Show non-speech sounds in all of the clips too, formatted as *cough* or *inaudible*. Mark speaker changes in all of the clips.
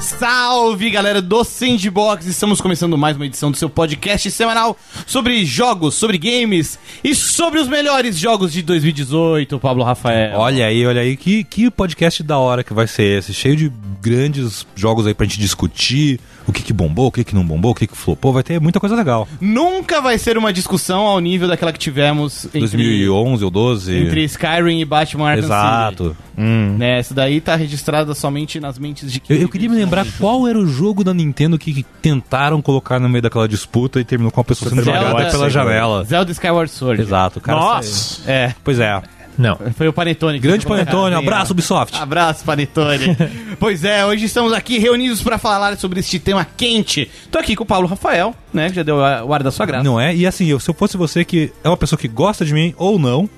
Speaker 1: Salve galera do Sandbox! Estamos começando mais uma edição do seu podcast semanal sobre jogos, sobre games e sobre os melhores jogos de 2018, Pablo Rafael.
Speaker 2: Olha aí, olha aí, que, que podcast da hora que vai ser esse, cheio de grandes jogos aí pra gente discutir, o que que bombou, o que que não bombou, o que que flopou, vai ter muita coisa legal.
Speaker 1: Nunca vai ser uma discussão ao nível daquela que tivemos entre,
Speaker 2: 2011 ou 12.
Speaker 1: entre Skyrim e Batman Arkham City.
Speaker 2: Exato.
Speaker 1: Né, isso daí tá registrada somente nas mentes de
Speaker 2: Eu,
Speaker 1: quem
Speaker 2: eu queria me lembrar qual era o jogo da Nintendo que que tentaram colocar no meio daquela disputa e terminou com a pessoa sendo
Speaker 1: Zelda
Speaker 2: jogada pela
Speaker 1: Skyward
Speaker 2: janela.
Speaker 1: Zelda Skyward Sword.
Speaker 2: Exato, cara. isso
Speaker 3: Nossa!
Speaker 1: É,
Speaker 2: aí- Pois é.
Speaker 3: Não.
Speaker 1: foi o Panetone. que
Speaker 2: Grande
Speaker 1: foi colocado.
Speaker 2: Panetone, um
Speaker 1: Bem,
Speaker 2: abraço Ubisoft.
Speaker 1: Abraço,
Speaker 3: *laughs*
Speaker 1: Panetone. pois é, hoje estamos aqui reunidos para falar sobre este tema quente. Tô aqui com o Paulo Rafael, né? Que já deu a- o ar da sua graça.
Speaker 2: Não é? E assim, eu- se eu fosse você que é uma pessoa que gosta de mim ou
Speaker 1: *laughs*
Speaker 2: não,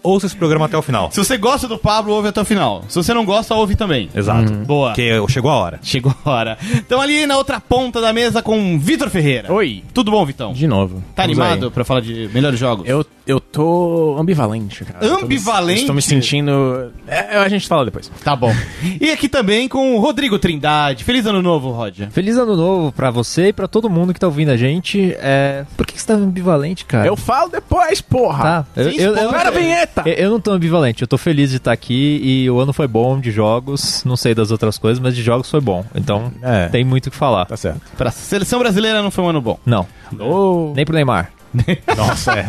Speaker 2: ouça esse programa até o final.
Speaker 1: Se você gosta do Pablo, ouve até o final. Se você não gosta, ouve também.
Speaker 2: Exato.
Speaker 3: Hum,
Speaker 1: Boa.
Speaker 2: Porque chegou a hora.
Speaker 1: Chegou a hora. Então ali na outra ponta da mesa com o Vitor Ferreira.
Speaker 3: Oi.
Speaker 1: Tudo bom, Vitão?
Speaker 3: De novo.
Speaker 1: Tá
Speaker 3: Vamos
Speaker 1: animado
Speaker 3: aí.
Speaker 1: pra falar de melhores jogos?
Speaker 3: Eu, eu tô ambivalente, cara.
Speaker 1: Ambivalente?
Speaker 3: Estou me sentindo. É, a gente fala depois.
Speaker 1: Tá bom. e aqui também com o Rodrigo Trindade. Feliz ano novo, Roger.
Speaker 4: Feliz ano novo pra você e pra todo mundo que tá ouvindo a gente. É... Por que, que você tá ambivalente, cara?
Speaker 3: Eu falo depois, porra!
Speaker 4: tá. Eu,
Speaker 1: Sem
Speaker 4: eu, É. eu,
Speaker 1: spoiler.
Speaker 3: Para a vinheta!
Speaker 4: eu- eu não tô ambivalente, eu tô feliz de estar aqui e o ano foi bom de jogos, não sei das outras coisas, mas de jogos foi bom. Então
Speaker 3: É.
Speaker 4: tem muito o que falar.
Speaker 3: Tá certo.
Speaker 1: Pra seleção brasileira não foi um ano bom.
Speaker 4: Não,
Speaker 3: Oh.
Speaker 4: nem pro Neymar.
Speaker 3: Nossa, é.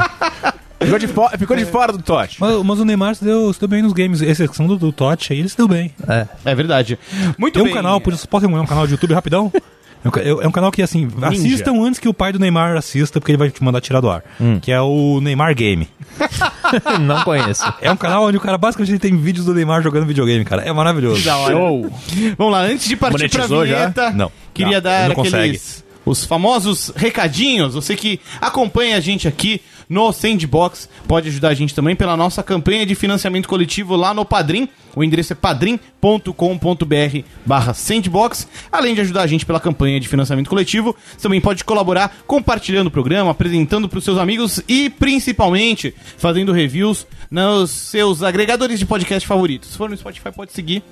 Speaker 3: ficou, de fo- ficou de fora do Tote.
Speaker 2: Mas, mas o Neymar se deu, se deu bem nos games, exceção do, do Totti aí, ele se deu bem.
Speaker 4: É. *laughs*
Speaker 1: É verdade. Muito
Speaker 2: Tem um
Speaker 1: bem.
Speaker 2: canal, por isso, posso remunerar um canal de YouTube rapidão? É um, ca- é um canal que, assim, assistam antes que o pai do Neymar assista, porque ele vai te mandar tirar do ar. Que é o Neymar Game.
Speaker 4: não conheço.
Speaker 2: É um canal onde o cara basicamente tem vídeos do Neymar jogando videogame, cara. É maravilhoso.
Speaker 1: Da hora. Vamos lá, antes de partir pra
Speaker 3: Monetizou já?
Speaker 1: vinheta,
Speaker 2: Não.
Speaker 1: queria
Speaker 2: Não,
Speaker 1: dar
Speaker 2: não consegue.
Speaker 1: aqueles os famosos recadinhos. Você que acompanha a gente aqui no Sandbox pode ajudar a gente também pela nossa campanha de financiamento coletivo lá no Padrim. O endereço é padrim.com.br barra Sandbox. Além de ajudar a gente pela campanha de financiamento coletivo, você também pode colaborar compartilhando o programa, apresentando para os seus amigos e principalmente fazendo reviews nos seus agregadores de podcast favoritos. Se for no Spotify, pode seguir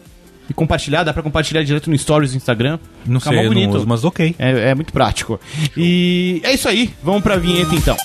Speaker 1: e compartilhar, dá pra compartilhar direto no Stories do Instagram.
Speaker 2: Não
Speaker 1: Fica
Speaker 2: sei,
Speaker 1: mó
Speaker 2: eu não
Speaker 1: bonito.
Speaker 2: uso, mas ok.
Speaker 1: é, é muito prático. E é isso aí, vamos pra vinheta então.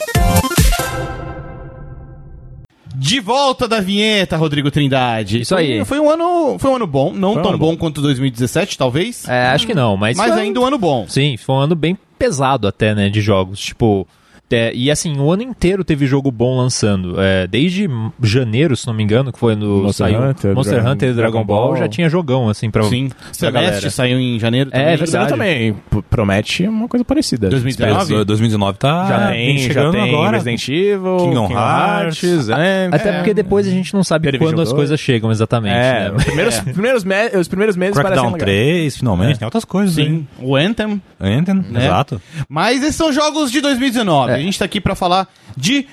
Speaker 1: De volta da vinheta, Rodrigo Trindade.
Speaker 4: Isso
Speaker 1: Foi,
Speaker 4: aí.
Speaker 1: foi um ano, foi um ano bom, não
Speaker 3: um
Speaker 1: tão
Speaker 3: ano
Speaker 1: bom quanto 2017, talvez,
Speaker 4: É, acho que não, mas.
Speaker 1: mas ainda um ano bom.
Speaker 4: Sim, foi um ano bem pesado até, né, de jogos. Tipo, é, e assim, o ano inteiro teve jogo bom lançando. É, desde janeiro, se não me engano, que foi no
Speaker 3: Monster
Speaker 4: saiu
Speaker 3: Hunter,
Speaker 4: Monster
Speaker 3: Dragon-
Speaker 4: Hunter e Dragon Ball, já tinha jogão, assim, pra...
Speaker 1: Sim. Celeste
Speaker 4: galera.
Speaker 1: saiu em janeiro
Speaker 4: É,
Speaker 1: também.
Speaker 4: é verdade.
Speaker 3: Você também p- promete uma coisa parecida.
Speaker 1: 2019?
Speaker 2: 2019 tá
Speaker 3: Já
Speaker 2: bem
Speaker 3: tem, já
Speaker 2: chegando
Speaker 3: tem
Speaker 2: agora.
Speaker 3: Resident Evil,
Speaker 2: Kingdom Hearts,
Speaker 3: é,
Speaker 4: Até
Speaker 3: é.
Speaker 4: porque depois a gente não sabe
Speaker 3: Televisão
Speaker 4: quando as
Speaker 3: dois.
Speaker 4: coisas chegam exatamente,
Speaker 3: É,
Speaker 4: né? *laughs*
Speaker 3: os primeiros, primeiros me- os primeiros meses parecem
Speaker 2: Crackdown
Speaker 3: legais.
Speaker 2: 3, finalmente. Né? Tem outras coisas, hein?
Speaker 1: Sim. O Anthem.
Speaker 2: Anthem, exato.
Speaker 1: Mas esses são jogos de 2019.
Speaker 4: É.
Speaker 1: A gente tá aqui pra falar de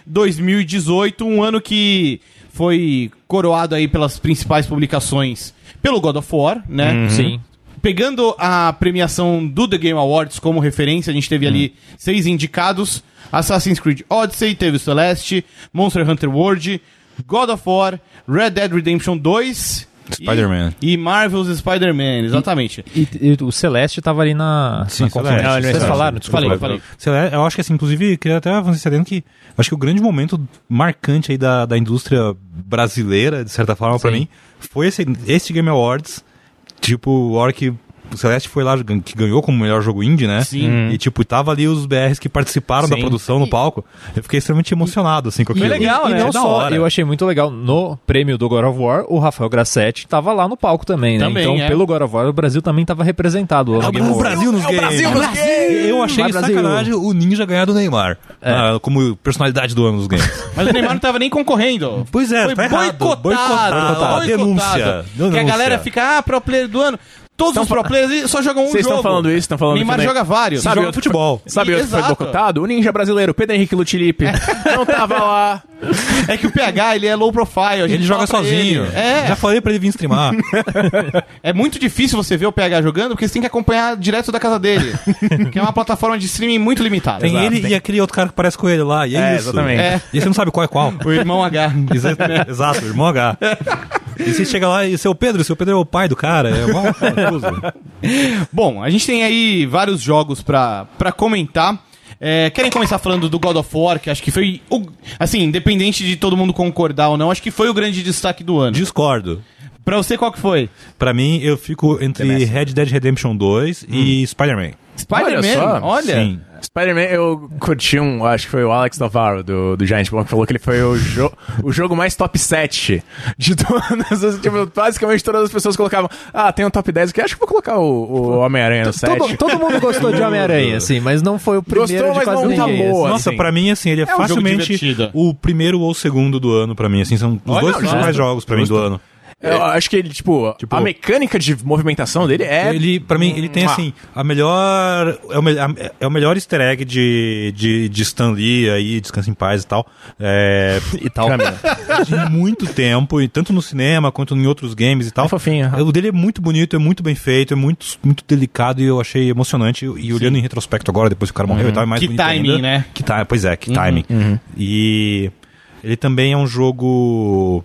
Speaker 1: 2018, um ano que foi coroado aí pelas principais publicações pelo God of War, né?
Speaker 4: Uhum. Sim.
Speaker 1: Pegando a premiação do The Game Awards como referência, a gente teve ali
Speaker 4: Uhum.
Speaker 1: seis indicados: Assassin's Creed Odyssey, teve o Celeste, Monster Hunter World, God of War, Red Dead Redemption 2.
Speaker 2: Spider-Man.
Speaker 1: E, e Marvel's Spider-Man, exatamente.
Speaker 4: E, e o Celeste tava ali na,
Speaker 2: Sim,
Speaker 4: na conferência.
Speaker 2: Celeste. Não, ele não é
Speaker 4: Vocês
Speaker 2: Celeste.
Speaker 4: falaram? Desculpa.
Speaker 1: Falei, falei.
Speaker 2: Sei lá, eu acho que assim, inclusive, queria até avançar esse adendo que eu acho que o grande momento marcante aí da, da indústria brasileira, de certa forma, pra
Speaker 4: Sim.
Speaker 2: mim, foi esse, esse Game Awards, tipo, a hora que o Celeste foi lá, gan- que ganhou como melhor jogo indie, né?
Speaker 1: Sim.
Speaker 2: E tipo, tava ali os BRs que participaram da produção no palco. Eu fiquei extremamente emocionado, assim, com aquilo.
Speaker 4: e, é e não
Speaker 2: Da
Speaker 4: só,
Speaker 2: hora.
Speaker 4: eu achei muito legal, no prêmio do God of War, o Rafael Grassetti tava lá no palco também, né?
Speaker 1: Também,
Speaker 4: então,
Speaker 1: é.
Speaker 4: pelo God of War, o Brasil também tava representado lá no Game
Speaker 2: o
Speaker 4: Awards.
Speaker 2: Brasil nos
Speaker 3: É o
Speaker 2: games.
Speaker 3: Brasil nos
Speaker 2: Brasil.
Speaker 3: games.
Speaker 2: Eu achei
Speaker 4: Vai, Brasil.
Speaker 2: sacanagem o Ninja ganhar do Neymar ah, como personalidade do ano dos games.
Speaker 1: Mas o Neymar não tava nem concorrendo.
Speaker 2: Pois é,
Speaker 1: foi
Speaker 2: tá errado.
Speaker 1: boicotado,
Speaker 2: Boicotado,
Speaker 1: boicotado.
Speaker 2: denúncia,
Speaker 1: Que a
Speaker 2: denúncia.
Speaker 1: galera fica, ah, pro player do ano. Todos os pro players só jogam um
Speaker 3: Vocês
Speaker 1: jogo.
Speaker 3: estão falando isso, estão falando
Speaker 1: Neymar
Speaker 3: que
Speaker 1: joga vários.
Speaker 3: Sabe
Speaker 2: Joga
Speaker 3: outro que
Speaker 2: futebol.
Speaker 3: *laughs* foi- Sabe outro que foi
Speaker 1: Exato.
Speaker 3: boicotado? O ninja brasileiro, Pedro Henrique Lutilipe. Não tava lá.
Speaker 1: *laughs* É que o PH, ele é low profile. a gente
Speaker 2: Ele joga
Speaker 1: fala pra
Speaker 2: sozinho.
Speaker 1: ele. É,
Speaker 2: Já falei pra ele vir streamar.
Speaker 1: é muito difícil você ver o PH jogando, porque você tem que acompanhar direto da casa dele.
Speaker 2: *laughs*
Speaker 1: que é uma plataforma de streaming muito limitada.
Speaker 2: Tem
Speaker 1: Exato.
Speaker 2: ele e aquele outro cara que parece com ele lá. E é,
Speaker 3: É,
Speaker 2: isso.
Speaker 3: exatamente.
Speaker 2: E você não sabe qual é qual.
Speaker 1: O irmão H.
Speaker 2: Exato, Exato, irmão H. E você chega lá e seu Pedro, seu Pedro é o pai do cara, é mó confuso.
Speaker 1: Bom, a gente tem aí vários jogos pra, pra comentar. É, querem começar falando do God of War, que acho que foi. o- assim, independente de todo mundo concordar ou não, acho que foi o grande destaque do ano.
Speaker 2: Discordo.
Speaker 1: Pra você, qual que foi?
Speaker 2: Pra mim, eu fico entre
Speaker 3: Demessa.
Speaker 2: Red Dead Redemption 2 e Spider-Man.
Speaker 1: Spider-Man, olha.
Speaker 3: só.
Speaker 2: Sim.
Speaker 3: Spider-Man, eu curti um, acho que foi o Alex Navarro do, do Giant Bomb, que falou que ele foi o, jo o jogo mais top 7 de todas as, tipo, basicamente todas as pessoas colocavam, ah, tem um top 10 aqui, acho que vou colocar o, o Homem-Aranha no 7.
Speaker 4: Todo, todo mundo gostou de Homem-Aranha, assim, mas não foi o primeiro
Speaker 3: Gostou,
Speaker 4: de
Speaker 3: mas
Speaker 4: quase
Speaker 3: não
Speaker 2: tá
Speaker 4: ninguém.
Speaker 3: amou,
Speaker 4: assim.
Speaker 3: Pô,
Speaker 2: Nossa,
Speaker 3: assim,
Speaker 2: pra mim, assim, ele é,
Speaker 1: um jogo
Speaker 2: facilmente
Speaker 1: divertido.
Speaker 2: o primeiro ou o segundo do ano pra mim, assim, são os
Speaker 3: Olha,
Speaker 2: dois
Speaker 3: não,
Speaker 2: principais
Speaker 3: justo,
Speaker 2: jogos pra mim do ano.
Speaker 3: Eu acho que ele, tipo,
Speaker 2: Tipo,
Speaker 3: a mecânica de movimentação dele é...
Speaker 2: Então, Ele, pra mim, ele tem,
Speaker 3: Mua.
Speaker 2: assim, a melhor... É o, me- a- é o melhor easter egg de, de, de Stan Lee aí, Descansa em Paz e tal. É,
Speaker 3: e tal. *laughs*
Speaker 2: de muito tempo, e tanto no cinema quanto em outros games e tal.
Speaker 3: É fofinho, aham.
Speaker 2: O dele é muito bonito, é muito bem feito, é muito, muito delicado e eu achei emocionante. E olhando em retrospecto agora, depois que o cara morreu e tal, é mais
Speaker 1: Uhum. Que
Speaker 2: bonito
Speaker 1: timing,
Speaker 2: ainda.
Speaker 1: né? Uhum.
Speaker 2: Que ti- pois é, que timing. E ele também é um jogo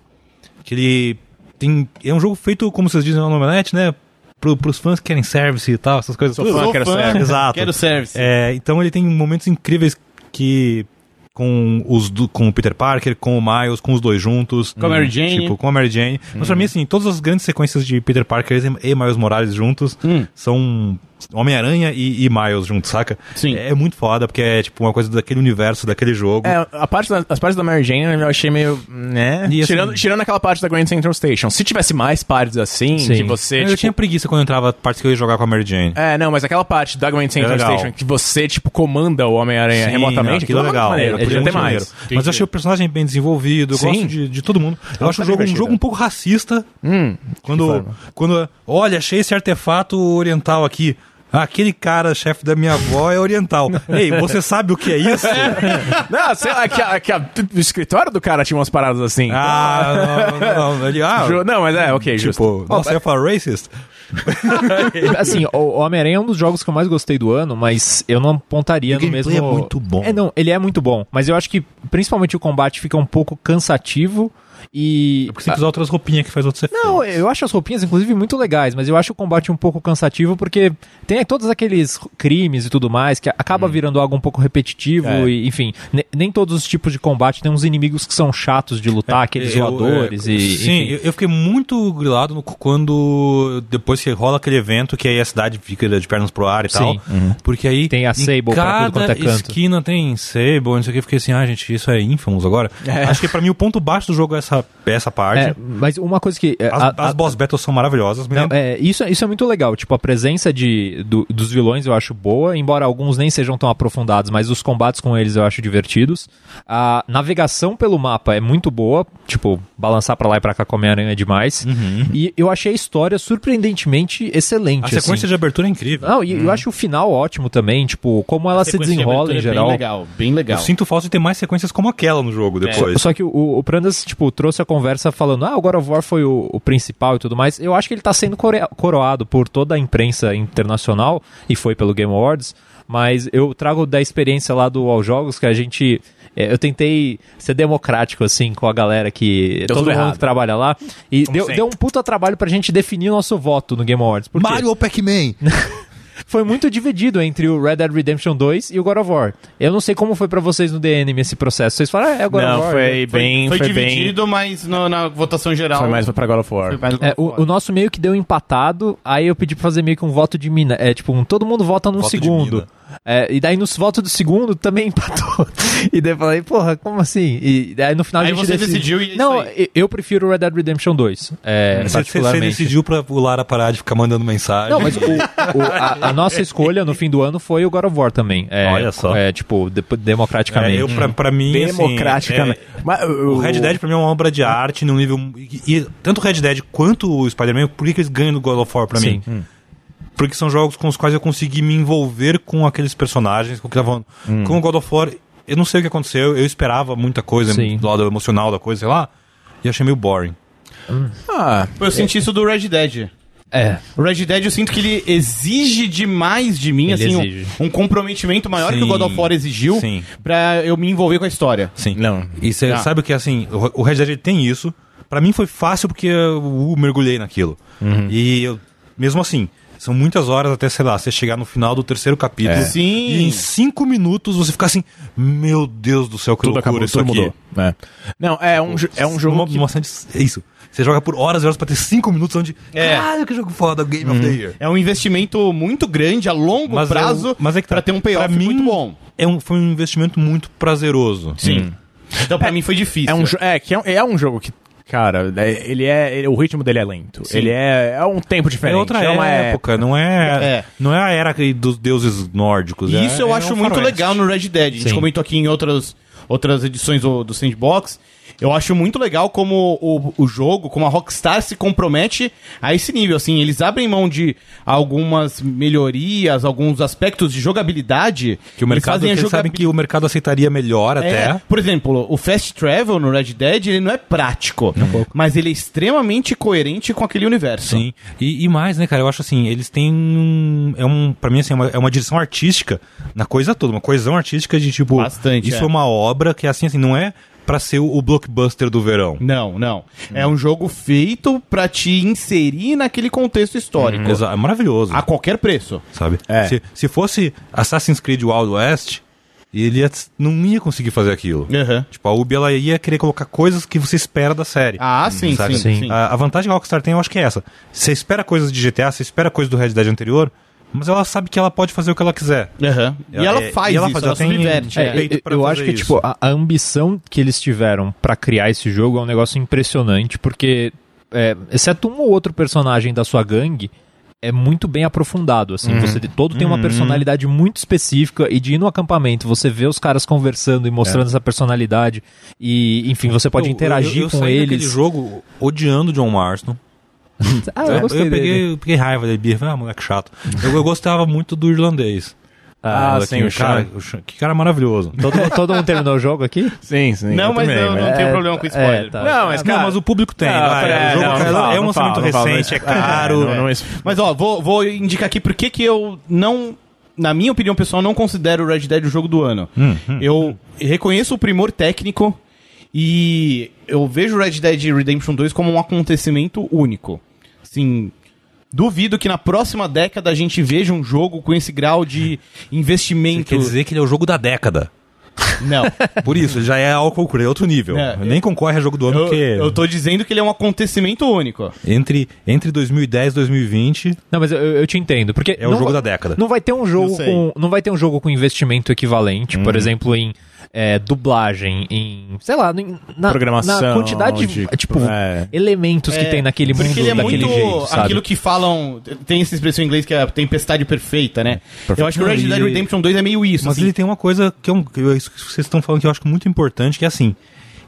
Speaker 2: que ele tem... É um jogo feito, como vocês dizem na Nomelete, né? Pro, pros fãs que querem service e tal, essas coisas.
Speaker 3: Sou
Speaker 2: todas.
Speaker 3: fã,
Speaker 1: Sou
Speaker 3: quero
Speaker 1: fã.
Speaker 3: service.
Speaker 2: Exato.
Speaker 1: Quero service.
Speaker 2: É, então ele tem momentos incríveis que com os do- com o Peter Parker, com o Miles, com os dois juntos,
Speaker 1: Com a Mary Jane. Uhum.
Speaker 2: tipo, com a Mary Jane. Mas pra mim assim, todas as grandes sequências de Peter Parker e e Miles Morales juntos
Speaker 1: Hum.
Speaker 2: são Homem-Aranha e, e Miles juntos, saca?
Speaker 1: Sim.
Speaker 2: É muito foda porque é tipo uma coisa daquele universo, daquele jogo.
Speaker 3: É, a parte da- as partes da Mary Jane eu achei meio. né?
Speaker 2: E assim-
Speaker 3: tirando, tirando aquela parte da Grand Central Station. Se tivesse mais partes assim,
Speaker 4: Sim.
Speaker 3: que você.
Speaker 1: é,
Speaker 2: eu
Speaker 3: tipo,
Speaker 2: tinha preguiça quando eu entrava partes que eu ia jogar com a Mary Jane.
Speaker 3: É, não, mas aquela parte da Grand Central
Speaker 2: É legal.
Speaker 3: Station que você, tipo, comanda o Homem-Aranha
Speaker 2: Sim,
Speaker 3: remotamente,
Speaker 2: aquilo é
Speaker 3: muito
Speaker 2: legal.
Speaker 3: Maneiro,
Speaker 2: aquilo é
Speaker 3: podia
Speaker 2: muito
Speaker 3: ter mais.
Speaker 2: maneiro. Mas eu achei o personagem bem desenvolvido, eu
Speaker 3: Sim.
Speaker 2: gosto de, de todo mundo. Eu acho o jogo um
Speaker 3: divertido.
Speaker 2: jogo um pouco racista. quando,
Speaker 3: forma?
Speaker 2: quando. Olha, achei esse artefato oriental aqui. Ah, Aquele cara, chefe da minha avó, é oriental. Ei, você sabe o que é isso?
Speaker 3: Não, sei lá, que, a- que a- o escritório do cara tinha umas paradas assim.
Speaker 2: ah, não, não, não. Ele, ah,
Speaker 3: Ju- não, mas é, ok,
Speaker 2: tipo,
Speaker 3: justo.
Speaker 2: nossa, eu ia falar racist?
Speaker 4: Assim, o o Homem-Aranha é um dos jogos que eu mais gostei do ano, mas eu não apontaria
Speaker 2: O
Speaker 4: no
Speaker 2: gameplay
Speaker 4: mesmo.
Speaker 2: é muito bom.
Speaker 4: É, não, ele é muito bom. Mas eu acho que principalmente o combate fica um pouco cansativo e.
Speaker 2: É Porque você tem que usar outras roupinhas que faz outros efeitos.
Speaker 4: Não, eu acho as roupinhas, inclusive, muito legais, mas eu acho o combate um pouco cansativo porque tem todos aqueles crimes e tudo mais que acaba
Speaker 2: Hum.
Speaker 4: virando algo um pouco repetitivo
Speaker 3: É.
Speaker 4: e, enfim, ne- nem todos os tipos de combate tem uns inimigos que são chatos de lutar, aqueles
Speaker 2: É, Eu,
Speaker 4: voadores
Speaker 2: é,
Speaker 4: e.
Speaker 2: Sim,
Speaker 4: enfim.
Speaker 2: eu, eu fiquei muito grilado no- quando depois que rola aquele evento que aí a cidade fica de pernas pro ar e
Speaker 4: Sim. Uhum.
Speaker 2: tal. Porque aí
Speaker 4: Tem a
Speaker 2: em
Speaker 4: Sable pra
Speaker 2: cada
Speaker 4: tudo quanto é canto.
Speaker 2: esquina tem Sable, não sei o que. eu Fiquei assim, ah, gente, isso é Infamous agora. Acho que pra mim o ponto baixo do jogo é essa, é essa parte.
Speaker 4: É, mas uma coisa que. é,
Speaker 2: As,
Speaker 4: a-
Speaker 2: as
Speaker 4: a-
Speaker 2: boss battles são maravilhosas, me
Speaker 4: Não,
Speaker 2: lembro.
Speaker 4: é, isso, isso é muito legal. Tipo, a presença de, do- dos vilões eu acho boa, embora alguns nem sejam tão aprofundados, mas os combates com eles eu acho divertidos. A navegação pelo mapa é muito boa. Tipo, balançar pra lá e pra cá com a Homem-Aranha é demais. E eu achei a história surpreendentemente excelente.
Speaker 2: Uhum. a sequência
Speaker 4: assim.
Speaker 2: de abertura é incrível.
Speaker 4: Não, e eu acho o final ótimo também. Tipo, como ela se
Speaker 1: Sequência de
Speaker 4: desenrola
Speaker 1: abertura
Speaker 4: em
Speaker 1: é
Speaker 4: geral.
Speaker 1: Bem legal, bem legal.
Speaker 2: Eu sinto falta de ter mais sequências como aquela no jogo depois.
Speaker 4: É. Só que o, o Prandas, tipo, trouxe a conversa falando, ah, o God of War foi o, o principal e tudo mais. Eu acho que ele tá sendo core- coroado por toda a imprensa internacional, e foi pelo Game Awards, mas eu trago da experiência lá do All Jogos, que a gente... é, eu tentei ser democrático, assim, com a galera que...
Speaker 3: Deu
Speaker 4: todo
Speaker 3: tudo
Speaker 4: mundo
Speaker 3: errado.
Speaker 4: que trabalha lá. E deu,
Speaker 3: sempre.
Speaker 4: deu um puta trabalho pra gente definir nosso voto no Game Awards. Por quê?
Speaker 2: ou Pac-Man?
Speaker 4: foi muito dividido entre o Red Dead Redemption 2 e o God of War. Eu não sei como foi pra vocês no DN esse processo. Vocês falaram, ah, é o God of
Speaker 3: Não,
Speaker 4: War. né?
Speaker 3: foi bem. Foi,
Speaker 1: foi,
Speaker 3: bem.
Speaker 1: dividido, mas no- na votação geral.
Speaker 3: Foi mais pra God of War.
Speaker 1: foi mais
Speaker 4: É, o, o nosso meio que deu empatado, aí eu pedi pra fazer meio que um voto de mina. É, tipo, um, todo mundo vota num
Speaker 2: Voto de
Speaker 4: segundo.
Speaker 2: mina.
Speaker 4: É, e daí nos votos do segundo também *laughs* empatou. E daí eu falei, porra, como assim? E daí no final
Speaker 1: Aí
Speaker 4: a gente
Speaker 1: você
Speaker 4: decide-
Speaker 1: decidiu e é
Speaker 4: Não,
Speaker 1: isso
Speaker 4: eu- eu prefiro Red Dead Redemption 2.
Speaker 2: Você,
Speaker 4: É,
Speaker 2: você- você
Speaker 4: particularmente.
Speaker 2: decidiu pra o Lara parar de ficar mandando mensagem.
Speaker 4: Não, mas o- o- a, a nossa escolha no fim do ano foi o God of War também. É,
Speaker 2: Olha só.
Speaker 4: É, tipo, de-
Speaker 2: É,
Speaker 4: democraticamente.
Speaker 2: eu, pra, pra mim, assim,
Speaker 3: Democraticamente.
Speaker 2: é-
Speaker 3: Mas
Speaker 2: O Red Dead, pra mim, é uma obra de arte num nível. E, e tanto o Red Dead quanto o Spider-Man, por que, que eles ganham do God of War pra
Speaker 4: Sim.
Speaker 2: mim? Porque são jogos com os quais eu consegui me envolver com aqueles personagens, com o que estavam. Com o God of War, eu não sei o que aconteceu, eu esperava muita coisa
Speaker 4: Sim.
Speaker 2: do lado emocional da coisa, sei lá, e achei meio boring.
Speaker 3: Ah,
Speaker 1: Pô, Eu senti isso do Red Dead.
Speaker 4: É.
Speaker 1: O Red Dead eu sinto que ele exige demais de mim,
Speaker 4: Ele
Speaker 1: assim, um-
Speaker 4: exige.
Speaker 1: um, comprometimento maior
Speaker 2: Sim.
Speaker 1: que o God of War exigiu
Speaker 2: Sim.
Speaker 1: pra eu me envolver com a história.
Speaker 2: Sim.
Speaker 3: Não.
Speaker 2: E você
Speaker 1: Ah.
Speaker 2: assim, sabe que, assim, o o Red Dead ele tem isso, Pra mim foi fácil porque eu uh, mergulhei naquilo. E eu- mesmo assim, são muitas horas até, sei lá, você chegar no final do terceiro capítulo. assim,
Speaker 1: Sim.
Speaker 3: É.
Speaker 2: E em cinco minutudo você fica assim, meu Deus do céu, que
Speaker 3: Tudo
Speaker 2: loucura
Speaker 3: acabou,
Speaker 2: isso
Speaker 3: tudo
Speaker 2: aqui.
Speaker 3: mudou. É. Não, é um, jo- é um
Speaker 2: Uma,
Speaker 3: jogo que
Speaker 2: uma ação de- é isso. Você joga por horas e horas pra ter cinco minutos onde.
Speaker 1: É.
Speaker 2: Caralho, que jogo foda, Game of the Year.
Speaker 1: É um investimento muito grande a longo
Speaker 2: Mas é o-
Speaker 1: prazo
Speaker 2: mas é que tá-
Speaker 1: pra ter um
Speaker 2: pra
Speaker 1: payoff
Speaker 2: mim-
Speaker 1: muito bom.
Speaker 2: É um, foi um investimento muito prazeroso. Uhum. É
Speaker 1: Sim. Então pra mim foi difícil.
Speaker 3: É um, jo- é, que é, um, é um jogo que, cara, é- ele é. ele- o ritmo dele é lento. Ele é, é um tempo
Speaker 2: É
Speaker 3: diferente.
Speaker 2: outra
Speaker 3: é uma
Speaker 2: época, não é,
Speaker 1: É.
Speaker 2: Não é a era que- dos deuses nórdicos.
Speaker 1: E
Speaker 2: é-
Speaker 1: isso eu
Speaker 2: é
Speaker 1: acho
Speaker 2: um
Speaker 1: muito
Speaker 2: faroeste.
Speaker 1: legal no Red Dead. A gente
Speaker 4: Sim.
Speaker 1: comentou aqui em outras, outras edições do, do Sandbox. Eu acho muito legal como o, o jogo, como a Rockstar se compromete a esse nível. Assim, eles abrem mão de algumas melhorias, alguns aspectos de jogabilidade.
Speaker 2: Que o mercado, que
Speaker 1: eles fazem a
Speaker 2: eles sabem
Speaker 1: jogabilidade.
Speaker 2: que o mercado aceitaria melhor
Speaker 1: É,
Speaker 2: até.
Speaker 1: por exemplo, o Fast Travel no Red Dead, ele não é prático, mas ele é extremamente coerente com aquele universo.
Speaker 2: um Sim. E, e mais, né, cara? Eu acho assim, eles têm um. É um pra mim, assim, é uma, é uma direção artística na coisa toda. Uma coesão artística de tipo.
Speaker 1: Bastante,
Speaker 2: Isso é,
Speaker 1: é.
Speaker 2: uma obra que, assim, assim, não é pra ser o, o blockbuster do verão.
Speaker 1: Não, não. É um jogo feito pra te inserir naquele contexto histórico.
Speaker 2: Exa- É maravilhoso.
Speaker 1: Uhum. A qualquer preço.
Speaker 2: Sabe?
Speaker 3: É.
Speaker 2: Se, se fosse Assassin's Creed Wild West, ele ia- não ia conseguir fazer aquilo.
Speaker 1: É.
Speaker 2: Tipo, a Ubi ela ia querer colocar coisas que você espera da série.
Speaker 1: Ah, sim,
Speaker 2: Sabe?
Speaker 1: sim, sim.
Speaker 2: A, a vantagem que a Rockstar tem, eu acho que é essa. Você espera coisas de GTA, você espera coisas do Red Dead anterior, mas ela sabe que ela pode fazer o que ela quiser.
Speaker 1: Aham. E ela
Speaker 2: É,
Speaker 1: faz
Speaker 2: e ela
Speaker 1: isso,
Speaker 2: faz,
Speaker 1: ela
Speaker 2: ela tem-
Speaker 1: subverte.
Speaker 2: É,
Speaker 1: É.
Speaker 2: feito
Speaker 4: eu-
Speaker 2: pra
Speaker 4: eu
Speaker 2: fazer
Speaker 4: acho que
Speaker 2: isso.
Speaker 4: tipo a, a ambição que eles tiveram pra criar esse jogo é um negócio impressionante porque é, exceto um ou outro personagem da sua gangue é muito bem aprofundado, assim,
Speaker 2: Uhum.
Speaker 4: você de todo tem uma personalidade muito específica e de ir no acampamento, você vê os caras conversando e mostrando essa personalidade e, enfim, você pode
Speaker 2: É. Eu- eu-
Speaker 4: interagir
Speaker 2: eu
Speaker 4: com
Speaker 2: saí daquele
Speaker 4: eles.
Speaker 2: jogo odiando John Marston.
Speaker 4: Ah, eu
Speaker 2: É,
Speaker 4: gostei
Speaker 2: eu
Speaker 4: dele.
Speaker 2: peguei, eu peguei raiva dele, Bia. Falei, Ah, moleque chato. Eu, eu gostava muito do irlandês.
Speaker 3: Ah,
Speaker 2: moleque,
Speaker 3: sim, o
Speaker 2: cara,
Speaker 3: Sean.
Speaker 2: o Sean- Que cara maravilhoso.
Speaker 4: Todo, todo mundo terminou o jogo aqui?
Speaker 3: Sim, sim.
Speaker 1: Não,
Speaker 3: eu
Speaker 1: mas
Speaker 3: também,
Speaker 1: eu não
Speaker 3: mas-
Speaker 1: tenho
Speaker 4: É,
Speaker 1: problema com
Speaker 4: é,
Speaker 1: spoiler.
Speaker 4: tá.
Speaker 3: Não, mas,
Speaker 2: não,
Speaker 3: cara.
Speaker 2: mas o público tem.
Speaker 3: Ah,
Speaker 2: vai.
Speaker 3: pera-
Speaker 2: o jogo
Speaker 3: não,
Speaker 2: é,
Speaker 3: não fala,
Speaker 2: é um
Speaker 3: não fala,
Speaker 2: lançamento
Speaker 3: não fala,
Speaker 2: recente, é
Speaker 3: não-
Speaker 2: caro.
Speaker 3: é, não- não-
Speaker 1: Mas ó, vou, vou indicar aqui por que que eu não... Na minha opinião pessoal, não considero o Red Dead o jogo do ano. Eu reconheço o primor técnico e eu vejo o Red Dead Redemption 2 como um acontecimento único. Assim, duvido que na próxima década a gente veja um jogo com esse grau de investimento.
Speaker 2: Quer dizer que ele é o jogo da década.
Speaker 1: Não.
Speaker 2: Por isso, ele já é álcool cru, é outro nível.
Speaker 1: É,
Speaker 2: Nem concorre a jogo do ano,
Speaker 1: Eu,
Speaker 2: porque
Speaker 1: eu tô dizendo que ele é um acontecimento único.
Speaker 2: entre, entre 2010 e 2020
Speaker 4: Não, mas eu, eu te entendo, porque
Speaker 2: é o
Speaker 4: não
Speaker 2: jogo da
Speaker 4: va-
Speaker 2: década.
Speaker 4: Não vai ter um
Speaker 1: Eu
Speaker 4: jogo
Speaker 1: sei.
Speaker 4: com, não vai ter um jogo com investimento equivalente, por
Speaker 2: Uhum.
Speaker 4: exemplo, em é, dublagem, em sei lá, em- na,
Speaker 3: Programação,
Speaker 4: na quantidade de,
Speaker 3: de-
Speaker 4: tipo
Speaker 3: é.
Speaker 4: elementos que
Speaker 1: É,
Speaker 4: tem naquele mundo
Speaker 1: Porque ele é
Speaker 4: daquele
Speaker 1: muito
Speaker 4: jeito, sabe?
Speaker 1: aquilo que falam. Tem essa expressão em inglês que é a tempestade perfeita, né? Eu acho que o
Speaker 2: Não,
Speaker 1: Red Dead
Speaker 2: ele-
Speaker 1: Redemption 2 é meio isso.
Speaker 2: Mas
Speaker 1: assim.
Speaker 4: tipo,
Speaker 2: ele tem uma coisa que, é um, que eu- isso que vocês estão falando que eu acho muito importante, que é assim,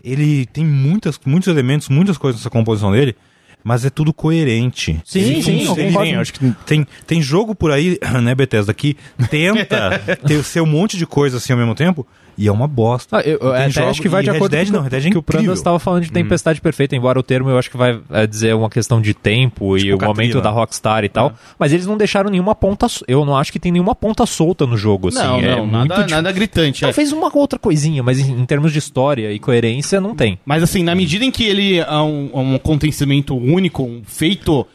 Speaker 2: ele tem muitas, muitos elementos, muitas coisas nessa composição dele, mas é tudo coerente.
Speaker 4: Sim,
Speaker 2: Ele
Speaker 4: sim, eu
Speaker 2: funciona,
Speaker 4: concordo.
Speaker 2: ele- acho que tem, tem jogo por aí, *clears throat* né, Bethesda, que
Speaker 4: *laughs*
Speaker 2: tenta ter ser um monte de coisa assim ao mesmo tempo, e é uma bosta.
Speaker 4: Ah, eu, eu
Speaker 2: Tem
Speaker 4: até
Speaker 2: jogo-
Speaker 4: acho que vai
Speaker 2: e
Speaker 4: de
Speaker 2: Red
Speaker 4: acordo
Speaker 2: Dead
Speaker 4: com
Speaker 2: não, Red Dead é
Speaker 4: que o Prandas
Speaker 2: incrível. Uhum.
Speaker 4: estava falando de tempestade perfeita, embora o termo eu acho que vai é, dizer uma questão de tempo e
Speaker 2: Tipo É.
Speaker 4: o momento
Speaker 2: Katrina.
Speaker 4: da Rockstar e tal, mas eles não deixaram nenhuma ponta, so- eu não acho que tem nenhuma ponta solta no jogo, assim,
Speaker 1: Não,
Speaker 4: é
Speaker 1: não,
Speaker 4: muito Tá
Speaker 1: nada, nada gritante.
Speaker 4: Não,
Speaker 1: é.
Speaker 4: fez uma outra coisinha, mas em, em termos de história e coerência, não tem.
Speaker 1: Mas assim, na medida em que ele é um, um acontecimento único, um feito,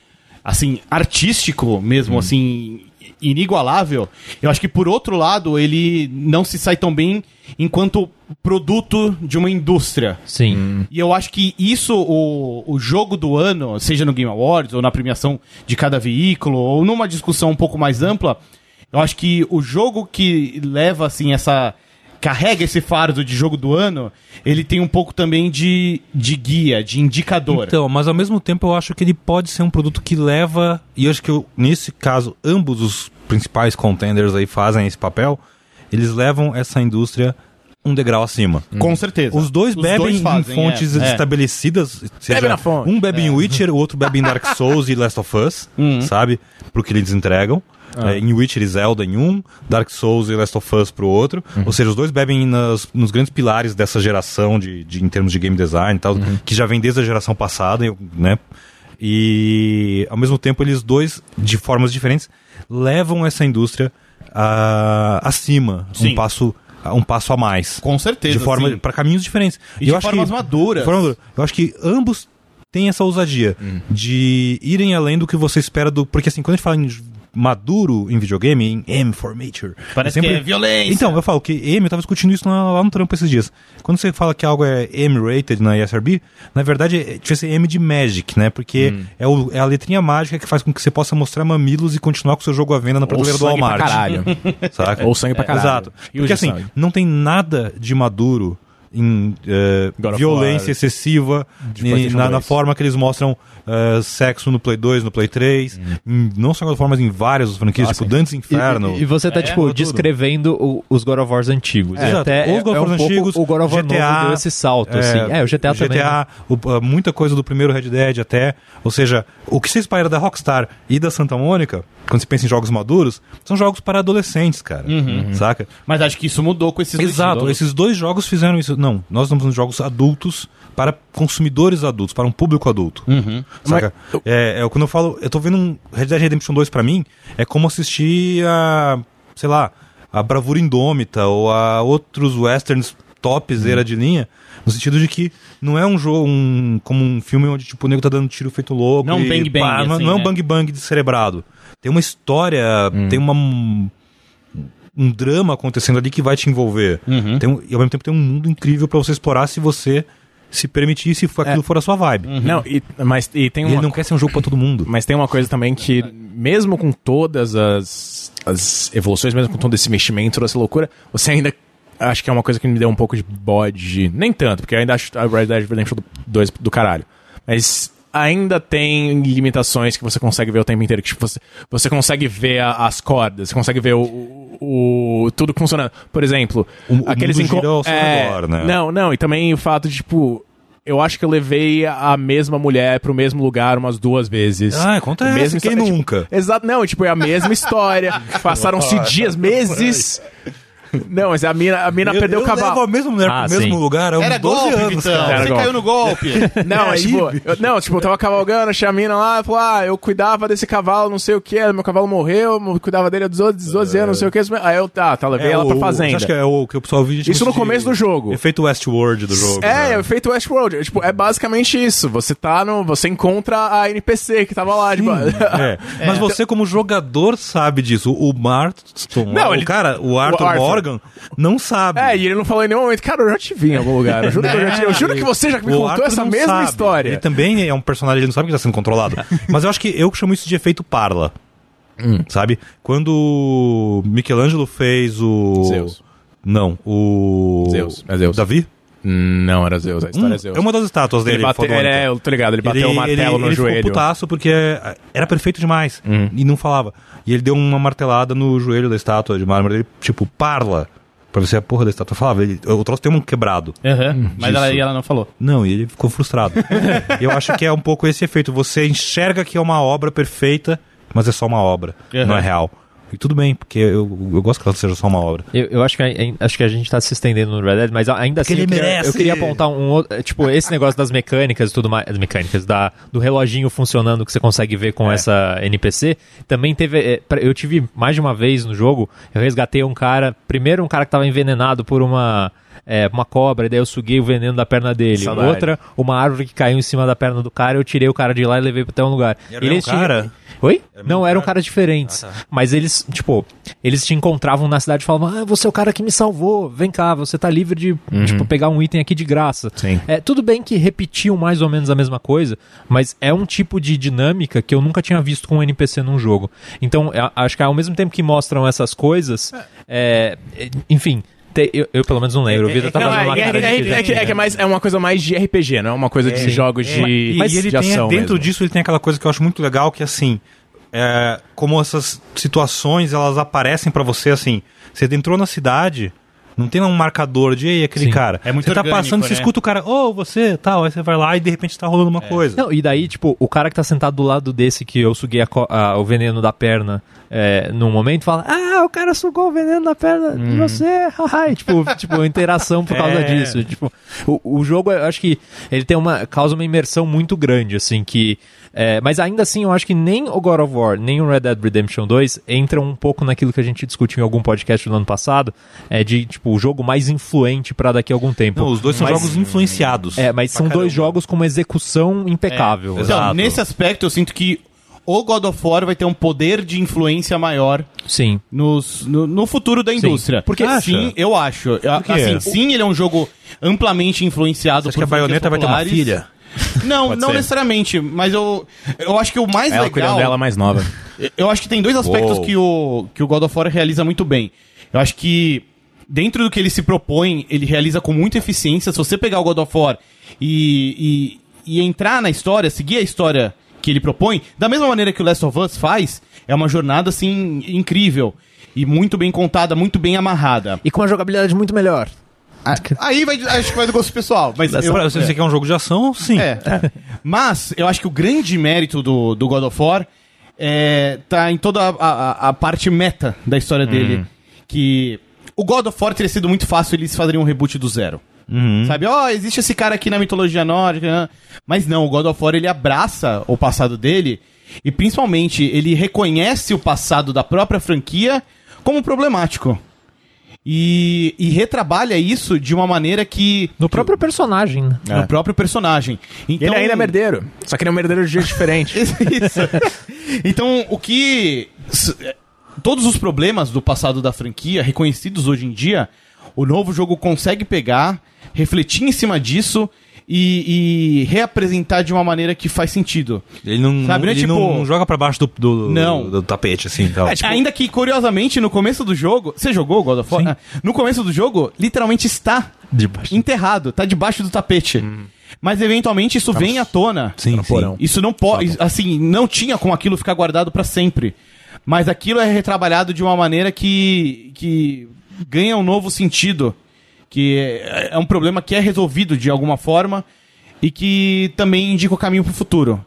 Speaker 1: assim, artístico
Speaker 4: Hum.
Speaker 1: mesmo, assim, inigualável, eu acho que por outro lado ele não se sai tão bem enquanto produto de uma indústria.
Speaker 4: Sim.
Speaker 2: Hum,
Speaker 1: E eu acho que isso, o, o jogo do ano, seja no Game Awards ou na premiação de cada veículo, ou numa discussão um pouco mais ampla, eu acho que o jogo que leva, assim, essa. carrega esse fardo de jogo do ano, ele tem um pouco também de, de guia, de indicador.
Speaker 2: Então, mas ao mesmo tempo eu acho que ele pode ser um produto que leva, e eu acho que eu- nesse caso ambos os principais contenders aí fazem esse papel, eles levam essa indústria um degrau acima.
Speaker 1: Uhum. com certeza.
Speaker 2: Os dois bebem
Speaker 1: dois fazem,
Speaker 2: em fontes
Speaker 1: é, é.
Speaker 2: estabelecidas. seja,
Speaker 3: Bebe na fonte.
Speaker 2: Um bebe em Witcher, o outro bebe
Speaker 1: *laughs*
Speaker 2: em Dark Souls e Last of Us,
Speaker 1: Uhum.
Speaker 2: sabe? Pro que eles entregam.
Speaker 1: Ah.
Speaker 2: É, em Witcher e Zelda em um, Dark Souls e Last of Us pro outro.
Speaker 1: Uhum.
Speaker 2: Ou seja, os dois bebem nas- nos grandes pilares dessa geração de, de- em termos de game design e tal,
Speaker 1: Uhum.
Speaker 2: que já vem desde a geração passada, eu- né? E ao mesmo tempo eles dois, de formas diferentes, levam essa indústria ah, acima,
Speaker 1: Sim.
Speaker 2: um passo um passo a mais
Speaker 1: Com certeza.
Speaker 2: de forma
Speaker 1: sim.
Speaker 2: para caminhos diferentes.
Speaker 1: E de formas maduras. Hum.
Speaker 2: de forma madura. eu acho que ambos tem essa ousadia de irem além do que você espera do. Porque assim, quando a gente fala em j- maduro em videogame, em M for Mature.
Speaker 1: Parece
Speaker 2: eu
Speaker 1: que é violência.
Speaker 2: Então, eu falo que M, eu tava discutindo isso na- lá no trampo esses dias. Quando você fala que algo é M-rated na ESRB, na verdade, é- devia ser M de Magic, né? Porque
Speaker 1: Hum.
Speaker 2: é, o- é a letrinha mágica que faz com que você possa mostrar mamilos e continuar com o seu jogo à venda na prateleira do
Speaker 3: sangue pra
Speaker 2: Walmart.
Speaker 3: caralho.
Speaker 2: Saca? É,
Speaker 3: Ou sangue pra caralho.
Speaker 2: Exato.
Speaker 3: E
Speaker 2: Porque
Speaker 3: hoje
Speaker 2: assim,
Speaker 3: sangue.
Speaker 2: não tem nada de maduro em eh,
Speaker 3: God of
Speaker 2: violência
Speaker 3: War.
Speaker 2: excessiva,
Speaker 3: De
Speaker 2: em-
Speaker 3: PlayStation
Speaker 2: na, na
Speaker 3: 2.
Speaker 2: forma que eles mostram eh, sexo no Play 2, no Play 3, em- não só em formas em várias franquias, tipo Dantes Inferno.
Speaker 4: Hum. Ah, E, e você tá,
Speaker 1: É,
Speaker 4: tipo,
Speaker 2: maduro.
Speaker 4: descrevendo o- os God of Wars antigos.
Speaker 2: É,
Speaker 4: E
Speaker 2: exato.
Speaker 4: Até
Speaker 2: Os God of
Speaker 4: é, é um
Speaker 2: Wars
Speaker 4: pouco
Speaker 2: antigos,
Speaker 4: o God of War novo
Speaker 2: GTA,
Speaker 4: deu esse salto, assim. É, o GTA, também. né?
Speaker 2: GTA, o- ah, muita coisa do primeiro Red Dead até. Ou seja, o que se espera da Rockstar e da Santa Mônica, quando se pensa em jogos maduros, são jogos para adolescentes, cara.
Speaker 4: Uhum.
Speaker 2: Saca?
Speaker 1: Mas acho que isso mudou com esses dois
Speaker 2: Exato,
Speaker 1: títulos.
Speaker 2: esses dois jogos fizeram isso. Não, nós estamos nos jogos adultos para consumidores adultos, para um público adulto.
Speaker 1: Uhum.
Speaker 2: Saca? É, é, quando eu falo, eu tô vendo um Red Dead Redemption 2 pra mim, é como assistir a, sei lá, a Bravura Indômita ou a outros westerns topzera
Speaker 1: Uhum.
Speaker 2: de linha, no sentido de que não é um jogo, um, como um filme onde tipo, o nego tá dando tiro feito louco.
Speaker 1: Não é um
Speaker 2: e
Speaker 1: bang bang,
Speaker 2: pá, não-
Speaker 1: assim,
Speaker 2: não é um
Speaker 1: né? Hum.
Speaker 2: bang bang descerebrado. Tem uma história, tem uma um drama acontecendo ali que vai te envolver.
Speaker 3: Uhum.
Speaker 2: Tem um- e ao mesmo tempo tem um mundo incrível pra você explorar se você se permitir, se for-
Speaker 3: É.
Speaker 2: aquilo for a sua vibe.
Speaker 3: *laughs* Não, e, mas e tem
Speaker 2: E ele
Speaker 3: uma
Speaker 2: não quer ser um jogo pra todo mundo.
Speaker 3: Uhum. Mas tem uma coisa também que, mesmo com todas as, as evoluções, mesmo com todo esse meximento, toda essa loucura, você ainda. Acho que é uma coisa que me deu um pouco de bode. Nem tanto, porque eu ainda acho a Red Dead Redemption 2 do caralho. Mas ainda tem limitações que você consegue ver o tempo inteiro. Que, tipo, você, você consegue ver a- as cordas, você consegue ver o, o- o- tudo funcionando. Por exemplo,
Speaker 2: O- o
Speaker 3: aqueles
Speaker 2: mundo
Speaker 3: enco- É,
Speaker 2: gira ao seu redor, né?
Speaker 3: Não, não, e também o fato de, tipo, eu acho que eu levei a mesma mulher pro mesmo lugar umas duas vezes.
Speaker 2: Ah, acontece,
Speaker 3: Mesma
Speaker 2: quem
Speaker 3: histó- tipo,
Speaker 2: nunca?
Speaker 3: exato, não, tipo, é a
Speaker 2: *laughs*
Speaker 3: mesma história. Passaram-se dias, meses. Não, mas a mina, a mina
Speaker 2: Eu-
Speaker 3: perdeu
Speaker 2: eu
Speaker 3: o cavalo.
Speaker 2: levo a mesma mulher
Speaker 4: Ah,
Speaker 2: pro mesmo
Speaker 4: sim.
Speaker 2: lugar há uns
Speaker 1: Era
Speaker 2: 12
Speaker 1: golpe,
Speaker 2: anos,
Speaker 1: Vitão.
Speaker 2: cara.
Speaker 1: Você
Speaker 3: golpe. então.
Speaker 1: caiu no
Speaker 2: *laughs*
Speaker 1: golpe.
Speaker 3: Não, mas,
Speaker 2: aí,
Speaker 3: tipo,
Speaker 2: bicho?
Speaker 3: eu, não, tipo, eu tava cavalgando, achei a mina lá, falou, ah, eu cuidava desse cavalo, não sei o que, meu cavalo morreu, eu cuidava dele há 12, 12 anos, não sei o que. Aí eu, tá, tá, levei ela
Speaker 2: o-
Speaker 3: pra
Speaker 2: você
Speaker 3: fazenda.
Speaker 2: acha que é o que o pessoal viu de-
Speaker 3: Isso no
Speaker 2: de-
Speaker 3: começo do jogo.
Speaker 2: Efeito Westworld do jogo.
Speaker 3: É,
Speaker 2: né?
Speaker 3: é feito Westworld. É, tipo, é basicamente isso. Você tá no. Você encontra a NPC que tava lá, tipo.
Speaker 2: É. Mas você, como jogador, sabe disso. O Marston,
Speaker 3: Não,
Speaker 2: o
Speaker 3: ele-
Speaker 2: cara, o Arthur,
Speaker 3: Arthur.
Speaker 2: Morgan, não sabe.
Speaker 3: *laughs* É, e ele não falou em nenhum momento, cara, eu já te vi em algum lugar. Eu juro, que, eu já te- eu juro que você já me
Speaker 2: O
Speaker 3: contou
Speaker 2: Arthur
Speaker 3: essa
Speaker 2: não
Speaker 3: mesma
Speaker 2: sabe.
Speaker 3: história.
Speaker 2: Ele também é um personagem, ele não sabe que está sendo
Speaker 3: *laughs*
Speaker 2: controlado. Mas eu acho que eu chamo isso de efeito parla.
Speaker 3: Hum.
Speaker 2: Sabe? Quando o Michelangelo fez o.
Speaker 3: Zeus.
Speaker 2: Não, o.
Speaker 3: Zeus, é Zeus.
Speaker 2: Davi?
Speaker 3: Não, era Zeus, a história é Zeus.
Speaker 2: É uma das estátuas
Speaker 3: Ele
Speaker 2: dele.
Speaker 3: bateu,
Speaker 2: fodona.
Speaker 3: ele, é, eu tô ligado, ele bateu o martelo
Speaker 2: ele-
Speaker 3: no
Speaker 2: ele
Speaker 3: joelho. Hum.
Speaker 2: Ficou putaço porque é, era perfeito demais. E não falava. E ele deu uma martelada no joelho da estátua de mármore dele, tipo, parla. Pra ver se a porra da estátua falava. Ele, o troço tem um quebrado.
Speaker 1: Aham,
Speaker 2: Uhum.
Speaker 1: Mas ela,
Speaker 2: Disso.
Speaker 1: e ela não falou.
Speaker 2: Não, e ele ficou frustrado. eu acho que é um pouco esse efeito. Você enxerga que é uma obra perfeita, mas é só uma obra.
Speaker 1: Uhum.
Speaker 2: Não é real. E tudo bem, porque eu, eu gosto que ela seja só uma obra.
Speaker 4: Eu, eu acho, que, a- acho que a gente tá se estendendo no Red Dead, mas ainda assim
Speaker 2: ele
Speaker 4: eu, queria,
Speaker 2: merece.
Speaker 4: eu queria apontar um outro. é, Tipo, esse negócio das mecânicas e tudo mais. das Mecânicas, da, do reloginho funcionando que você consegue ver
Speaker 2: É.
Speaker 4: com essa NPC. Também teve. é, pra- eu tive mais de uma vez no jogo, eu resgatei um cara. Primeiro, um cara que tava envenenado por uma. é, uma cobra, e daí eu suguei o veneno da perna dele.
Speaker 3: Saudade.
Speaker 4: Outra, uma árvore que caiu em cima da perna do cara, eu tirei o cara de lá e levei até um lugar.
Speaker 2: Era o mesmo
Speaker 4: tinham-
Speaker 2: cara?
Speaker 4: Oi? não, um eram caras diferentes.
Speaker 3: Ah, tá.
Speaker 4: Mas eles, tipo, eles te encontravam na cidade e falavam: Ah, você é o cara que me salvou, vem cá, você tá livre de, tipo, pegar um item aqui de graça.
Speaker 2: Sim.
Speaker 4: É, tudo bem que repetiam mais ou menos a mesma coisa, mas é um tipo de dinâmica que eu nunca tinha visto com um NPC num jogo. Então, é, acho que ao mesmo tempo que mostram essas coisas, é, é, enfim, te- eu, eu pelo menos não lembro. O Vitor tá
Speaker 3: Não,
Speaker 4: fazendo uma
Speaker 3: é,
Speaker 4: cara
Speaker 3: é,
Speaker 4: de. que-
Speaker 3: é, é que- é que é mais- é uma coisa mais de RPG, não é uma coisa de jogos de,
Speaker 2: E,
Speaker 3: mas
Speaker 2: e ele
Speaker 3: de
Speaker 2: tem,
Speaker 3: ação.
Speaker 2: dentro
Speaker 3: mesmo.
Speaker 2: disso, ele tem aquela coisa que eu acho muito legal, que assim, é, como essas situações, elas aparecem pra você, assim, você entrou na cidade, não tem um marcador de, ei, aquele
Speaker 4: Sim.
Speaker 2: cara.
Speaker 1: É muito
Speaker 2: você tá
Speaker 1: orgânico,
Speaker 2: passando, você
Speaker 1: né?
Speaker 2: escuta o cara, ô, você, tal, aí você vai lá e de repente tá rolando uma coisa.
Speaker 4: Não, e daí, tipo, o cara que tá sentado do lado desse que eu suguei a co- a- o veneno da perna é, num momento fala, ah, o cara sugou o veneno na perna de você, haha", e, tipo, *laughs* tipo, interação por causa
Speaker 2: Hum. É.
Speaker 4: disso. Tipo, o, o jogo, eu acho que ele tem uma, causa uma imersão muito grande, assim, que... é, mas ainda assim, eu acho que nem o God of War, nem o Red Dead Redemption 2 entram um pouco naquilo que a gente discutiu em algum podcast do ano passado, é de, tipo, o jogo mais influente pra daqui a algum tempo.
Speaker 2: Não, os dois são
Speaker 4: Mas-
Speaker 2: jogos influenciados.
Speaker 4: É, mas são dois jogos com uma execução
Speaker 2: É,
Speaker 4: impecável. assim.
Speaker 1: Então, nesse aspecto, eu sinto que o God of War vai ter um poder de influência maior
Speaker 4: Sim.
Speaker 1: nos- no, no futuro da indústria.
Speaker 2: Porque-
Speaker 1: Ah,
Speaker 2: acha?
Speaker 1: sim, eu acho. Eu-
Speaker 2: quê?
Speaker 1: assim, sim, ele é um jogo amplamente influenciado
Speaker 2: Acho que a
Speaker 1: franquias
Speaker 2: baioneta vai ter uma
Speaker 1: populares.
Speaker 2: filha.
Speaker 1: Não,
Speaker 2: Pode
Speaker 1: não
Speaker 2: ser.
Speaker 1: necessariamente, mas eu, eu acho que o mais
Speaker 3: Ela
Speaker 1: legal...
Speaker 3: cuidando dela mais nova.
Speaker 1: Eu acho que tem dois aspectos
Speaker 2: Uou.
Speaker 1: que o, que o God of War realiza muito bem. Eu acho que dentro do que ele se propõe, ele realiza com muita eficiência. Se você pegar o God of War e, e, e entrar na história, seguir a história que ele propõe, da mesma maneira que o Last of Us faz, é uma jornada assim incrível. E muito bem contada, muito bem amarrada.
Speaker 4: E com uma jogabilidade muito melhor.
Speaker 1: Aí vai, acho que vai do gosto pessoal. Mas
Speaker 2: Eu,
Speaker 1: eu-
Speaker 2: se você quer um jogo de ação, sim.
Speaker 1: Tá é. Mas eu acho que o grande mérito do, do God of War é, tá em toda a, a- a parte meta da história
Speaker 3: Uhum.
Speaker 1: dele. Que o God of War teria sido muito fácil eles fazerem um reboot do zero.
Speaker 3: Uhum.
Speaker 1: Sabe, ó, existe esse cara aqui na mitologia nórdica. né? Mas não, o God of War ele abraça o passado dele e principalmente ele reconhece o passado da própria franquia como problemático. E, e retrabalha isso de uma maneira que.
Speaker 4: *laughs* No próprio personagem. né?
Speaker 1: No próprio personagem. Então,
Speaker 3: É. ele ainda é merdeiro. Só que ele é um merdeiro de jeito *laughs*
Speaker 1: *laughs*
Speaker 3: diferente.
Speaker 1: Isso. então, o que. s- eh, Todos os problemas do passado da franquia, reconhecidos hoje em dia, o novo jogo consegue pegar, refletir em cima disso e, e reapresentar de uma maneira que faz sentido.
Speaker 2: Ele não,
Speaker 1: Sabe, né,
Speaker 2: ele
Speaker 1: tipo-
Speaker 2: não joga pra baixo do, do,
Speaker 1: Não.
Speaker 2: do tapete, assim. Tal.
Speaker 3: É, tipo-
Speaker 1: Ainda que, curiosamente, no começo do jogo. Você jogou God of War?
Speaker 2: Sim.
Speaker 1: Ah, No começo do jogo, literalmente está enterrado, tá debaixo do tapete.
Speaker 2: Hum.
Speaker 1: Mas eventualmente
Speaker 2: Tá
Speaker 1: isso vem à tona.
Speaker 2: Sim, sim.
Speaker 3: porão.
Speaker 1: Isso não pode, assim, não tinha como aquilo ficar guardado pra sempre. Mas aquilo é retrabalhado de uma maneira que que ganha um novo sentido, que é, é um problema que é resolvido de alguma forma e que também indica o caminho pro futuro.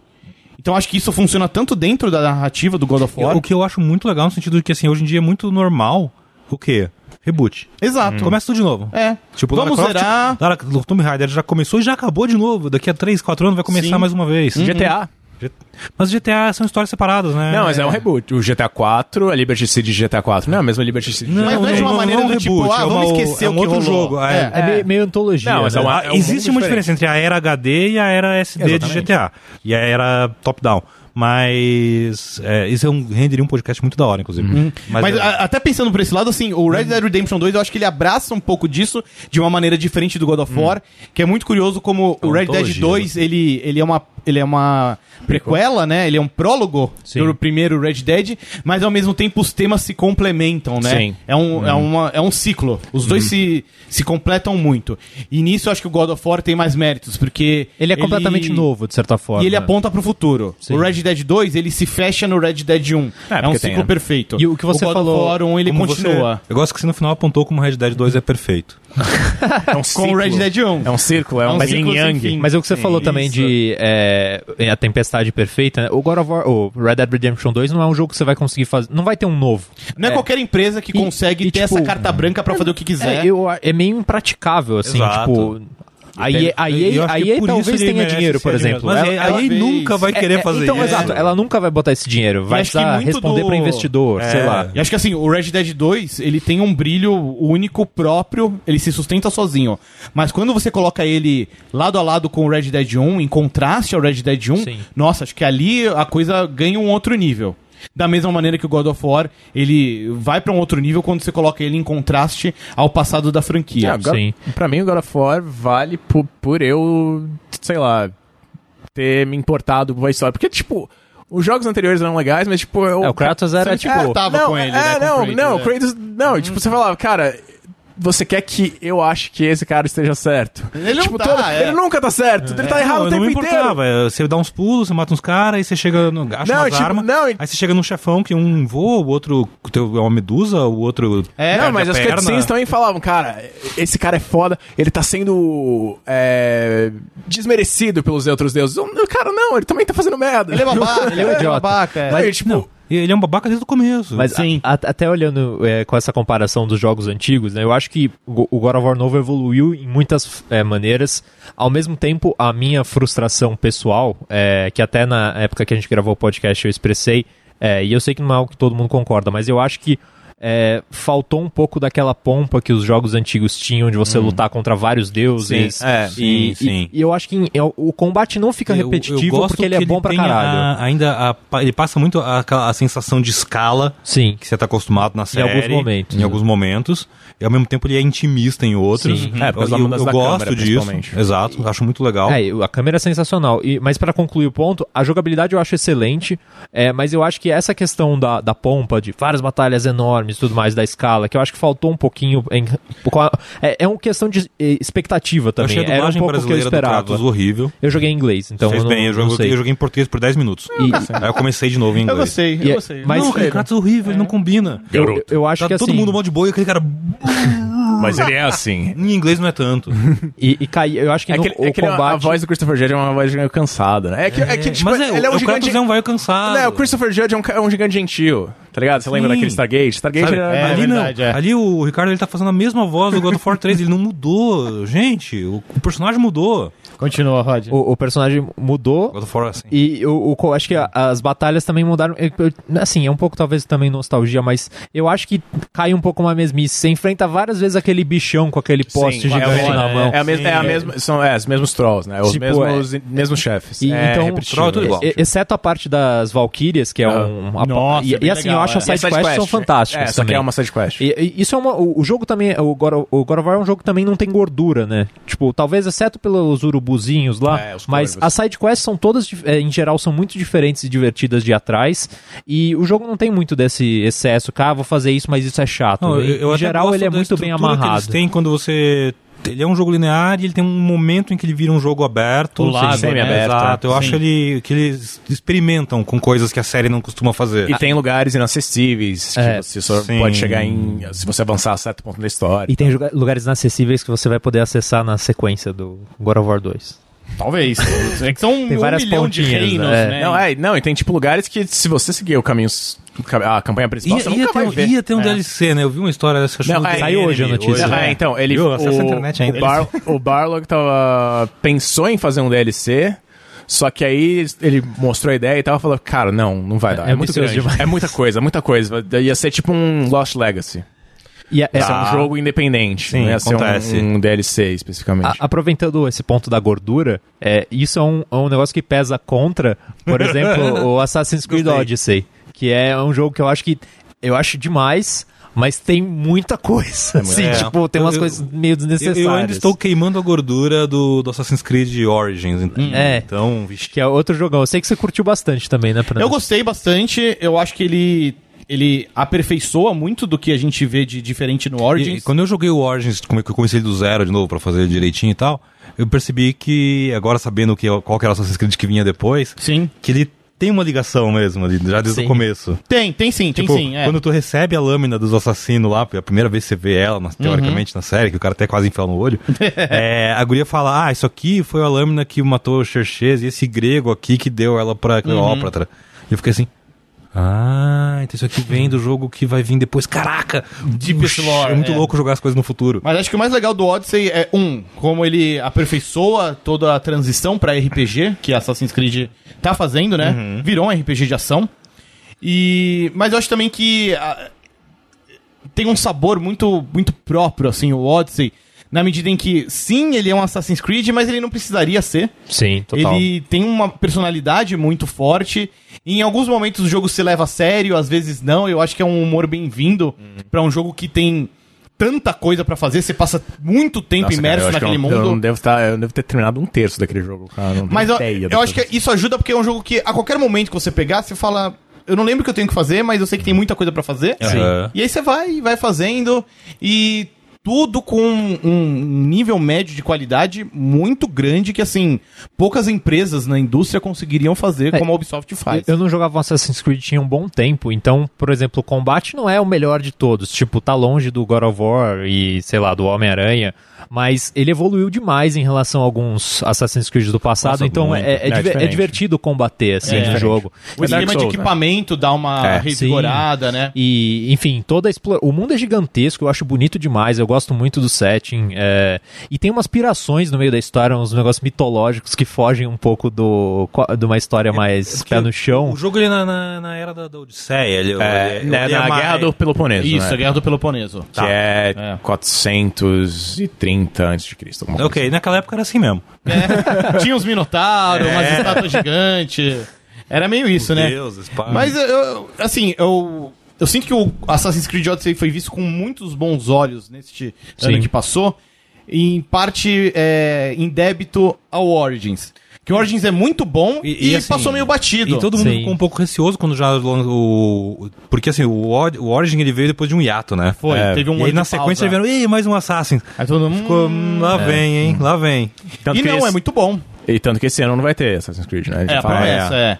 Speaker 1: Então acho que isso funciona tanto dentro da narrativa do God of War.
Speaker 2: O que eu acho muito legal no sentido de que, assim, hoje em dia é muito normal o quê? Reboot.
Speaker 1: Exato.
Speaker 2: Começa tudo de novo.
Speaker 1: É.
Speaker 2: Tipo,
Speaker 1: Vamos
Speaker 2: Lara Croft,
Speaker 1: zerar.
Speaker 2: Lara, o Tomb Raider já começou e já acabou de novo. Daqui a 3, 4 anos vai começar
Speaker 1: Sim.
Speaker 2: mais uma vez.
Speaker 3: GTA.
Speaker 2: G- Mas GTA são histórias separadas, né?
Speaker 3: Não, mas é um reboot. O GTA 4, a Liberty City de GTA 4. Não, é a mesma Liberty City de GTA
Speaker 1: Mas não é de uma maneira do tipo, ah, vamos esquecer
Speaker 2: um é
Speaker 1: o
Speaker 2: um
Speaker 1: que
Speaker 2: outro
Speaker 1: rolou.
Speaker 2: jogo. ah,
Speaker 1: É.
Speaker 2: é.
Speaker 4: É, meio, meio antologia.
Speaker 3: Não, mas é
Speaker 4: né?
Speaker 3: uma-
Speaker 2: um Existe
Speaker 3: mundo
Speaker 2: uma
Speaker 3: diferente.
Speaker 2: diferença entre a era HD e a era SD de
Speaker 3: Exatamente.
Speaker 2: GTA. E a era top-down. Mas é, isso é um, renderia um podcast muito da hora, inclusive.
Speaker 1: Mas, a- até pensando por esse lado, assim, o Red Dead Redemption 2, eu acho que ele abraça um pouco disso de uma maneira diferente do God of War, que é muito curioso como o Red Dead
Speaker 2: antologia,
Speaker 1: 2, ele, ele é uma ele é uma prequela, né? Ele é um prólogo
Speaker 4: Sim.
Speaker 1: do primeiro Red Dead, mas ao mesmo tempo os temas se complementam, né?
Speaker 4: Sim.
Speaker 1: É um, é, uma, é um ciclo. Os dois se, se completam muito. E nisso eu acho que o God of War tem mais méritos, porque
Speaker 4: Ele é completamente novo, de certa forma.
Speaker 1: E ele aponta pro futuro.
Speaker 4: Sim.
Speaker 1: O Red Dead 2, ele se fecha no Red Dead 1.
Speaker 3: É,
Speaker 1: É, um ciclo
Speaker 3: porque tem, né?
Speaker 1: perfeito.
Speaker 4: E o que você
Speaker 1: God of
Speaker 4: falou-
Speaker 1: War 1, ele
Speaker 2: Como você-
Speaker 1: continua.
Speaker 2: eu gosto que você no final apontou como Red Dead 2 é perfeito.
Speaker 3: É um
Speaker 1: Com o Red Dead 1.
Speaker 3: É um círculo, é um,
Speaker 1: um
Speaker 3: yin
Speaker 1: ciclo sem
Speaker 3: yang.
Speaker 1: fim.
Speaker 4: Mas é o que você falou também
Speaker 1: isso.
Speaker 4: de é, é a tempestade perfeita, né? O God of War, o Red Dead Redemption 2 não é um jogo que você vai conseguir fazer. Não vai ter um novo.
Speaker 1: Não é, qualquer empresa que
Speaker 4: E-
Speaker 1: consegue
Speaker 4: e,
Speaker 1: ter
Speaker 4: tipo,
Speaker 1: essa carta branca pra fazer o que quiser.
Speaker 4: É, eu- é meio impraticável, assim,
Speaker 2: Exato.
Speaker 4: tipo. A EA, a
Speaker 2: E eu
Speaker 4: EA,
Speaker 2: acho
Speaker 4: a
Speaker 2: que é por
Speaker 4: EA
Speaker 2: isso
Speaker 4: é talvez
Speaker 2: ele
Speaker 4: tenha
Speaker 2: merece
Speaker 4: dinheiro,
Speaker 2: ser
Speaker 4: por
Speaker 2: adiantado.
Speaker 4: exemplo.
Speaker 2: Mas
Speaker 4: Ela-
Speaker 2: a EA
Speaker 4: ela-
Speaker 2: nunca vai
Speaker 4: É,
Speaker 2: querer
Speaker 4: é,
Speaker 2: fazer
Speaker 4: então,
Speaker 2: isso.
Speaker 4: exato. Ela nunca vai botar esse dinheiro. Vai
Speaker 1: acho que
Speaker 4: precisar
Speaker 1: muito
Speaker 4: responder
Speaker 1: do-
Speaker 4: para investidor,
Speaker 2: É.
Speaker 4: sei lá.
Speaker 1: E acho que assim, o Red Dead 2, ele tem um brilho único, próprio, ele se sustenta sozinho. Mas quando você coloca ele lado a lado com o Red Dead 1, em contraste ao Red Dead 1,
Speaker 4: Sim.
Speaker 1: nossa, acho que ali a coisa ganha um outro nível. Da mesma maneira que o God of War, ele vai pra um outro nível quando você coloca ele em contraste ao passado da franquia.
Speaker 3: Ah, God-
Speaker 4: Sim.
Speaker 3: Pra mim, o God of War vale por, por eu, sei lá, ter me importado com a história. Porque, tipo, os jogos anteriores eram legais, mas, tipo, eu.
Speaker 4: É, o Kratos era,
Speaker 3: Você me
Speaker 4: tipo-
Speaker 3: importava
Speaker 1: Tava com ele,
Speaker 3: é,
Speaker 1: né, com
Speaker 3: não,
Speaker 1: o Kratos,
Speaker 3: não,
Speaker 1: é.
Speaker 3: o Kratos. Não, tipo, você falava, cara. Você quer que eu ache que esse cara esteja certo?
Speaker 1: Ele não
Speaker 3: tipo,
Speaker 1: tá,
Speaker 3: todo-
Speaker 1: é.
Speaker 3: Ele nunca tá certo. ele tá
Speaker 2: É,
Speaker 3: errado
Speaker 2: não,
Speaker 3: o
Speaker 2: eu
Speaker 3: tempo
Speaker 2: não me
Speaker 3: inteiro.
Speaker 2: importava. É, Você dá uns pulos, você mata uns caras, aí você chega no acha
Speaker 3: Não,
Speaker 2: umas
Speaker 3: tipo,
Speaker 2: armas,
Speaker 3: não, e-
Speaker 2: aí você chega num chefão que um voa, o outro o teu é uma medusa, o outro...
Speaker 1: É,
Speaker 2: perde
Speaker 3: não, mas
Speaker 2: a
Speaker 3: as
Speaker 2: perna.
Speaker 3: cutscenes também falavam, cara, esse cara é foda, ele tá sendo é, desmerecido pelos outros deuses. Eu- Cara, não, ele também tá fazendo merda. *laughs*
Speaker 4: *laughs*
Speaker 1: Ele é babaca, ele é um
Speaker 4: idiota.
Speaker 1: babaca. é.
Speaker 3: Não, e, tipo,
Speaker 2: E ele é um babaca desde o começo.
Speaker 4: Mas
Speaker 1: Sim.
Speaker 4: a- a- até olhando é, com essa comparação dos jogos antigos, né, eu acho que o o God of War novo evoluiu em muitas é, maneiras. Ao mesmo tempo, a minha frustração pessoal, é, que até na época que a gente gravou o podcast eu expressei, é, e eu sei que não é algo que todo mundo concorda, mas eu acho que é, faltou um pouco daquela pompa que os jogos antigos tinham de você lutar contra vários deuses.
Speaker 2: Hum. Sim, é,
Speaker 4: e,
Speaker 2: sim, sim.
Speaker 4: E, e eu acho que em- é, o combate não fica
Speaker 2: Eu- eu
Speaker 4: repetitivo
Speaker 2: gosto
Speaker 4: porque ele é
Speaker 2: que
Speaker 4: bom pra
Speaker 2: tem a-
Speaker 4: caralho.
Speaker 2: ainda a pa- ele passa muito a, a sensação de escala
Speaker 4: Sim.
Speaker 2: que você tá acostumado na série.
Speaker 4: alguns momentos,
Speaker 2: Em
Speaker 4: né?
Speaker 2: alguns momentos. E ao mesmo tempo ele é intimista em outros.
Speaker 4: Sim.
Speaker 3: É, por causa da
Speaker 2: eu, eu,
Speaker 3: mudança da
Speaker 2: gosto
Speaker 3: câmera,
Speaker 2: disso.
Speaker 3: principalmente.
Speaker 2: Exato, acho muito legal.
Speaker 4: É, eu- a câmera é sensacional. E- mas pra concluir o ponto, a jogabilidade eu acho excelente, é, mas eu acho que essa questão da, da pompa, de várias batalhas enormes e tudo mais, da escala, que eu acho que faltou um pouquinho. em- com a- é, é uma questão de eh, expectativa
Speaker 2: eu
Speaker 4: também.
Speaker 2: achei a
Speaker 4: Era um
Speaker 2: dublagem
Speaker 4: pouco o que eu
Speaker 2: brasileira do
Speaker 4: esperava.
Speaker 2: Kratos horrível.
Speaker 4: Eu joguei em inglês, então.
Speaker 2: Fez
Speaker 4: eu não,
Speaker 2: bem, eu
Speaker 4: não
Speaker 2: joguei,
Speaker 4: sei.
Speaker 2: eu joguei em português por 10 minutos.
Speaker 4: E-
Speaker 2: Aí eu comecei de novo em
Speaker 1: Eu
Speaker 2: inglês.
Speaker 1: gostei, eu
Speaker 4: E- é-
Speaker 1: gostei.
Speaker 4: mas-
Speaker 2: não, cara, o Kratos horrível,
Speaker 3: É.
Speaker 2: ele não combina.
Speaker 4: eu, eu acho
Speaker 2: Tá
Speaker 4: que
Speaker 2: todo
Speaker 4: assim,
Speaker 2: mundo mal de boa e aquele cara.
Speaker 3: Mas ele é assim.
Speaker 2: Em inglês não é
Speaker 4: *laughs*
Speaker 2: tanto.
Speaker 4: E, e cai- eu acho que,
Speaker 3: É
Speaker 4: no-
Speaker 3: que,
Speaker 4: o
Speaker 3: é que ele é- a
Speaker 4: combate.
Speaker 3: voz do Christopher Judge é uma voz de meio cansada, né? É que, é que tipo,
Speaker 2: Mas é,
Speaker 3: ele é
Speaker 2: o,
Speaker 3: um
Speaker 2: o
Speaker 3: gigante...
Speaker 2: Kratos é um vai cansado.
Speaker 3: Não, o Christopher Judge é um, ca- é um gigante gentil, tá ligado? Você lembra
Speaker 2: Sim.
Speaker 3: daquele Stargate? Stargate
Speaker 2: Sabe?
Speaker 3: era...
Speaker 1: É.
Speaker 2: ali
Speaker 1: verdade,
Speaker 2: não.
Speaker 1: é.
Speaker 2: Ali o Ricardo ele tá fazendo a mesma voz do God of War 3, ele não mudou. Gente, o, o personagem mudou.
Speaker 1: Continua, Rod.
Speaker 4: O, o personagem mudou.
Speaker 2: God of War assim.
Speaker 4: E eu, acho que a- as batalhas também mudaram. Eu- eu- assim, é um pouco talvez também nostalgia, mas eu acho que cai um pouco uma mesmice. Você enfrenta várias vezes aquele bichão com aquele poste
Speaker 3: é,
Speaker 4: gigante
Speaker 3: o-
Speaker 4: na
Speaker 3: é-
Speaker 4: mão.
Speaker 3: É, a mes- é a mesma, são é, os mesmos trolls, né? Os
Speaker 4: Tipo,
Speaker 3: mesmos, mesmos chefes.
Speaker 4: E,
Speaker 3: é,
Speaker 4: então,
Speaker 3: repetitivo,
Speaker 2: troll é tudo igual.
Speaker 4: E- Exceto a parte das Valkyrias, que é um. a-
Speaker 1: Nossa,
Speaker 4: e,
Speaker 1: é bem
Speaker 4: e assim,
Speaker 1: legal,
Speaker 4: eu acho
Speaker 1: é.
Speaker 4: as
Speaker 3: E a
Speaker 4: side quests
Speaker 3: sidequest,
Speaker 4: são
Speaker 3: né?
Speaker 4: fantásticas.
Speaker 3: É, essa aqui
Speaker 4: também.
Speaker 3: é uma sidequest.
Speaker 4: E- e isso é uma. O, o jogo também. O God, of- o God of War é um jogo que também não tem gordura, né? Tipo, talvez exceto pelos urubuzinhos lá.
Speaker 3: É, os
Speaker 4: mas
Speaker 3: corvos.
Speaker 4: as sidequests são todas, dif- eh, em geral, são muito diferentes e divertidas de ir atrás. E o jogo não tem muito desse excesso. Cá, vou fazer isso, mas isso é chato.
Speaker 2: Não,
Speaker 4: em
Speaker 2: eu- eu
Speaker 4: em
Speaker 2: até
Speaker 4: geral,
Speaker 2: gosto
Speaker 4: ele é
Speaker 2: da
Speaker 4: muito
Speaker 2: estrutura
Speaker 4: bem
Speaker 2: que
Speaker 4: amarrado.
Speaker 2: Eles têm quando você. Ele é um jogo linear e ele tem um momento em que ele vira um jogo aberto,
Speaker 1: O lago,
Speaker 3: né?
Speaker 2: Exato. Eu
Speaker 1: Sim.
Speaker 2: acho ele, que eles experimentam com coisas que a série não costuma fazer.
Speaker 3: E tem lugares inacessíveis que
Speaker 4: É,
Speaker 3: você só
Speaker 2: sim.
Speaker 3: pode chegar em. Se você avançar a certo ponto da história.
Speaker 4: E tem joga- lugares inacessíveis que você vai poder acessar na sequência do God of War 2.
Speaker 1: Talvez. É que são um
Speaker 4: Tem várias
Speaker 1: milhão de
Speaker 4: pontinhas,
Speaker 1: reinos,
Speaker 4: né?
Speaker 1: né?
Speaker 3: Não, é, não, e tem tipo lugares que se você seguir o caminho. s- A campanha principal,
Speaker 2: Ia-
Speaker 3: você
Speaker 2: ia
Speaker 3: nunca
Speaker 2: ter
Speaker 3: vai
Speaker 2: um-
Speaker 3: ver.
Speaker 2: ia ter um DLC, né? Eu vi uma história dessa acho
Speaker 3: Não,
Speaker 2: que no
Speaker 3: é,
Speaker 2: The
Speaker 4: saiu hoje a
Speaker 2: Enemy,
Speaker 4: notícia.
Speaker 2: hoje,
Speaker 4: Não,
Speaker 3: Ah,
Speaker 2: né?
Speaker 3: então, ele.
Speaker 2: Viu?
Speaker 3: O,
Speaker 2: Acessa a internet ainda.
Speaker 3: o, Bar, o Barlog tava, pensou em fazer um DLC. Só que aí ele mostrou a ideia e tava falando, cara, não, não vai dar. É,
Speaker 4: é
Speaker 3: muito
Speaker 4: ambicioso
Speaker 3: grande.
Speaker 4: demais.
Speaker 3: É muita coisa, muita coisa. Ia ser tipo um Lost Legacy.
Speaker 4: E é- é-
Speaker 3: Ia ser um jogo independente.
Speaker 2: Sim,
Speaker 3: não ia ser um-
Speaker 2: acontece.
Speaker 3: um, DLC especificamente.
Speaker 4: A- aproveitando esse ponto da gordura, é, isso é um, é um negócio que pesa contra, por
Speaker 2: *laughs*
Speaker 4: exemplo, o Assassin's Creed
Speaker 2: Gostei.
Speaker 4: Odyssey, que é um jogo que eu acho que eu acho demais, mas tem muita *laughs* coisa. assim,
Speaker 2: é.
Speaker 4: tipo, tem umas
Speaker 2: Eu-
Speaker 4: coisas meio
Speaker 2: Eu,
Speaker 4: desnecessárias.
Speaker 2: eu ainda estou queimando a gordura do, do Assassin's Creed Origins. Então,
Speaker 4: É.
Speaker 2: então vixi.
Speaker 4: que é outro jogão. Eu sei que você curtiu bastante também, né, Fernando?
Speaker 1: Eu gostei bastante, eu acho que ele, ele aperfeiçoa muito do que a gente vê de diferente no
Speaker 2: E- e
Speaker 1: Origins.
Speaker 2: quando eu joguei o Origins, como é que eu comecei do zero de novo pra fazer direitinho e tal, eu percebi que, agora sabendo que, qual que era o Assassin's Creed que vinha depois,
Speaker 1: Sim.
Speaker 2: que ele tem uma ligação mesmo ali, já desde
Speaker 4: Sim.
Speaker 2: o começo.
Speaker 1: Tem, tem sim, tem
Speaker 2: Tipo,
Speaker 1: sim. é.
Speaker 2: quando tu recebe a lâmina dos assassinos lá, a primeira vez que você vê ela,
Speaker 1: Uhum.
Speaker 2: na- teoricamente, na série, que o cara até quase enfia
Speaker 1: *laughs*
Speaker 2: no olho, é, a guria fala, ah, isso aqui foi a lâmina que matou o Xerxes e esse grego aqui que deu ela
Speaker 1: Uhum.
Speaker 2: pra Cleópatra. E eu fiquei assim... Ah, então isso aqui vem do jogo que vai vir depois. Caraca! Deepest
Speaker 1: Lore,
Speaker 2: É muito
Speaker 1: é.
Speaker 2: louco jogar as coisas no futuro.
Speaker 1: Mas acho que o mais legal do Odyssey é, um, como ele aperfeiçoa toda a transição pra RPG, que Assassin's Creed tá fazendo, né?
Speaker 2: Uhum.
Speaker 1: Virou um RPG de ação. E... Mas eu acho também que ah, tem um sabor muito, muito próprio, assim, o Odyssey. Na medida em que, sim, ele é um Assassin's Creed, mas ele não precisaria ser.
Speaker 4: Sim, total.
Speaker 1: Ele tem uma personalidade muito forte. E em alguns momentos o jogo se leva a sério, às vezes não. Eu acho que é um humor bem-vindo
Speaker 3: Uhum.
Speaker 1: pra um jogo que tem tanta coisa pra fazer. Você passa muito tempo
Speaker 3: Nossa, cara,
Speaker 1: imerso
Speaker 3: eu acho que é um-
Speaker 1: naquele
Speaker 3: eu não-
Speaker 1: mundo.
Speaker 3: Eu, não devo estar, eu devo ter terminado um terço daquele jogo, cara. Não tenho
Speaker 1: Mas eu,
Speaker 3: ideia
Speaker 1: eu
Speaker 3: do
Speaker 1: acho que isso ajuda porque é um jogo que a qualquer momento que você pegar, você fala. Eu não
Speaker 3: É.
Speaker 1: lembro o que eu tenho que fazer, mas eu sei que tem muita coisa pra fazer.
Speaker 2: Sim.
Speaker 1: E aí você vai, vai fazendo. E tudo com um, um nível médio de qualidade muito grande que, assim, poucas empresas na indústria conseguiriam fazer
Speaker 4: É.
Speaker 1: como a Ubisoft faz.
Speaker 4: Eu não jogava Assassin's Creed tinha um bom tempo, então, por exemplo, o combate não é o melhor de todos. Tipo, tá longe do God of War e, sei lá, do Homem-Aranha, mas ele evoluiu demais em relação a alguns Assassin's Creed do passado,
Speaker 3: Nossa,
Speaker 4: então
Speaker 3: muito.
Speaker 4: é, é
Speaker 3: É
Speaker 4: diver- é
Speaker 3: diferente.
Speaker 4: divertido combater, assim,
Speaker 1: É
Speaker 4: no
Speaker 1: diferente.
Speaker 4: jogo.
Speaker 1: O esquema
Speaker 4: né?
Speaker 1: de equipamento dá uma
Speaker 3: É,
Speaker 1: revigorada, né?
Speaker 4: E, enfim, toda a explora... O mundo é gigantesco, eu acho bonito demais, eu gosto muito do setting. é, E tem umas pirações no meio da história, uns negócios mitológicos que fogem um pouco do... co- de uma história
Speaker 2: é
Speaker 4: mais
Speaker 3: Tá
Speaker 4: pé no chão.
Speaker 2: O jogo ele é na, na, na era da, da Odisseia. Ele,
Speaker 3: É,
Speaker 2: ele-
Speaker 3: né,
Speaker 2: ele é
Speaker 3: na
Speaker 2: mais-
Speaker 3: Guerra do Peloponeso,
Speaker 1: Isso,
Speaker 3: né?
Speaker 1: a Guerra do Peloponeso.
Speaker 3: Que é,
Speaker 1: É.
Speaker 3: 430 antes de Cristo. alguma coisa
Speaker 2: Ok, naquela época era assim mesmo.
Speaker 1: É. Tinha uns
Speaker 3: *laughs*
Speaker 1: minotauros,
Speaker 3: É.
Speaker 1: umas estátuas gigantes. Era meio isso, né?
Speaker 2: Deus,
Speaker 1: Mas eu- eu, assim, eu. Eu sinto que o Assassin's Creed Odyssey foi visto com muitos bons olhos neste ano
Speaker 4: Sim.
Speaker 1: que passou. e Em parte é, em débito ao Origins. Que o Origins é muito bom e,
Speaker 2: E- e, assim,
Speaker 1: passou meio batido.
Speaker 2: E todo mundo
Speaker 4: Sim.
Speaker 2: ficou um pouco receoso quando já lan- o. o- Porque assim, o, Od- o Origin ele veio depois de um hiato, né?
Speaker 1: Foi, teve um
Speaker 2: E
Speaker 1: ano
Speaker 2: aí na
Speaker 1: de pausa.
Speaker 2: sequência eles vieram, ei, mais um Assassin.
Speaker 1: Aí todo mundo,
Speaker 2: Ficou,
Speaker 1: hum,
Speaker 2: "Hum, lá vem, hein? Lá vem.
Speaker 3: assim. Tanto
Speaker 1: e
Speaker 3: que
Speaker 1: não,
Speaker 3: esse-
Speaker 1: é muito bom.
Speaker 3: E tanto que esse ano não vai ter Assassin's Creed, né? A gente
Speaker 1: É, a
Speaker 3: fala,
Speaker 1: promessa, é.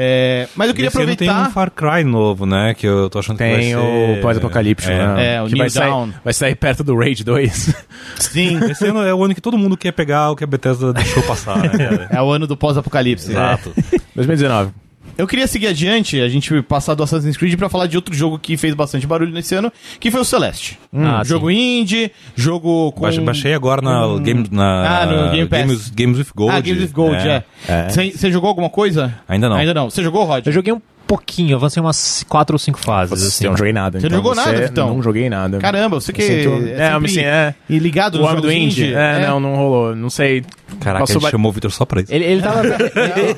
Speaker 1: É, Mas eu queria
Speaker 2: Esse ano
Speaker 1: aproveitar.
Speaker 2: Tem um Far Cry novo, né? Que eu tô achando que vai
Speaker 3: Tem
Speaker 2: ser...
Speaker 3: o pós-apocalipse,
Speaker 2: É.
Speaker 3: né?
Speaker 1: É, o
Speaker 3: que
Speaker 1: New
Speaker 3: vai sair,
Speaker 1: Dawn.
Speaker 3: vai sair perto do Rage *laughs* 2.
Speaker 1: Sim,
Speaker 2: Esse ano é o ano que todo mundo quer pegar o que a Bethesda deixou passar, né?
Speaker 1: *laughs*
Speaker 2: cara?
Speaker 1: é o ano do pós-apocalipse.
Speaker 2: Exato.
Speaker 3: 2019.
Speaker 1: Eu queria seguir adiante, a gente passar do Assassin's Creed pra falar de outro jogo que fez bastante barulho nesse ano, que foi o Celeste. Um
Speaker 4: Ah,
Speaker 1: jogo indie, jogo com...
Speaker 2: *laughs* Baixei- Baixei agora na, game, na
Speaker 1: Ah, no Game Pass.
Speaker 2: Games, Games with Gold.
Speaker 1: ah, Games with Gold, é. Você você jogou alguma coisa?
Speaker 2: Ainda não.
Speaker 1: Ainda não. Você jogou, Rod?
Speaker 4: Eu joguei um pouquinho, avancei umas quatro ou cinco fases, assim.
Speaker 3: Eu não joguei nada.
Speaker 1: Você
Speaker 3: então
Speaker 1: jogou nada, Vitão?
Speaker 3: Não joguei nada.
Speaker 1: Caramba, você que
Speaker 3: sinto- É, eu
Speaker 1: sempre
Speaker 3: me sinto- é.
Speaker 1: E ligado
Speaker 3: o
Speaker 1: no
Speaker 3: homem
Speaker 1: jogo
Speaker 3: do indie? É, não, não rolou. Não sei.
Speaker 2: Caraca,
Speaker 3: Passou
Speaker 2: ele
Speaker 1: é
Speaker 3: ba-
Speaker 2: chamou o Victor só pra isso.
Speaker 4: Ele,
Speaker 3: *laughs*
Speaker 4: ele, tava,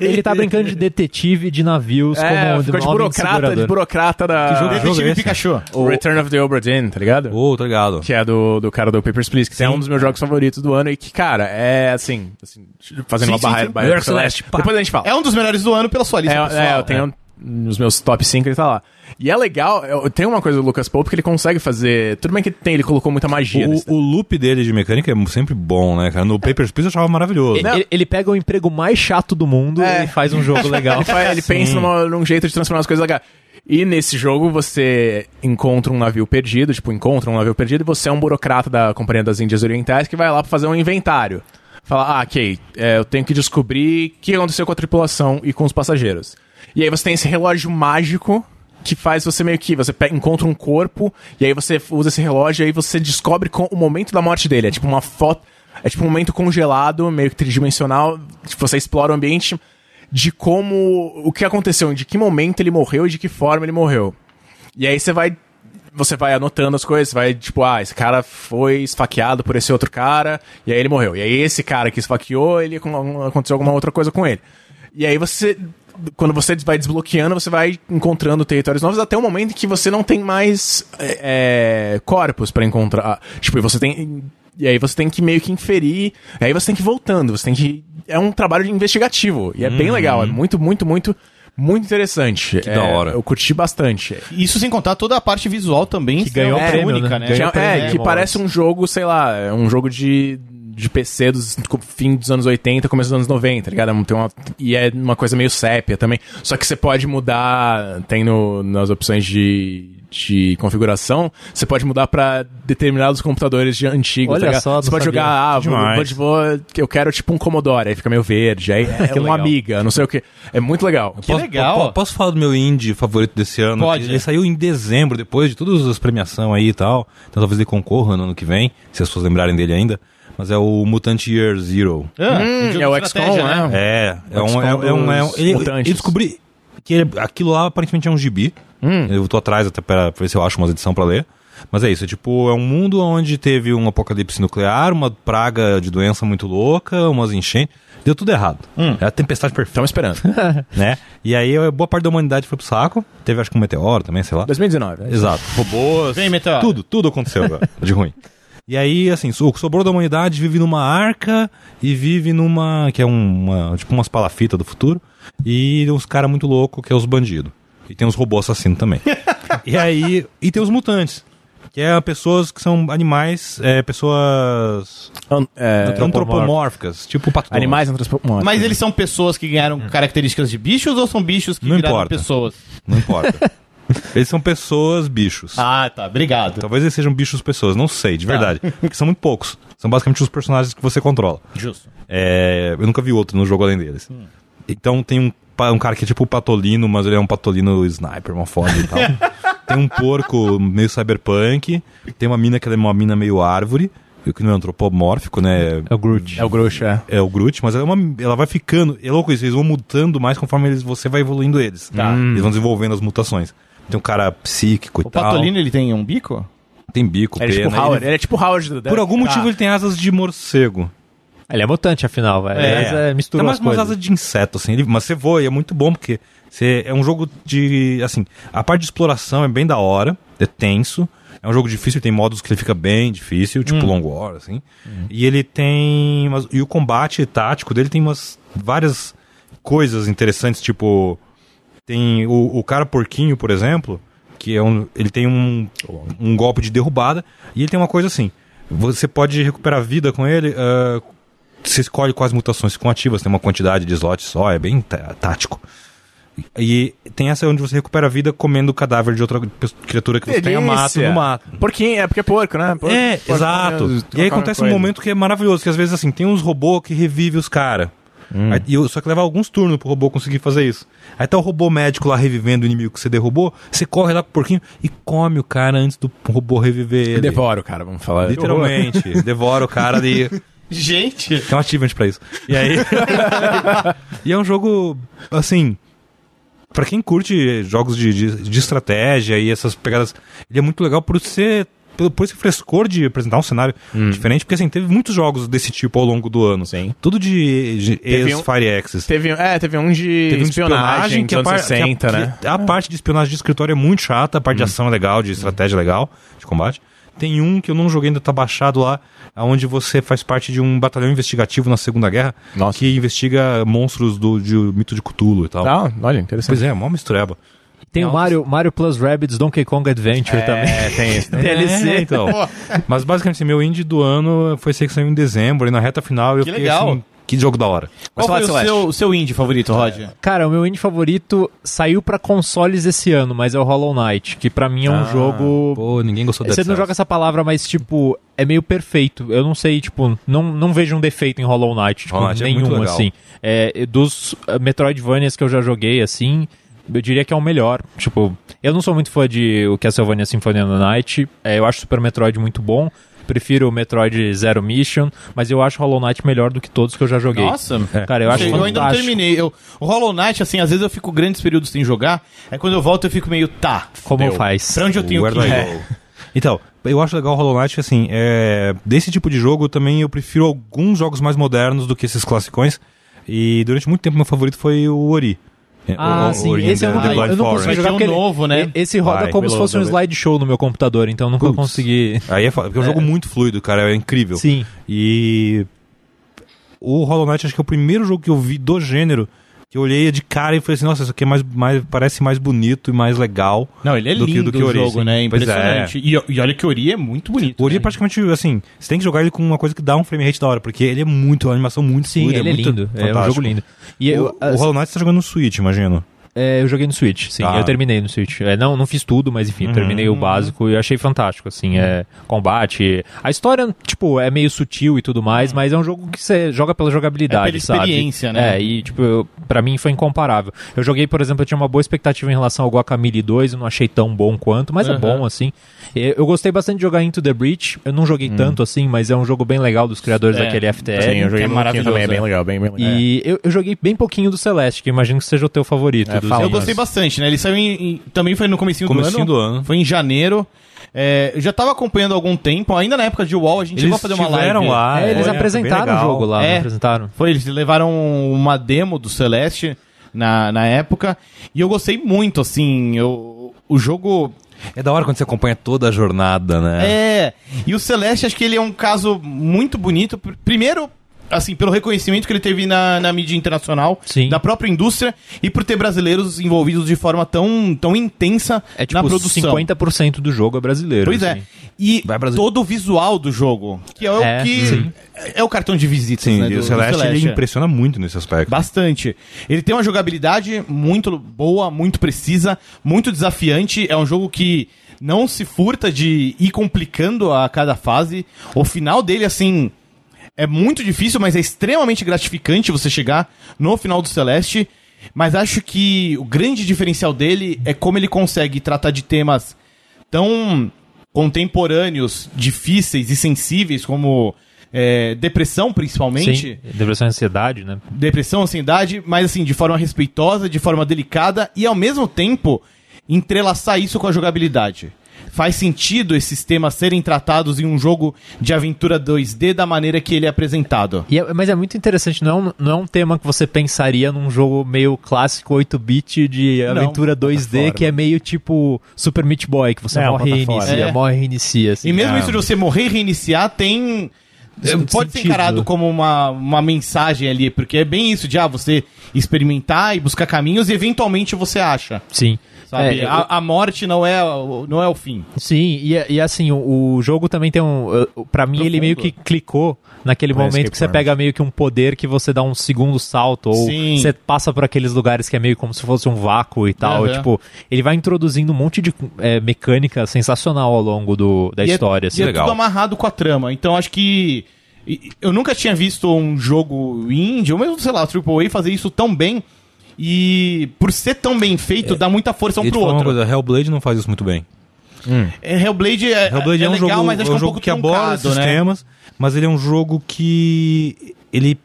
Speaker 4: ele, ele tá brincando de detetive de navios
Speaker 3: É,
Speaker 4: como
Speaker 3: ficou de
Speaker 4: homem
Speaker 3: burocrata, de
Speaker 4: segurador.
Speaker 3: burocrata da...
Speaker 1: É. Jogo
Speaker 2: jogo
Speaker 1: Detetive
Speaker 2: esse?
Speaker 1: Pikachu.
Speaker 3: O Return of the Obra Dinn, tá ligado?
Speaker 2: Ô, tá ligado.
Speaker 3: Que é do, do cara do Papers, Please, que é um dos meus jogos favoritos do ano e que, cara, é assim, assim, fazendo
Speaker 1: Sim,
Speaker 3: uma
Speaker 1: sim,
Speaker 3: barreira,
Speaker 1: sim.
Speaker 3: barreira
Speaker 2: Dark Celeste,
Speaker 3: celeste.
Speaker 2: pá.
Speaker 3: Depois a gente fala.
Speaker 1: É um dos melhores do ano pela sua lista,
Speaker 3: É,
Speaker 1: pessoal.
Speaker 3: é, eu tenho nos meus top 5 ele tá lá. E é legal, eu, tem uma coisa do Lucas Pope que ele consegue fazer. Tudo bem que tem, ele colocou muita magia nesse.
Speaker 2: O, o loop dele de mecânica é sempre bom, né, cara? No Papers, Please eu achava maravilhoso.
Speaker 1: É,
Speaker 4: Ele, ele pega o emprego mais chato do mundo
Speaker 3: É.
Speaker 4: e faz um
Speaker 3: *laughs*
Speaker 4: jogo legal.
Speaker 3: Ele, faz- ele pensa numa- num jeito de transformar as coisas legais. E nesse jogo você encontra um navio perdido, tipo, encontra um navio perdido e você é um burocrata da Companhia das Índias Orientais que vai lá pra fazer um inventário. Fala, ah, ok, é, eu tenho que descobrir o que aconteceu com a tripulação e com os passageiros. E aí você tem esse relógio mágico que faz você meio que. Você pe- encontra um corpo e aí você usa esse relógio e aí você descobre co- o momento da morte dele. É tipo uma foto. É tipo um momento congelado, meio que tridimensional. Tipo, você explora o ambiente de como o que aconteceu, de que momento ele morreu e de que forma ele morreu. E aí você vai você vai anotando as coisas, vai tipo, ah, esse cara foi esfaqueado por esse outro cara e aí ele morreu. E aí esse cara que esfaqueou, ele com- aconteceu alguma outra coisa com ele. E aí você quando você vai desbloqueando, você vai encontrando territórios novos até o momento em que você não tem mais é, é, corpos pra encontrar. Tipo, e você tem e aí você tem que meio que inferir, aí você tem que ir voltando, você tem que é um trabalho investigativo e é bem legal, é muito muito muito muito interessante. Que
Speaker 2: Uhum. da hora.
Speaker 3: Eu curti bastante.
Speaker 1: Isso sem contar toda a parte visual também.
Speaker 4: Que ganhou
Speaker 1: é
Speaker 4: prêmio,
Speaker 1: única, né?
Speaker 4: né?
Speaker 3: Que
Speaker 4: Ganhou
Speaker 3: é,
Speaker 4: prêmio,
Speaker 3: é,
Speaker 4: né,
Speaker 3: que
Speaker 4: Morris?
Speaker 3: parece um jogo, sei lá, é um jogo de, de PC dos do fim dos anos 80, começo dos anos 90, tá ligado? Tem uma, e é uma coisa meio sépia também. Só que você pode mudar, tem no, nas opções de, de configuração, você pode mudar pra determinados computadores de antigos,
Speaker 4: Olha
Speaker 3: tá ligado?
Speaker 4: só, não
Speaker 3: você pode
Speaker 4: sabia.
Speaker 3: jogar, ah, vou,
Speaker 2: Demais.
Speaker 3: vou, vou- eu quero tipo um Commodore, aí fica meio verde,
Speaker 4: *laughs*
Speaker 3: aí é
Speaker 4: Que
Speaker 3: um
Speaker 4: legal.
Speaker 3: Amiga, não sei o que. É muito legal.
Speaker 1: Que legal.
Speaker 2: po- posso falar do meu indie favorito desse ano?
Speaker 1: Pode.
Speaker 2: Ele saiu em dezembro, depois de todas as premiações aí e tal. Então talvez ele concorra no ano que vem, se as pessoas lembrarem dele ainda. Mas é o Mutant Year Zero.
Speaker 1: Ah,
Speaker 3: Hum,
Speaker 1: jogo
Speaker 3: é o
Speaker 1: de estratégia,
Speaker 3: XCOM, né?
Speaker 2: É, é um. É, um- é um, é um
Speaker 3: Os
Speaker 2: ele,
Speaker 3: mutantes.
Speaker 2: eu descobri que ele- aquilo lá aparentemente é um gibi. Eu tô atrás até pra, pra ver se eu acho umas edições pra ler. Mas é isso, é tipo, é um mundo onde teve um apocalipse nuclear, uma praga de doença muito louca, umas enchentes. Deu tudo errado. É a tempestade perfeita,
Speaker 3: Estamos esperando.
Speaker 4: *laughs*
Speaker 2: né? E aí a boa parte da humanidade foi pro saco. Teve acho que um meteoro também, sei lá.
Speaker 3: 2019. né?
Speaker 2: Exato. Robôs.
Speaker 1: Vem, Meteoro.
Speaker 2: Tudo, tudo
Speaker 1: *laughs*
Speaker 2: aconteceu agora, de ruim. E aí, assim, o que sobrou da humanidade vive numa arca e vive numa. que é uma. tipo umas palafitas do futuro. E uns caras muito
Speaker 1: *laughs*
Speaker 2: loucos, que é os bandidos. E tem os robôs assassinos também. e aí. E tem os mutantes. Que é pessoas que são animais, é, pessoas
Speaker 3: An- é,
Speaker 2: antropomórficas, tipo o Pato Donald.
Speaker 3: Animais antropomórficos.
Speaker 1: Mas eles são pessoas que ganharam características de bichos ou são bichos que
Speaker 2: Não
Speaker 1: viraram
Speaker 2: importa.
Speaker 1: pessoas? *laughs*
Speaker 2: Não importa. Eles são pessoas, bichos.
Speaker 1: Ah, tá. Obrigado.
Speaker 2: Talvez eles sejam bichos pessoas, não sei, de verdade.
Speaker 1: Tá.
Speaker 2: Porque são muito poucos. São basicamente os personagens que você controla.
Speaker 1: Justo.
Speaker 2: É, eu nunca vi outro no jogo além deles. Então tem um, pa- um cara que é tipo o patolino, mas ele é um patolino sniper, uma foda e tal. tem um porco meio cyberpunk. Tem uma mina que ela é uma mina meio árvore. Que não é antropomórfico, né?
Speaker 4: É o Groot.
Speaker 3: É o Groot, é.
Speaker 2: É o Groot, mas ela, é uma, ela vai ficando. É louco isso, eles vão mutando mais conforme eles, você vai evoluindo eles.
Speaker 1: Tá.
Speaker 2: Eles vão desenvolvendo as mutações. Tem um cara psíquico e
Speaker 1: O
Speaker 2: tal.
Speaker 1: Patolino, ele tem um bico?
Speaker 2: Tem bico,
Speaker 3: Ele é tipo
Speaker 4: né?
Speaker 2: pena.
Speaker 3: o Howard.
Speaker 2: ele-
Speaker 3: Ele é tipo o Howard do
Speaker 2: por
Speaker 4: Tá.
Speaker 2: algum motivo ele tem asas de morcego.
Speaker 4: Ah. Ele é mutante, afinal, velho.
Speaker 1: É.
Speaker 4: Mas é, misturou
Speaker 2: Tem mais
Speaker 4: as
Speaker 2: umas
Speaker 4: coisas.
Speaker 2: asas de inseto, assim. Ele, mas você voa e é muito bom, porque você, é um jogo de. Assim, a parte de exploração é bem da hora, é tenso. É um jogo difícil, tem modos que ele fica bem difícil,
Speaker 4: Hum.
Speaker 2: tipo Long War, assim.
Speaker 4: Uhum.
Speaker 2: E ele tem. umas- e o combate tático dele tem umas várias coisas interessantes, tipo. Tem o, o cara porquinho, por exemplo, que é um, ele tem um, um golpe de derrubada, e ele tem uma coisa assim: você pode recuperar vida com ele. ah, você escolhe quais mutações ficam ativas, tem uma quantidade de slots só, é bem tá- tático. E tem essa onde você recupera a vida comendo o cadáver de outra pe- criatura que você tenha mato no mato.
Speaker 3: Porquinho, é porque é porco, né? Porco-
Speaker 2: É,
Speaker 3: porco, né?
Speaker 2: exato. E aí
Speaker 3: Qualquer
Speaker 2: acontece um
Speaker 3: coisa.
Speaker 2: momento que é maravilhoso, que às vezes assim, tem uns robôs que revive os caras. Só que leva alguns turnos pro robô conseguir fazer isso. Aí tá o robô médico lá revivendo o inimigo que você derrubou, você corre lá com o porquinho e come o cara antes do robô reviver ele.
Speaker 3: Devora o cara, vamos falar.
Speaker 2: Literalmente, devora o cara e
Speaker 1: Gente!
Speaker 2: tem um achievement pra isso. E
Speaker 3: *laughs*
Speaker 2: aí. e é um jogo, assim. Pra quem curte jogos de, de, de estratégia e essas pegadas, ele é muito legal por ser. Por por esse frescor de apresentar um cenário diferente, porque assim, teve muitos jogos desse tipo ao longo do ano.
Speaker 3: Hum. Sim.
Speaker 2: Tudo de, de
Speaker 3: Teve um-
Speaker 2: ex-Fire Axis.
Speaker 3: Teve, é, teve um de
Speaker 2: Teve um de
Speaker 3: espionagem, dos
Speaker 2: par-
Speaker 3: anos 60,
Speaker 2: que a-
Speaker 3: né?
Speaker 2: que é a parte de espionagem de escritório é muito chata, a parte de ação é legal, de estratégia é legal, de combate. Tem um que eu não joguei ainda, tá baixado lá, onde você faz parte de um batalhão investigativo na Segunda Guerra,
Speaker 3: Nossa.
Speaker 2: que investiga monstros do de- do mito de Cthulhu e tal.
Speaker 3: Ah, olha, interessante.
Speaker 2: Pois é, mó mistureba.
Speaker 4: Tem o Mario, Mario Plus Rabbids Donkey Kong Adventure também.
Speaker 3: É, tem isso.
Speaker 4: *laughs*
Speaker 3: né?
Speaker 4: DLC.
Speaker 2: É, então. Mas basicamente, assim, meu indie do ano foi esse que saiu em dezembro, e na reta final eu
Speaker 1: Que
Speaker 2: fiquei
Speaker 1: legal.
Speaker 2: assim, que jogo da hora.
Speaker 1: Qual
Speaker 3: falar
Speaker 1: foi
Speaker 3: de
Speaker 1: o
Speaker 3: Celeste.
Speaker 1: seu, Tá. o seu indie favorito, Roger?
Speaker 4: Cara, o meu indie favorito saiu pra consoles esse ano, mas é o Hollow Knight, que pra mim é
Speaker 2: Ah,
Speaker 4: um jogo
Speaker 2: Pô, ninguém gostou
Speaker 4: Você não joga essa palavra, mas, tipo, é meio perfeito. Eu não sei, tipo, não, não vejo um defeito em Hollow Knight, tipo,
Speaker 2: Hollow Knight é muito
Speaker 4: nenhum,
Speaker 2: legal.
Speaker 4: assim. É, dos eh, Metroidvanias que eu já joguei, assim, eu diria que é o melhor. Tipo, eu não sou muito fã de o Castlevania Symphony of the Night, eh, eu acho Super Metroid muito bom, prefiro o Metroid Zero Mission, mas eu acho Hollow Knight melhor do que todos que eu já joguei.
Speaker 1: Nossa,
Speaker 4: É. Cara, eu acho
Speaker 1: eu ainda não
Speaker 4: fantástico.
Speaker 1: terminei. Eu, o Hollow Knight, assim, às vezes eu fico grandes períodos sem jogar, aí quando eu volto eu fico meio, tá,
Speaker 4: Como
Speaker 1: fudeu.
Speaker 4: faz?
Speaker 1: Pra onde eu tenho
Speaker 2: Where
Speaker 1: que
Speaker 2: do I
Speaker 1: ir? É.
Speaker 2: go? Então, eu acho legal o Hollow Knight, assim, é, desse tipo de jogo também eu prefiro alguns jogos mais modernos do que esses classicões. E durante muito tempo meu favorito foi o Ori. É,
Speaker 4: Ah,
Speaker 2: o- o
Speaker 4: sim.
Speaker 2: Ori and
Speaker 4: esse eu
Speaker 2: the-
Speaker 4: não,
Speaker 2: the
Speaker 1: Blind
Speaker 4: eu não
Speaker 2: Forest.
Speaker 4: consigo
Speaker 1: Vai
Speaker 4: jogar
Speaker 1: ter um
Speaker 4: porque ele-
Speaker 1: novo, né?
Speaker 4: e- Esse roda
Speaker 2: Vai,
Speaker 4: como se
Speaker 3: Below
Speaker 4: fosse um
Speaker 3: the Bed.
Speaker 4: slideshow no meu computador, então eu nunca
Speaker 2: Putz.
Speaker 4: consegui.
Speaker 2: Aí é, foda, porque é um jogo muito fluido, cara, é incrível.
Speaker 4: Sim.
Speaker 2: E o Hollow Knight acho que é o primeiro jogo que eu vi do gênero que eu olhei de cara e falei assim, nossa, isso aqui é mais, mais parece mais bonito e mais legal.
Speaker 1: Não, ele é
Speaker 2: Do que-
Speaker 1: lindo
Speaker 2: do que
Speaker 1: o
Speaker 2: Ori,
Speaker 1: jogo,
Speaker 2: sim.
Speaker 1: né?
Speaker 2: Pois é.
Speaker 1: Impressionante. E, e olha que Ori é muito bonito.
Speaker 2: O Ori é
Speaker 1: né?
Speaker 2: praticamente assim, você tem que jogar ele com uma coisa que dá um frame rate da hora, porque ele é muito, a animação muito
Speaker 4: Sim,
Speaker 2: fluida,
Speaker 4: ele é
Speaker 2: muito
Speaker 4: lindo. É um
Speaker 2: fantástico.
Speaker 4: jogo lindo. E eu,
Speaker 2: o, o Hollow Knight você tá jogando no Switch, imagino.
Speaker 4: é, eu joguei no Switch, sim.
Speaker 2: Tá.
Speaker 4: Eu terminei no Switch. É, não, não fiz tudo, mas enfim, terminei o básico e eu achei fantástico, assim. É, combate. A história, tipo, é meio sutil e tudo mais, mas é um jogo que você joga pela jogabilidade,
Speaker 1: É pela
Speaker 4: sabe?
Speaker 1: experiência, né?
Speaker 4: É, e, tipo, eu, pra mim foi incomparável. Eu joguei, por exemplo, eu tinha uma boa expectativa em relação ao Guacamole 2, eu não achei tão bom quanto, mas é
Speaker 1: Uhum.
Speaker 4: bom, assim. E Eu gostei bastante de jogar Into the Breach. Eu não joguei tanto, assim, mas é um jogo bem legal dos criadores
Speaker 1: É,
Speaker 4: daquele FTL.
Speaker 3: Sim, eu joguei
Speaker 1: é
Speaker 3: um pouquinho
Speaker 1: maravilhoso,
Speaker 3: também, é
Speaker 1: é.
Speaker 3: bem legal, bem, bem legal.
Speaker 4: E eu, eu joguei bem pouquinho do Celeste, que imagino que seja o teu favorito.
Speaker 3: É,
Speaker 4: dos
Speaker 3: fala,
Speaker 1: Eu
Speaker 4: indies.
Speaker 1: gostei bastante, né? Ele saiu em, em- também foi no comecinho,
Speaker 2: Comecinho
Speaker 1: do, ano,
Speaker 2: do ano.
Speaker 1: Foi em janeiro. É, eu já tava acompanhando há algum tempo, ainda na época de UOL, a gente chegou a fazer uma live.
Speaker 2: lá.
Speaker 4: É, eles apresentaram o jogo lá,
Speaker 1: É.
Speaker 4: não apresentaram.
Speaker 1: Foi, eles levaram uma demo do Celeste na, na época. E eu gostei muito, assim. Eu, o jogo.
Speaker 2: É da hora quando você acompanha toda a jornada, né?
Speaker 1: É. E o Celeste, acho que ele é um caso muito bonito. Pr- Primeiro, assim, pelo reconhecimento que ele teve na, na mídia internacional,
Speaker 4: Sim.
Speaker 1: da própria indústria, e por ter brasileiros envolvidos de forma tão, tão intensa
Speaker 4: É tipo
Speaker 1: na produção.
Speaker 4: 50% do jogo é brasileiro.
Speaker 1: Pois é.
Speaker 4: assim.
Speaker 1: E
Speaker 2: Vai, Brasil.
Speaker 1: todo o visual do jogo, que é, o
Speaker 4: É,
Speaker 1: que
Speaker 4: sim.
Speaker 1: é o cartão de visitas,
Speaker 2: Sim,
Speaker 1: né,
Speaker 2: e
Speaker 1: do-
Speaker 2: o
Speaker 1: do
Speaker 2: Celeste,
Speaker 1: Celeste,
Speaker 2: ele
Speaker 1: é.
Speaker 2: impressiona muito nesse aspecto.
Speaker 1: Bastante. Ele tem uma jogabilidade muito boa, muito precisa, muito desafiante. É um jogo que não se furta de ir complicando a cada fase. O final dele, assim, é muito difícil, mas é extremamente gratificante você chegar no final do Celeste. Mas acho que o grande diferencial dele é como ele consegue tratar de temas tão contemporâneos, difíceis e sensíveis, como é, depressão, principalmente
Speaker 4: Sim, depressão e ansiedade, né?
Speaker 1: depressão, ansiedade, mas assim, de forma respeitosa, de forma delicada e ao mesmo tempo entrelaçar isso com a jogabilidade. Faz sentido esses temas serem tratados em um jogo de aventura 2D da maneira que ele é apresentado.
Speaker 4: E é- mas é muito interessante, não, é um- não é um tema que você pensaria num jogo meio clássico 8-bit de
Speaker 1: Não,
Speaker 4: aventura 2D, que é meio tipo Super Meat Boy, que você
Speaker 3: É, uma
Speaker 4: morre e
Speaker 3: plataforma.
Speaker 4: reinicia,
Speaker 1: É.
Speaker 4: morre e reinicia. assim.
Speaker 1: E mesmo
Speaker 4: Ah,
Speaker 1: isso de você morrer e reiniciar tem.
Speaker 4: Tem
Speaker 1: Pode ser
Speaker 4: É, sentido.
Speaker 1: encarado como uma, uma mensagem ali, porque é bem isso de ah, você experimentar e buscar caminhos e eventualmente você acha.
Speaker 4: Sim.
Speaker 1: Sabe?
Speaker 4: É, eu-
Speaker 1: a, a morte não é, o- não é o fim.
Speaker 4: Sim, e, e assim, o, o jogo também tem um. uh, Pra mim, ele
Speaker 1: Profundo.
Speaker 4: meio que clicou naquele
Speaker 2: Parece
Speaker 4: momento
Speaker 2: que
Speaker 4: que você
Speaker 2: foi,
Speaker 4: pega meio que um poder que você dá um segundo salto, ou
Speaker 1: Sim.
Speaker 4: você passa por aqueles lugares que é meio como se fosse um vácuo e tal.
Speaker 1: Aham.
Speaker 4: Tipo, ele vai introduzindo um monte de é, mecânica sensacional ao longo do, da
Speaker 1: E é-
Speaker 4: história. assim.
Speaker 1: e é,
Speaker 2: legal.
Speaker 1: tudo amarrado com a trama. Então acho que. e- Eu nunca tinha visto um jogo indie, ou mesmo, sei lá, AAA, fazer isso tão bem. E por ser tão bem feito, dá muita força um
Speaker 2: E te
Speaker 1: pro
Speaker 2: falar É, uma
Speaker 1: outro.
Speaker 2: coisa, Hellblade não faz isso muito bem.
Speaker 1: É, Hellblade é,
Speaker 2: Hellblade é, um
Speaker 1: legal,
Speaker 2: jogo,
Speaker 1: mas acho que
Speaker 2: é um
Speaker 1: é um
Speaker 2: jogo
Speaker 1: pouco
Speaker 2: que aborda
Speaker 1: truncado,
Speaker 2: esses
Speaker 1: né?
Speaker 2: temas, mas ele é um jogo que ele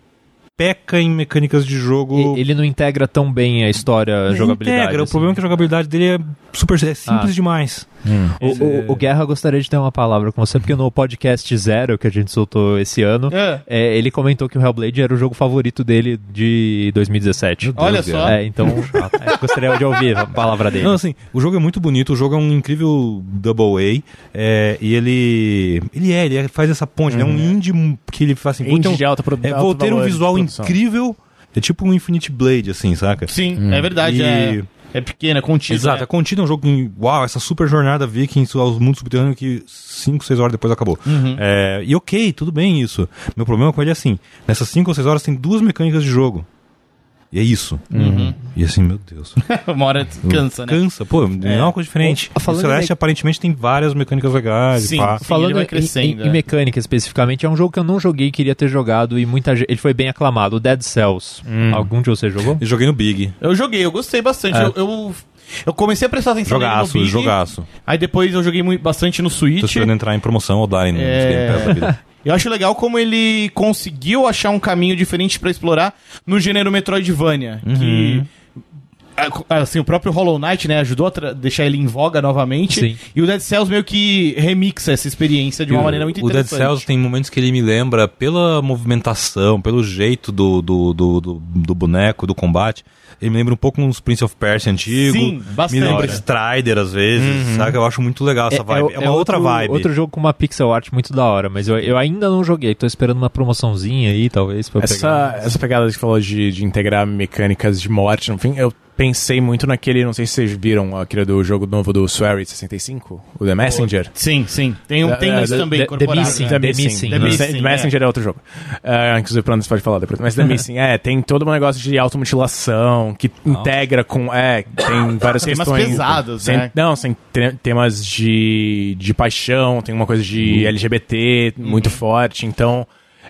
Speaker 2: peca em mecânicas de jogo.
Speaker 4: E- ele não integra tão bem a história, a
Speaker 2: Ele
Speaker 4: jogabilidade.
Speaker 2: integra, o
Speaker 4: assim.
Speaker 2: problema é que a jogabilidade dele é super é simples
Speaker 4: Ah.
Speaker 2: demais.
Speaker 4: O, o- o Guerra gostaria de ter uma palavra com você, porque no podcast zero que a gente soltou esse ano,
Speaker 1: É.
Speaker 4: é, ele comentou que o Hellblade era o jogo favorito dele de 2017.
Speaker 1: Olha só.
Speaker 4: É, então é, gostaria de ouvir a palavra dele.
Speaker 2: Não, assim, o jogo é muito bonito, o jogo é um incrível double A, é, e ele ele é, ele é- faz essa ponte, ele é um indie que ele faz assim, vou ter um-
Speaker 3: Indie de alta produ-
Speaker 2: é,
Speaker 3: alto
Speaker 2: vou ter um
Speaker 3: valor de
Speaker 2: visual
Speaker 3: produção.
Speaker 2: incrível, é tipo um Infinite Blade assim, saca?
Speaker 1: Sim, é verdade.
Speaker 2: E-
Speaker 1: É, é pequena, é contida.
Speaker 2: Exato, é
Speaker 1: né? *laughs*
Speaker 2: contido é um jogo que, uau, essa super jornada Vikings aos mundos subterrâneos que 5, 6 horas depois acabou. É, e ok, tudo bem isso. Meu problema com ele é assim: nessas 5 ou 6 horas tem duas mecânicas de jogo. E é isso. E assim, meu Deus.
Speaker 1: Uma hora cansa, né?
Speaker 2: Cansa, pô, não é uma coisa diferente.
Speaker 4: Ô, falando
Speaker 2: o Celeste
Speaker 4: em-
Speaker 2: aparentemente tem várias mecânicas legais.
Speaker 1: Sim. Sim,
Speaker 2: pá.
Speaker 1: ele
Speaker 4: Falando
Speaker 1: vai
Speaker 4: em,
Speaker 1: crescendo,
Speaker 4: em-
Speaker 1: é.
Speaker 4: em mecânica especificamente, é um jogo que eu não joguei, queria ter jogado e muita gente. Ele foi bem aclamado, o Dead Cells. Hum. Algum de vocês jogou?
Speaker 2: Eu joguei no Big.
Speaker 1: Eu joguei, eu gostei bastante. Eu, eu, eu comecei a prestar atenção nele
Speaker 2: É. Jogaço,
Speaker 1: Big,
Speaker 2: jogaço.
Speaker 1: Aí depois eu joguei muito, bastante no
Speaker 2: Tô
Speaker 1: Switch.
Speaker 2: esperando entrar em promoção ou darem nos Game Pass da vida.
Speaker 1: Eu acho legal como ele conseguiu achar um caminho diferente pra explorar no gênero Metroidvania,
Speaker 2: Uhum.
Speaker 1: que a- assim, o próprio Hollow Knight, né, ajudou a tra- deixar ele em voga novamente.
Speaker 4: Sim.
Speaker 1: E o Dead Cells meio que remixa essa experiência de uma
Speaker 2: E o-
Speaker 1: maneira muito
Speaker 2: O Dead
Speaker 1: interessante.
Speaker 2: Cells tem momentos que ele me lembra pela movimentação, pelo jeito do, do, do, do, do boneco, do combate. Ele me lembra um pouco uns Prince of Persia antigo.
Speaker 1: Sim, bastante.
Speaker 2: Me lembra
Speaker 1: Olha.
Speaker 2: Strider às vezes, saca? Eu acho muito legal essa vibe. É, uma outra
Speaker 4: outro,
Speaker 2: vibe.
Speaker 4: Outro jogo com uma pixel art muito da hora, mas eu, eu ainda não joguei. Tô esperando uma promoçãozinha aí, talvez, pra eu pegar.
Speaker 3: Essa, *laughs* essa pegada que você falou de, de integrar mecânicas de morte, no fim, eu pensei muito naquele, não sei se vocês viram, aquele do jogo novo do Swery 65, o The Messenger.
Speaker 1: Sim, sim. Tem, um, tem
Speaker 3: É,
Speaker 1: isso
Speaker 3: é,
Speaker 1: também
Speaker 4: The-
Speaker 1: incorporado.
Speaker 4: The Missing,
Speaker 1: né?
Speaker 4: The Missing,
Speaker 3: The
Speaker 1: né?
Speaker 3: Missing.
Speaker 1: Missing,
Speaker 3: The Messenger é outro jogo. É, inclusive, o você pode falar depois. Mas The Missing, é, tem todo um negócio de automutilação que integra com. É, tem várias
Speaker 1: Temas
Speaker 3: questões.
Speaker 1: pesados,
Speaker 3: Sem-
Speaker 1: né?
Speaker 3: Não, tem temas de, de paixão, tem uma coisa de LGBT muito forte, então.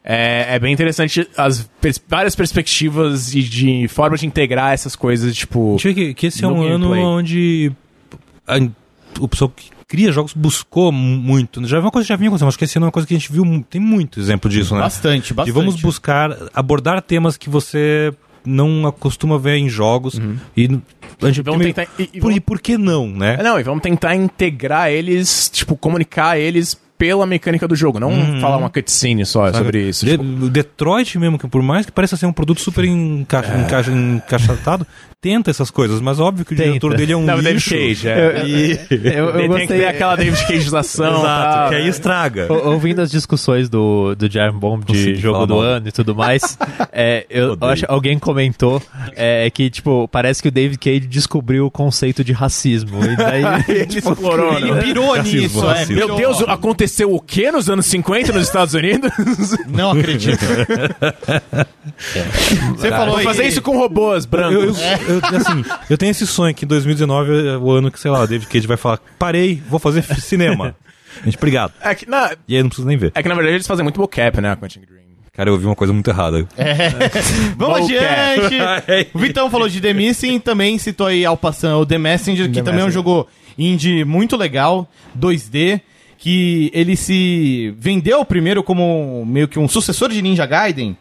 Speaker 3: É, é bem interessante as pers- várias perspectivas e de formas de integrar essas coisas, tipo.
Speaker 2: Deixa eu ver que, que esse é
Speaker 3: No
Speaker 2: um
Speaker 3: gameplay.
Speaker 2: ano onde a, o pessoal que cria jogos buscou mu- muito. Já é uma coisa que já vinha acontecendo, acho que esse ano é uma coisa que a gente viu, mu- tem muito exemplo disso, né?
Speaker 1: Bastante,
Speaker 2: E
Speaker 1: bastante.
Speaker 2: vamos buscar abordar temas que você não acostuma ver em jogos e n- a gente
Speaker 3: Uhum. Vamos
Speaker 2: primeiro-
Speaker 3: tentar- e- e
Speaker 2: por,
Speaker 3: vamos-
Speaker 2: e por que não, né?
Speaker 3: É, não, e vamos tentar integrar eles, tipo, comunicar eles pela mecânica do jogo, não falar uma cutscene só
Speaker 2: Sabe?
Speaker 3: sobre isso.
Speaker 2: De-
Speaker 3: tipo, É.
Speaker 2: o Detroit mesmo, que por mais que pareça ser um produto super encaixa, encaixa- encaixatado, tenta essas coisas, mas óbvio que o
Speaker 4: Tenta.
Speaker 2: diretor dele é um
Speaker 3: Não, o David
Speaker 2: lixo.
Speaker 3: Cage, é.
Speaker 2: é. E...
Speaker 4: Eu, eu
Speaker 3: Tem que ter
Speaker 4: gostei.
Speaker 3: aquela David Cageização.
Speaker 2: Exato,
Speaker 3: tá?
Speaker 2: que aí estraga.
Speaker 4: O- Ouvindo as discussões do, do Jeremy Bomb de
Speaker 2: Consegui
Speaker 4: jogo
Speaker 2: falar
Speaker 4: do
Speaker 2: mal.
Speaker 4: ano e tudo mais, é, eu
Speaker 2: Odeio.
Speaker 4: acho alguém comentou é, que, tipo, parece que o David Cage descobriu o conceito de racismo. E daí
Speaker 3: Ele
Speaker 4: é
Speaker 3: explorou,
Speaker 1: Ele
Speaker 3: né?
Speaker 1: pirou
Speaker 2: Racismo,
Speaker 1: nisso, é.
Speaker 2: racismo.
Speaker 1: pirou.
Speaker 3: Meu Deus, aconteceu o que nos anos 50 nos Estados Unidos?
Speaker 1: Não
Speaker 2: *laughs*
Speaker 1: acredito. Você falou
Speaker 3: Vou
Speaker 1: aí-
Speaker 3: fazer isso com robôs brancos.
Speaker 2: Eu, eu- eu- assim, eu tenho esse sonho que em 2019 é o ano que, sei lá, o David Cage vai falar: parei, vou fazer f-
Speaker 3: *laughs*
Speaker 2: cinema. Gente, obrigado.
Speaker 3: É, que, na,
Speaker 2: E aí não precisa nem ver.
Speaker 3: é que, na verdade, eles fazem muito mocap, né, com a Quantic Dream.
Speaker 2: Cara, eu ouvi uma coisa muito errada.
Speaker 1: Vamos
Speaker 3: Bobcat.
Speaker 1: adiante. O Vitão falou de The Missing, também citou aí ao passando o The Messenger, que também é um
Speaker 3: Messenger.
Speaker 1: jogo indie muito legal, 2D, que ele se vendeu primeiro como meio que um sucessor de Ninja Gaiden.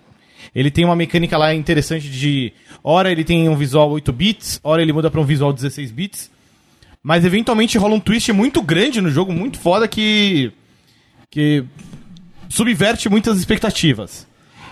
Speaker 1: Ele tem uma mecânica lá interessante de hora ele tem um visual 8 bits, hora ele muda para um visual 16 bits. Mas eventualmente rola um twist muito grande no jogo, muito foda que que subverte muitas expectativas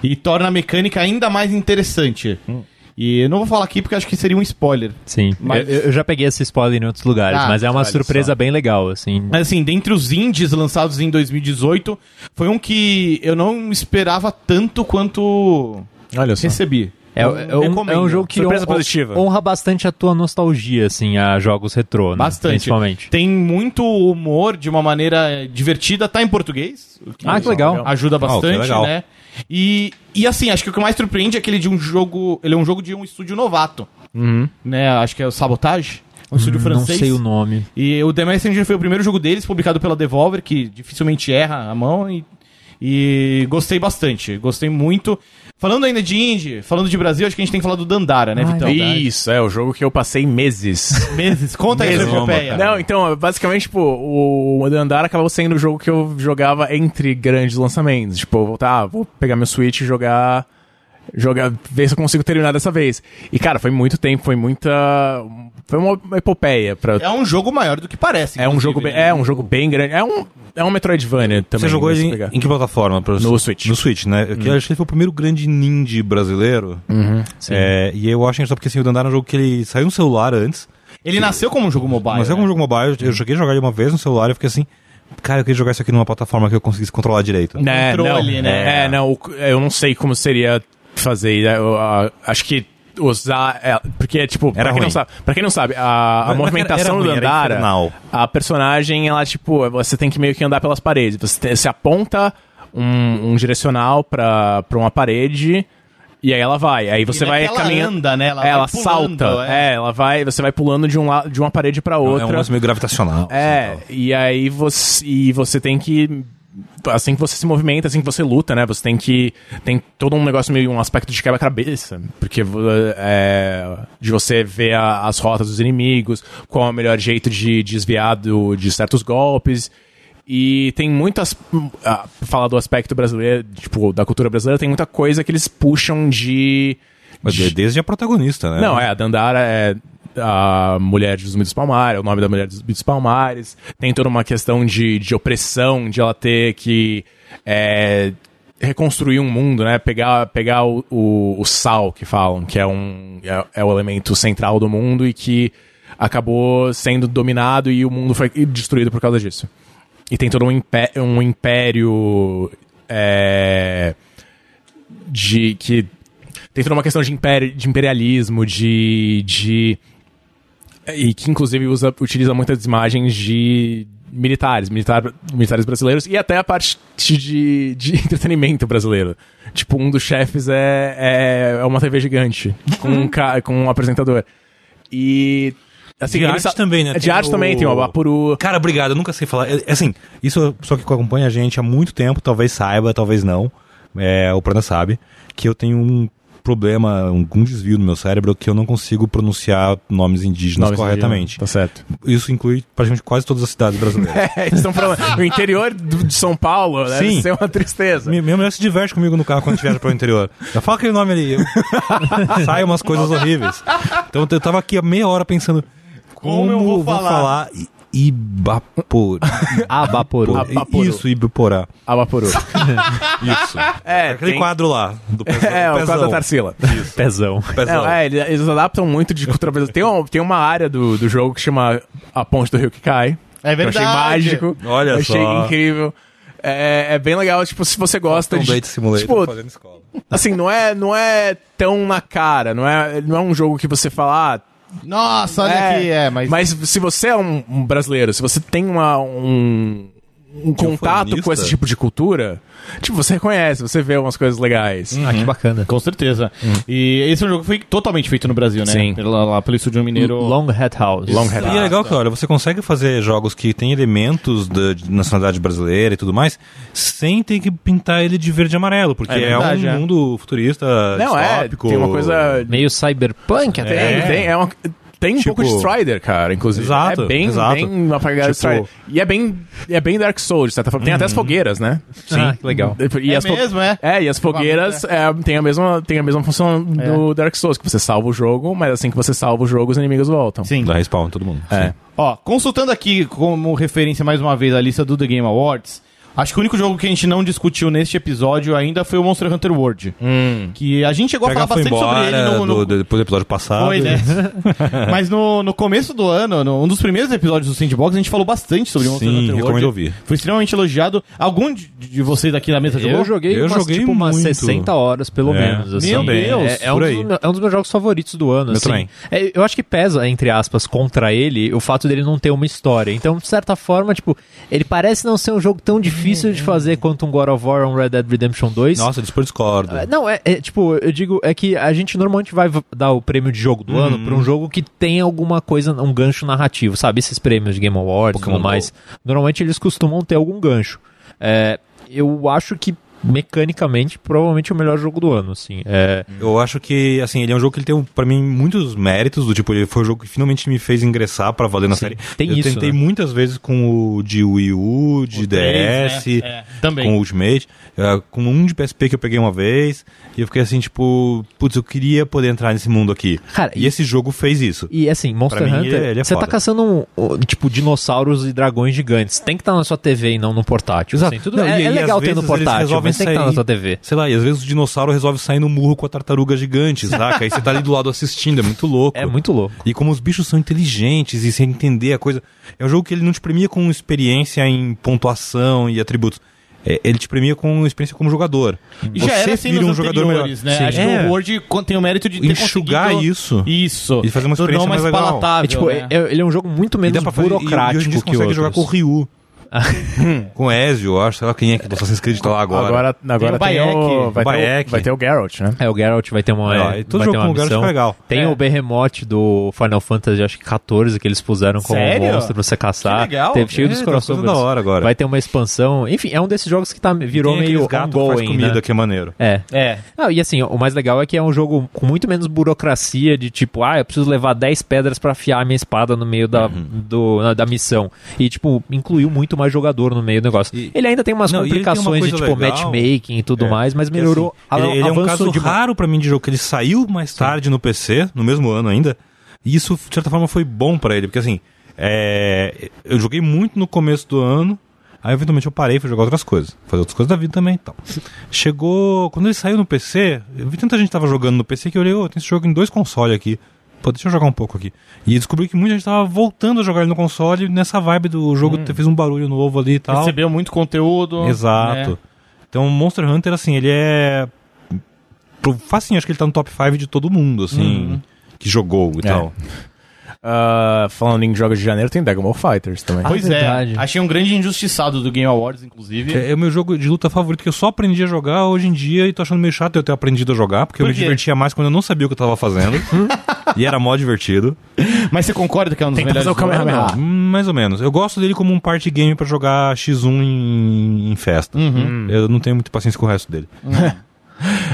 Speaker 1: e torna a mecânica ainda mais interessante.
Speaker 4: Hum.
Speaker 1: E eu não vou falar aqui porque acho que seria um spoiler.
Speaker 4: Sim,
Speaker 1: Mas-
Speaker 4: eu, eu já peguei esse spoiler em outros lugares,
Speaker 1: Ah,
Speaker 4: mas é uma
Speaker 3: olha
Speaker 4: surpresa bem legal, assim.
Speaker 1: Mas assim, dentre os indies lançados em 2018, foi um que eu não esperava tanto quanto
Speaker 3: Olha só.
Speaker 1: recebi.
Speaker 4: É,
Speaker 1: Eu
Speaker 4: é um, é
Speaker 1: recomendo.
Speaker 4: um jogo que
Speaker 3: Surpresa
Speaker 4: hon-
Speaker 3: positiva.
Speaker 4: honra bastante a tua nostalgia, assim, a jogos retrô, né?
Speaker 1: Bastante.
Speaker 4: Principalmente.
Speaker 1: Tem muito humor de uma maneira divertida, tá em português. o
Speaker 4: Ah, que legal.
Speaker 1: Ajuda bastante,
Speaker 2: que legal.
Speaker 1: né? E, e assim, acho que o que mais surpreende é que ele é de um jogo. Ele é um jogo de um estúdio novato. Né? Acho que é o Sabotage. Um estúdio
Speaker 4: Uhum. Hum, Não
Speaker 1: francês.
Speaker 4: sei o nome.
Speaker 1: E o The Messenger foi o primeiro jogo deles, publicado pela Devolver, que dificilmente erra a mão. E, e gostei bastante. Gostei muito. Falando ainda de indie, falando de Brasil, acho que a gente tem que falar do Dandara, né,
Speaker 4: Ai,
Speaker 1: Vitão?
Speaker 3: Isso, é o jogo que eu passei meses.
Speaker 1: Meses. Conta aí,
Speaker 2: Meses.
Speaker 1: Epopeia.
Speaker 3: Não, então, basicamente, tipo, o Dandara acabou sendo o jogo que eu jogava entre grandes lançamentos. Tipo, eu voltar, ah, vou pegar meu Switch e jogar. Jogar, ver se eu consigo terminar dessa vez. E, cara, foi muito tempo, foi muita. Foi uma epopeia pra.
Speaker 1: É um jogo maior do que parece.
Speaker 3: É um
Speaker 1: inclusive,
Speaker 3: jogo bem,
Speaker 1: né?
Speaker 3: é um jogo bem grande. É um é um Metroidvania também.
Speaker 2: Você jogou
Speaker 3: se
Speaker 2: ele em,
Speaker 3: pegar.
Speaker 2: em que plataforma? Pra-
Speaker 3: No Switch. Uhum.
Speaker 2: No Switch, né? Que eu acho que ele foi o primeiro grande indie brasileiro.
Speaker 4: Sim.
Speaker 2: É, e eu acho só porque assim, o Dandara é um jogo que ele saiu no celular antes.
Speaker 1: Ele nasceu como um jogo
Speaker 3: Ah,
Speaker 1: mobile.
Speaker 2: Mas é
Speaker 1: né?
Speaker 2: um jogo mobile,
Speaker 3: Uhum.
Speaker 2: eu joguei jogar ele uma vez no celular e eu fiquei assim, cara, eu queria jogar isso aqui numa plataforma que eu conseguisse controlar direito. É
Speaker 3: Né,
Speaker 1: um controle,
Speaker 3: não,
Speaker 1: né?
Speaker 3: É, não, o- eu não sei como seria fazer, né, eu, ah, acho que usar, é, porque tipo, pra
Speaker 2: Era
Speaker 3: quem não
Speaker 2: ruim.
Speaker 3: sabe, para quem não sabe, a,
Speaker 2: Mas- mas
Speaker 3: a
Speaker 2: era
Speaker 3: movimentação
Speaker 2: ruim,
Speaker 3: do
Speaker 2: era
Speaker 3: Andara,
Speaker 2: infernal.
Speaker 3: a personagem, ela tipo, você tem que meio que andar pelas paredes, você, tem- você aponta um, um direcional pra pra uma parede e aí ela vai, aí você
Speaker 1: E
Speaker 3: vai
Speaker 1: naquela
Speaker 3: caminhando é,
Speaker 1: anda, né? Ela,
Speaker 3: Ela,
Speaker 1: vai pulando,
Speaker 3: salta,
Speaker 1: é.
Speaker 3: é. ela vai, você vai pulando de um lado, de uma parede pra
Speaker 2: É um
Speaker 3: outra.
Speaker 2: lance meio gravitacional.
Speaker 3: É,
Speaker 2: assim, tal.
Speaker 3: e aí você, e você tem que. Assim que você se movimenta, assim que você luta, né? Você tem que. Tem todo um negócio meio. um aspecto de quebra-cabeça. Porque vo- é, de você ver a- as rotas dos inimigos, qual é o melhor jeito de desviar do- de certos golpes. E tem muitas. ah, pra falar do aspecto brasileiro, tipo, da cultura brasileira, tem muita coisa que eles puxam de.
Speaker 2: Mas é
Speaker 3: de-
Speaker 2: desde a protagonista, né?
Speaker 3: não, é, a Dandara é a mulher de Zumbi dos Palmares, é o nome da mulher de Zumbi dos Palmares. Tem toda uma questão de, de opressão, de ela ter que é, reconstruir um mundo, né? Pegar, pegar o, o- o sal, que falam, que é, um, é, é o elemento central do mundo e que acabou sendo dominado e o mundo foi destruído por causa disso. E tem todo um, impé- um império. é, de que tem toda uma questão de, império, de imperialismo, de, de. E que inclusive usa, utiliza muitas imagens de militares, militar, militares brasileiros e até a parte de, de *laughs* entretenimento brasileiro. Tipo, um dos chefes é, é, é uma TV gigante com
Speaker 2: Uhum.
Speaker 3: um, ca- com um apresentador. E. Assim,
Speaker 2: De
Speaker 3: eles
Speaker 2: arte
Speaker 3: sa-
Speaker 2: também, né?
Speaker 3: De
Speaker 2: Tem
Speaker 3: arte
Speaker 2: o-
Speaker 3: também, tem o Abapuru.
Speaker 2: Cara, obrigado, eu nunca sei falar. É, Assim, isso só que acompanha a gente há muito tempo, talvez saiba, talvez não. É, o Prana sabe que eu tenho um problema, um, um desvio no meu cérebro que eu não consigo pronunciar nomes indígenas Então,
Speaker 3: Nomes
Speaker 2: corretamente.
Speaker 3: indígenas, Tá certo.
Speaker 2: Isso inclui praticamente quase todas as cidades *laughs* brasileiras.
Speaker 3: *laughs* É, eles estão falando. o interior do- de São Paulo deve
Speaker 2: Sim.
Speaker 3: ser uma tristeza.
Speaker 2: minha, minha mulher se diverte comigo no carro quando a gente viaja para o interior. Já fala aquele nome *laughs* ali. eu- Sai umas coisas horríveis. Então eu tava aqui a meia hora pensando como, eu vou, falar. E, Ibapor.
Speaker 4: Abaporu.
Speaker 3: Ab- Abaporu.
Speaker 2: Isso, Ibiporá.
Speaker 3: Abaporu.
Speaker 2: *laughs* Isso.
Speaker 3: É,
Speaker 2: Aquele
Speaker 3: tem-
Speaker 2: quadro lá, do pezão.
Speaker 3: *laughs* É, o
Speaker 2: pezão,
Speaker 3: quadro da Tarsila.
Speaker 4: Pezão.
Speaker 2: pezão.
Speaker 3: Não, é, ele- eles adaptam muito de cultura brasileira. Tem, um- tem uma área do, do jogo que chama A Ponte do Rio que Cai.
Speaker 1: É
Speaker 3: Eu achei
Speaker 1: verdade.
Speaker 3: mágico.
Speaker 2: Olha
Speaker 3: eu
Speaker 2: só.
Speaker 3: Achei incrível. É, é bem legal, tipo, se você gosta
Speaker 2: Tom
Speaker 3: de.
Speaker 2: um Blade Simulator
Speaker 3: tipo,
Speaker 2: fazendo escola.
Speaker 3: assim, não é, não é tão na cara, não é, não é um jogo que você fala, ah,
Speaker 1: Nossa, olha aqui, é, mas.
Speaker 3: se você é um, um brasileiro, se você tem uma, um, um contato
Speaker 2: ufanista?
Speaker 3: com esse tipo de cultura, tipo, você reconhece, você vê umas coisas legais.
Speaker 1: Hum.
Speaker 4: Ah, que bacana.
Speaker 1: Com certeza. E esse é um jogo que foi totalmente feito no Brasil, né?
Speaker 3: Hum. Sim.
Speaker 1: Pela, lá pelo estúdio mineiro.
Speaker 4: Long Hat House.
Speaker 3: Long
Speaker 2: E
Speaker 3: Hat
Speaker 2: é legal que, olha, você consegue fazer jogos que tem elementos da de nacionalidade brasileira e tudo mais, sem ter que pintar ele de verde e amarelo, porque
Speaker 1: É
Speaker 2: é,
Speaker 1: verdade,
Speaker 2: um
Speaker 1: é.
Speaker 2: mundo futurista,
Speaker 3: Não, é,
Speaker 2: distópico.
Speaker 3: tem uma coisa...
Speaker 4: Meio cyberpunk até.
Speaker 3: Tem, tem, é uma- tem um
Speaker 2: Tipo-
Speaker 3: pouco de Strider, cara, inclusive.
Speaker 2: Exato,
Speaker 3: É bem,
Speaker 2: exato.
Speaker 3: bem uma pegada de
Speaker 2: Tipo-
Speaker 3: Strider. E é bem, é bem Dark Souls, de certa forma. Tem até as fogueiras, né?
Speaker 4: Sim. Ah, que legal.
Speaker 3: E
Speaker 1: Uhum. É
Speaker 3: as fo-
Speaker 1: mesmo, é?
Speaker 3: e as fogueiras é, tem, a mesma, tem a mesma função
Speaker 1: É.
Speaker 3: do Dark Souls, que você salva o jogo, mas assim que você salva o jogo, os inimigos voltam.
Speaker 1: Sim.
Speaker 2: Da respawn, todo mundo.
Speaker 3: assim, É.
Speaker 1: Ó, consultando aqui como referência mais uma vez a lista do The Game Awards, acho que o único jogo que a gente não discutiu neste episódio ainda foi o Monster Hunter World. Que a gente chegou a
Speaker 2: Hum. Pegar
Speaker 1: falar
Speaker 2: foi
Speaker 1: bastante
Speaker 2: embora
Speaker 1: sobre ele no. no...
Speaker 2: do- do- depois do episódio passado.
Speaker 1: Foi,
Speaker 2: *laughs*
Speaker 1: né? *laughs* Mas no, no começo do ano, no- um dos primeiros episódios do Sandbox, a gente falou bastante sobre o Monster
Speaker 2: Sim,
Speaker 1: Hunter World.
Speaker 2: recomendo ouvir.
Speaker 1: Foi extremamente elogiado. Algum de, de vocês aqui na mesa jogou?
Speaker 4: Eu joguei,
Speaker 2: Eu
Speaker 4: umas,
Speaker 2: joguei
Speaker 4: tipo, umas
Speaker 2: muito.
Speaker 4: 60 horas, pelo
Speaker 2: É.
Speaker 4: menos. Assim.
Speaker 1: Meu Deus,
Speaker 4: é, é um
Speaker 2: por
Speaker 4: dos,
Speaker 2: aí.
Speaker 4: meu- é um dos meus jogos favoritos do ano. Assim.
Speaker 2: também.
Speaker 4: É, eu acho que pesa, entre aspas, contra ele o fato dele não ter uma história. Então, de certa forma, tipo, ele parece não ser um jogo tão difícil de
Speaker 2: Uhum.
Speaker 4: fazer quanto um God of War ou um Red Dead Redemption 2.
Speaker 2: Nossa, eu super discordo.
Speaker 4: É, Não, é, é, tipo, eu digo, é que a gente normalmente vai v- dar o prêmio de jogo
Speaker 2: Uhum.
Speaker 4: do ano pra um jogo que tem alguma coisa, um gancho narrativo, sabe? Esses prêmios de Game Awards e tudo mais. Normalmente eles costumam ter algum gancho. É, eu acho que, mecanicamente, provavelmente é o melhor jogo do ano, assim. É,
Speaker 2: Eu acho que, assim, ele é um jogo que ele tem, pra mim, muitos méritos, do tipo, ele foi o jogo que finalmente me fez ingressar pra valer na série.
Speaker 4: tem
Speaker 2: eu
Speaker 4: isso,
Speaker 2: tentei
Speaker 4: né?
Speaker 2: muitas vezes com o de Wii U, de DS,
Speaker 1: Três, né? É, também.
Speaker 2: com o Ultimate, eh, com um de PSP que eu peguei uma vez, e eu fiquei assim, tipo, putz, eu queria poder entrar nesse mundo aqui.
Speaker 4: Cara,
Speaker 2: E esse jogo fez isso.
Speaker 4: E assim, Monster
Speaker 2: Pra mim,
Speaker 4: Hunter,
Speaker 2: ele- ele é
Speaker 4: você tá
Speaker 2: foda.
Speaker 4: caçando um, um, tipo dinossauros e dragões gigantes. Tem que estar na sua TV e não no portátil.
Speaker 2: Exato.
Speaker 4: assim. Tudo
Speaker 2: Não,
Speaker 4: é,
Speaker 2: e-
Speaker 4: é
Speaker 2: e
Speaker 4: legal
Speaker 2: às
Speaker 4: ter no
Speaker 2: vezes eles
Speaker 4: portátil,
Speaker 2: resolvem
Speaker 4: mas tem que estar na
Speaker 2: sair-
Speaker 4: sua TV.
Speaker 2: Sei lá, e às vezes o dinossauro resolve sair no murro com a tartaruga gigante, saca? E você tá ali do lado assistindo, é muito louco.
Speaker 4: É muito louco.
Speaker 2: E como os bichos são inteligentes e sem entender a coisa. É um jogo que ele não te premia com experiência em pontuação e atributos. É, ele te premia com experiência como jogador. um
Speaker 1: E já era assim nos anteriores, né? Acho que
Speaker 2: É.
Speaker 1: o Word con- tem o mérito de ter
Speaker 2: Enxugar
Speaker 1: conseguido-
Speaker 2: isso.
Speaker 1: Isso.
Speaker 2: E fazer uma
Speaker 1: Tornou
Speaker 2: experiência mais legal.
Speaker 1: palatável,
Speaker 4: É, tipo,
Speaker 1: né?
Speaker 4: é- ele é um jogo muito
Speaker 2: E
Speaker 4: menos
Speaker 2: dá pra fazer, e, e hoje
Speaker 4: burocrático
Speaker 2: em dia você
Speaker 4: que
Speaker 2: consegue
Speaker 4: outros.
Speaker 2: jogar com o Ryu. *laughs* com o Ezio, eu acho. Sei lá quem é que do Assassin's Creed tá lá agora.
Speaker 3: Agora, agora tem,
Speaker 1: Bayek.
Speaker 3: o, vai, ter
Speaker 2: Bayek.
Speaker 3: o, vai ter o Geralt, né?
Speaker 4: É, o Geralt vai ter uma,
Speaker 2: É, e todo
Speaker 4: vai
Speaker 2: jogo
Speaker 4: ter
Speaker 2: com
Speaker 4: uma
Speaker 2: o Geralt
Speaker 4: missão.
Speaker 2: fica legal.
Speaker 4: Tem
Speaker 1: É.
Speaker 4: o Behemoth do Final Fantasy, acho que 14, que eles puseram como
Speaker 1: Sério?
Speaker 4: monstro pra você caçar.
Speaker 1: Que legal.
Speaker 4: Teve cheio
Speaker 2: É,
Speaker 4: dos
Speaker 2: tá
Speaker 4: crossovers.
Speaker 2: coisa da hora agora.
Speaker 4: Vai ter uma expansão. Enfim, é um desses jogos que tá, virou
Speaker 2: Tem aqueles
Speaker 4: meio
Speaker 2: gatos que faz
Speaker 4: ongoing,
Speaker 2: comida,
Speaker 4: né?
Speaker 2: que é maneiro.
Speaker 4: É.
Speaker 1: É.
Speaker 4: Ah, e assim, o mais legal é que é um jogo com muito menos burocracia de tipo, ah, eu preciso levar 10 pedras pra afiar a minha espada no meio da,
Speaker 2: Uhum.
Speaker 4: do- na- da missão. E, tipo, incluiu muito mais jogador no meio do negócio.
Speaker 2: E-
Speaker 4: ele ainda tem umas
Speaker 2: Não, e ele tem uma
Speaker 4: complicações de,
Speaker 2: coisa
Speaker 4: tipo,
Speaker 2: legal.
Speaker 4: matchmaking e tudo
Speaker 2: É.
Speaker 4: mais, mas melhorou.
Speaker 2: Assim,
Speaker 4: a-
Speaker 2: ele, ele é um
Speaker 4: avançou
Speaker 2: caso
Speaker 4: demais.
Speaker 2: raro pra mim de jogo, que ele saiu mais tarde no PC, no mesmo ano ainda, e isso, de certa forma, foi bom pra ele, porque assim, é, eu joguei muito no começo do ano, aí eventualmente eu parei, fui jogar outras coisas, fazer outras coisas da vida também e tal. Chegou, quando ele saiu no PC, eu vi tanta gente que tava jogando no PC que eu olhei, ô, tem esse jogo em dois consoles aqui. Pô, deixa eu jogar um pouco aqui. E descobri que muita gente tava voltando a jogar ele no console nessa vibe do jogo,
Speaker 4: Hum.
Speaker 2: fez um barulho novo ali e tal.
Speaker 1: Recebeu muito conteúdo.
Speaker 2: Exato.
Speaker 1: né?
Speaker 2: Então, Monster Hunter, assim, ele é. pro- Facinho, acho que ele tá no top 5 de todo mundo, assim, que jogou e tal.
Speaker 3: Ah, falando em jogos de janeiro, tem Dragon Ball Fighters também.
Speaker 1: Pois
Speaker 4: verdade.
Speaker 1: é. Achei um grande injustiçado do Game Awards, inclusive.
Speaker 2: É, é o meu jogo de luta favorito, que eu só aprendi a jogar hoje em dia e tô achando meio chato eu ter aprendido a jogar, porque eu
Speaker 1: Por
Speaker 2: me
Speaker 1: quê?
Speaker 2: divertia mais quando eu não sabia o que eu tava fazendo. *laughs* e era mó divertido.
Speaker 1: Mas você concorda que é um dos
Speaker 3: Tem que
Speaker 1: melhores
Speaker 3: fazer o
Speaker 1: do ano?
Speaker 3: Kamehameha.
Speaker 2: Hum, Mais ou menos. Eu gosto dele como um party game pra jogar X1 em, em festa. Eu não tenho muita paciência com o resto dele.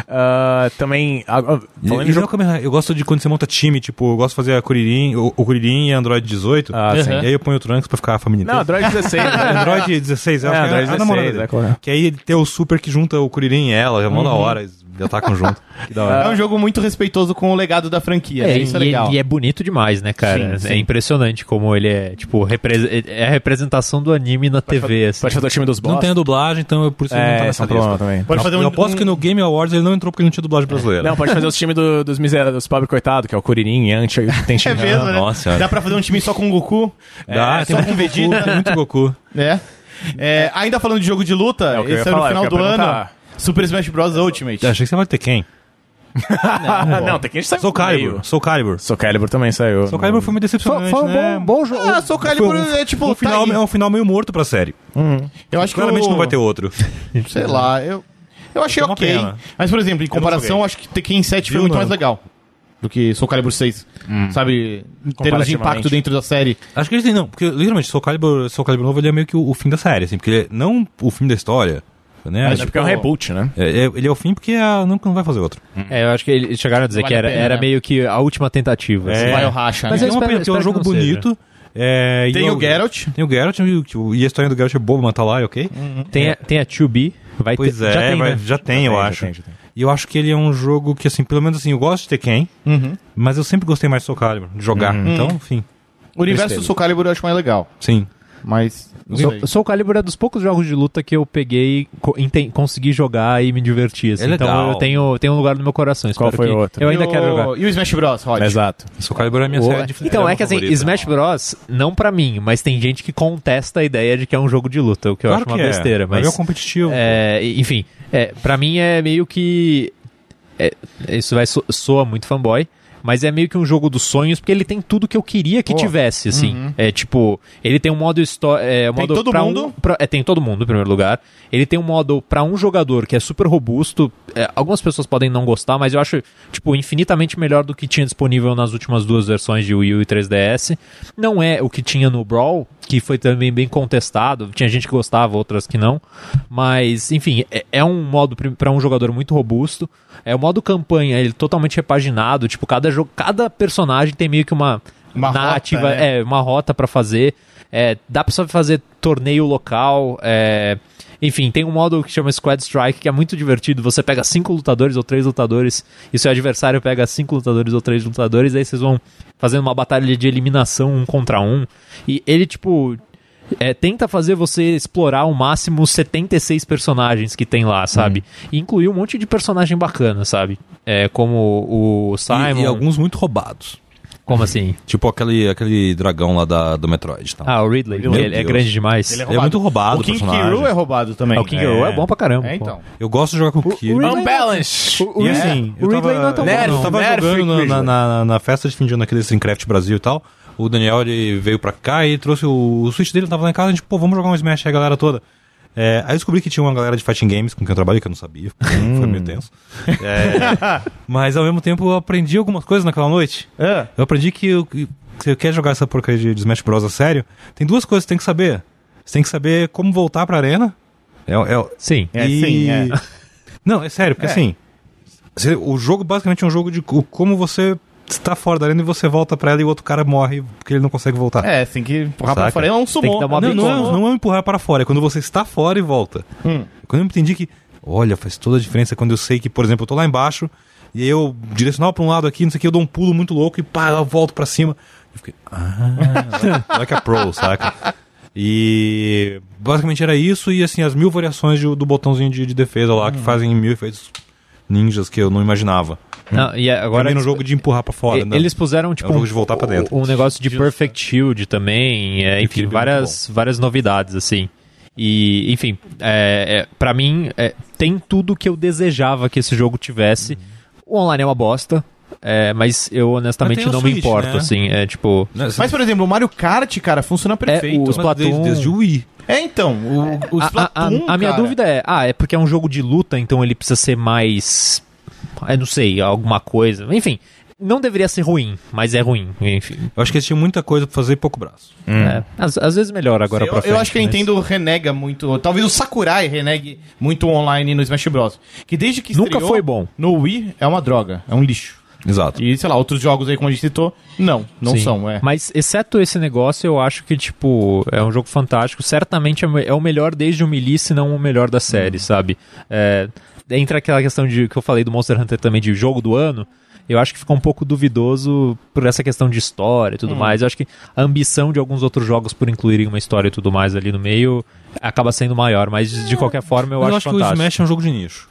Speaker 3: Ah, também. ah, ah,
Speaker 2: E-
Speaker 3: falando
Speaker 2: e
Speaker 3: em jogo.
Speaker 2: jogo Kamehameha, eu gosto de quando você monta time, tipo, eu gosto de fazer a Kuririn, o, o Kuririn e a Android 18.
Speaker 3: Ah,
Speaker 1: sim.
Speaker 2: E aí eu ponho o Trunks pra ficar a família
Speaker 3: Não,
Speaker 2: inteira.
Speaker 3: Android 16. *laughs* né?
Speaker 2: Android 16, eu
Speaker 3: É,
Speaker 2: acho que é
Speaker 3: Android
Speaker 2: a namorada
Speaker 3: 16, é,
Speaker 2: dele.
Speaker 3: claro. Uhum.
Speaker 2: Que aí ele tem o super que junta o Kuririn e ela, é mó da hora. Eles atacam
Speaker 3: *laughs*
Speaker 2: junto. Que da hora.
Speaker 1: É um jogo muito respeitoso com o legado da franquia.
Speaker 2: assim.
Speaker 1: né? isso é
Speaker 4: e
Speaker 1: legal.
Speaker 4: ele é bonito demais, né, cara?
Speaker 1: Sim,
Speaker 4: É
Speaker 1: sim.
Speaker 4: impressionante como ele é, tipo, repre- é a representação do anime na TV, assim.
Speaker 3: Pode fazer o time dos boss.
Speaker 2: Não tem a dublagem, então eu- por isso ele não tá
Speaker 3: É, esse
Speaker 2: nessa
Speaker 3: é um problema
Speaker 2: lista.
Speaker 3: também.
Speaker 1: Pode
Speaker 2: eu,
Speaker 1: fazer um-
Speaker 2: eu aposto que no Game Awards ele não entrou porque ele não tinha dublagem brasileira.
Speaker 3: Não, pode fazer os times do- dos miseráveis, dos pobres coitados, que é o Kuririn, Yantia, *laughs* tem
Speaker 1: É
Speaker 3: time.
Speaker 1: mesmo, né?
Speaker 2: nossa senhora.
Speaker 1: Dá pra fazer um time só com o Goku.
Speaker 2: Dá,
Speaker 1: é,
Speaker 2: tem
Speaker 1: só
Speaker 2: muito
Speaker 1: com Vegeta.
Speaker 2: Goku, tem
Speaker 3: *laughs*
Speaker 2: muito Goku.
Speaker 1: É. É, ainda falando de jogo de luta,
Speaker 3: É o que eu ia
Speaker 1: esse é no
Speaker 3: falar,
Speaker 1: final
Speaker 3: eu
Speaker 1: do
Speaker 3: queria
Speaker 1: ano.
Speaker 3: perguntar.
Speaker 1: Super Smash Bros. Ultimate.
Speaker 2: Eu achei que você vai ter quem?
Speaker 3: Ah, não, tem que a gente sair
Speaker 2: Soul Calibur. Soul Calibur.
Speaker 3: Soul Calibur também saiu.
Speaker 2: Soul Calibur foi um meio decepcionante, né?
Speaker 4: bom jogo.
Speaker 1: Ah, Soul Calibur
Speaker 2: Foi um-
Speaker 1: é tipo.
Speaker 2: um
Speaker 1: tá
Speaker 2: final,
Speaker 1: aí.
Speaker 2: é um final meio morto pra série. Tipo,
Speaker 1: eu acho que
Speaker 2: Claramente
Speaker 1: o-
Speaker 2: não vai ter outro.
Speaker 1: Sei lá, eu. Uhum. Eu achei
Speaker 2: É uma
Speaker 1: ok.
Speaker 2: pena.
Speaker 1: Mas, por exemplo, em comparação,
Speaker 2: joguei.
Speaker 1: acho que Tekken 7 foi
Speaker 2: Viu,
Speaker 1: muito
Speaker 2: mano?
Speaker 1: mais legal do que Soul Calibur 6.
Speaker 4: Hum.
Speaker 1: Sabe? Em termos de impacto
Speaker 3: Comparativamente.
Speaker 1: dentro da série.
Speaker 2: Acho que eles têm, não, porque literalmente Soul Calibur, Soul Calibur novo ele é meio que o, o fim da série, assim, porque ele é não o fim da história, né?
Speaker 1: Mas
Speaker 3: É
Speaker 2: Tipo,
Speaker 3: porque é um reboot, né?
Speaker 2: é- é- ele é o fim porque a Namco não vai fazer outro.
Speaker 4: É, eu acho que eles chegaram a dizer
Speaker 1: Vale
Speaker 4: que
Speaker 1: a
Speaker 4: era,
Speaker 1: pena,
Speaker 4: era
Speaker 1: né?
Speaker 4: meio que a última tentativa. assim.
Speaker 2: É.
Speaker 1: Vai ao racha,
Speaker 4: Mas
Speaker 1: né?
Speaker 4: eu
Speaker 2: é uma
Speaker 4: espero-
Speaker 2: pena, porque é um
Speaker 4: espero
Speaker 2: jogo
Speaker 4: que não
Speaker 2: bonito. é, e
Speaker 1: Tem
Speaker 2: eu-
Speaker 1: o Geralt.
Speaker 2: Tem o Geralt e, o- tipo, e a história do Geralt é boba, mas tá lá, é ok?
Speaker 4: Tem, a, tem a 2B, vai
Speaker 2: Pois
Speaker 4: ter.
Speaker 2: é,
Speaker 4: Hum, já tem,
Speaker 2: vai-
Speaker 4: né?
Speaker 2: já tem, eu
Speaker 3: tem, já
Speaker 2: acho.
Speaker 3: tem, já tem.
Speaker 2: E eu acho que ele é um jogo que, assim, pelo menos assim, eu gosto de Tekken,
Speaker 1: Uhum.
Speaker 2: mas eu sempre gostei mais de Soul Calibur, de jogar.
Speaker 4: Uhum.
Speaker 2: Então,
Speaker 4: Hum.
Speaker 2: enfim,
Speaker 1: O universo do Soul Calibur eu acho mais legal.
Speaker 2: sim.
Speaker 1: Mas. Não sei.
Speaker 4: Sou, Soul Calibur é dos poucos jogos de luta que eu peguei, co- ente- consegui jogar e me divertir. assim.
Speaker 2: É legal.
Speaker 4: Então eu tenho, tenho um lugar no meu coração.
Speaker 3: Qual
Speaker 4: espero
Speaker 3: foi
Speaker 4: que-
Speaker 3: o outro?
Speaker 4: Eu ainda
Speaker 1: E o-
Speaker 4: quero jogar.
Speaker 1: E o Smash Bros, Rod?
Speaker 3: Exato.
Speaker 2: Soul Calibur é a minha
Speaker 4: Ou-
Speaker 2: série de
Speaker 4: então, é que assim,
Speaker 2: favorita.
Speaker 4: Smash Bros, não pra mim, mas tem gente que contesta a ideia de que é um jogo de luta, o que eu
Speaker 2: Claro
Speaker 4: acho uma
Speaker 2: que é,
Speaker 4: besteira.
Speaker 2: mas
Speaker 4: Mas,
Speaker 2: é o competitivo.
Speaker 4: É, e- enfim, é, para mim é meio que. é, isso vai so- soa muito fanboy. Mas é meio que um jogo dos sonhos, porque ele tem tudo que eu queria que tivesse, assim. É tipo, ele tem um modo história. É, modo
Speaker 1: Uhum. todo
Speaker 4: pra
Speaker 1: mundo?
Speaker 4: Um, pra- é, tem todo mundo, em primeiro lugar. Ele tem um modo pra um jogador que é super robusto. É, algumas pessoas podem não gostar, mas eu acho, tipo, infinitamente melhor do que tinha disponível nas últimas duas versões de Wii U e 3DS. Não é o que tinha no Brawl, que foi também bem contestado. Tinha gente que gostava, outras que não. Mas, enfim, é, é um modo prim- pra um jogador muito robusto. É o modo campanha, ele totalmente repaginado. Tipo, cada, jogo, cada personagem tem meio que uma,
Speaker 1: Uma rota,
Speaker 4: narrativa,
Speaker 1: né?
Speaker 4: é, uma rota pra fazer. É, dá pra só fazer torneio local. é, enfim, tem um modo que chama Squad Strike, que é muito divertido. Você pega cinco lutadores ou três lutadores, e seu adversário pega cinco lutadores ou três lutadores, aí vocês vão fazendo uma batalha de eliminação um contra um. E ele, tipo, é, tenta fazer você explorar ao máximo os 76 personagens que tem lá, sabe?
Speaker 2: Uhum.
Speaker 4: E incluir um monte de personagem bacana, sabe? É, como o Simon.
Speaker 2: E, e alguns muito roubados.
Speaker 4: Como assim?
Speaker 2: Tipo aquele, aquele dragão lá da, do Metroid. Tá?
Speaker 4: Ah, o Ridley.
Speaker 2: Meu
Speaker 4: Ele é
Speaker 2: Deus.
Speaker 4: grande demais.
Speaker 1: Ele é
Speaker 2: Ele é muito roubado
Speaker 1: O King
Speaker 2: personagem.
Speaker 1: Kiru é roubado também.
Speaker 4: Ah, o King
Speaker 1: é.
Speaker 4: Roll é bom pra caramba.
Speaker 1: É,
Speaker 4: pô.
Speaker 1: então.
Speaker 2: Eu gosto de jogar com o Kiro.
Speaker 3: é
Speaker 4: Ridley-
Speaker 3: Unbalanced!
Speaker 4: O, o
Speaker 2: E
Speaker 4: Ridley-
Speaker 2: assim,
Speaker 4: o
Speaker 2: eu
Speaker 4: Ridley não é
Speaker 2: tava,
Speaker 4: tão bom.
Speaker 3: Nerf,
Speaker 2: eu tava
Speaker 3: nerf,
Speaker 2: jogando
Speaker 3: Ridley.
Speaker 2: na, na, na festa de fim de ano aqui da Streamcraft Brasil e tal. O Daniel ele veio pra cá e trouxe o, o Switch dele, tava lá em casa, a gente, pô, vamos jogar um Smash aí, a galera toda. É, aí eu descobri que tinha uma galera de fighting games com quem eu trabalho, que eu não sabia, foi meio tenso. É, *laughs* mas ao mesmo tempo eu aprendi algumas coisas naquela noite.
Speaker 1: É.
Speaker 2: Eu aprendi que eu- que se você quer jogar essa porcaria de de Smash Bros a sério, tem duas coisas que você tem que saber. Você tem que saber como voltar pra arena. É, é,
Speaker 4: Sim.
Speaker 1: É,
Speaker 2: e-
Speaker 1: sim, é.
Speaker 2: Não, é sério, porque assim. você- o jogo basicamente é um jogo de co- como você está fora da arena e você volta pra ela e o outro cara morre porque ele não consegue voltar.
Speaker 1: É, tem que empurrar pra
Speaker 2: Saca?
Speaker 1: fora. Ele é um
Speaker 4: Tem que
Speaker 1: sumô.
Speaker 4: dar uma
Speaker 2: não, não,
Speaker 4: bicona.
Speaker 2: é, não é empurrar pra fora, é quando você está fora e volta. Quando eu entendi que, olha, faz toda a diferença quando eu sei que, por exemplo, eu tô lá embaixo e aí eu direcional pra um lado aqui, não sei o que, eu dou um pulo muito louco e pá, eu volto pra cima. Eu fiquei, ah, *laughs* like a pro, saca? E basicamente era isso e assim, as mil variações de- do botãozinho de, de defesa lá que fazem mil efeitos ninjas que eu não imaginava.
Speaker 4: Não, e agora
Speaker 2: Agora no jogo de empurrar pra fora,
Speaker 4: e-
Speaker 2: né?
Speaker 4: eles puseram tipo
Speaker 2: É um jogo de voltar pra dentro.
Speaker 4: um negócio de perfect shield também, é, enfim,
Speaker 2: Incrível,
Speaker 4: várias várias novidades assim. E enfim, é, é, para mim é, tem tudo que eu desejava que esse jogo tivesse.
Speaker 2: Uhum.
Speaker 4: O online é uma bosta. é, mas eu honestamente
Speaker 2: Mas tem o
Speaker 4: não me
Speaker 2: Switch,
Speaker 4: importo,
Speaker 2: né?
Speaker 4: assim. É tipo.
Speaker 2: Né,
Speaker 1: Mas, por exemplo, o Mario Kart, cara,
Speaker 4: É,
Speaker 1: funciona perfeito.
Speaker 4: os
Speaker 2: mas desde,
Speaker 4: Splatoon-
Speaker 2: desde o Wii.
Speaker 1: É, então, o, o
Speaker 4: a- a, a-
Speaker 1: Splatoon,
Speaker 4: a minha
Speaker 1: cara,
Speaker 4: dúvida é, ah, é porque é um jogo de luta, então ele precisa ser mais. Eu não sei, alguma coisa. Enfim, não deveria ser ruim, mas é ruim, enfim.
Speaker 2: Eu acho que eles tinham muita coisa pra fazer e pouco braço.
Speaker 4: É, às, às vezes melhora agora
Speaker 1: Hum. Eu,
Speaker 4: pra
Speaker 1: eu
Speaker 4: frente. né?
Speaker 1: acho que a
Speaker 4: mas-
Speaker 1: Nintendo renega muito. Talvez o Sakurai renegue muito o online no Smash Bros. Que desde que
Speaker 4: Nunca
Speaker 1: estreou
Speaker 4: foi bom.
Speaker 1: No Wii é uma droga, é um lixo.
Speaker 2: Exato.
Speaker 1: E sei lá, outros jogos aí, como a gente citou, não, não
Speaker 4: Sim.
Speaker 1: são. É.
Speaker 4: Mas, exceto esse negócio, eu acho que, tipo, é um
Speaker 1: Uhum.
Speaker 4: jogo fantástico. Certamente é o me- é o melhor desde o Melee, se não o melhor da série, sabe? É, entra aquela questão de que eu falei do Monster Hunter também de jogo do ano. Eu acho que ficou um pouco duvidoso por essa questão de história e tudo
Speaker 1: Uhum.
Speaker 4: mais. Eu acho que a ambição de alguns outros jogos por incluírem uma história e tudo mais ali no meio acaba sendo maior, mas de qualquer forma eu,
Speaker 2: É, Mas
Speaker 4: acho,
Speaker 2: eu acho que o
Speaker 4: fantástico.
Speaker 2: Smash é um jogo de nicho.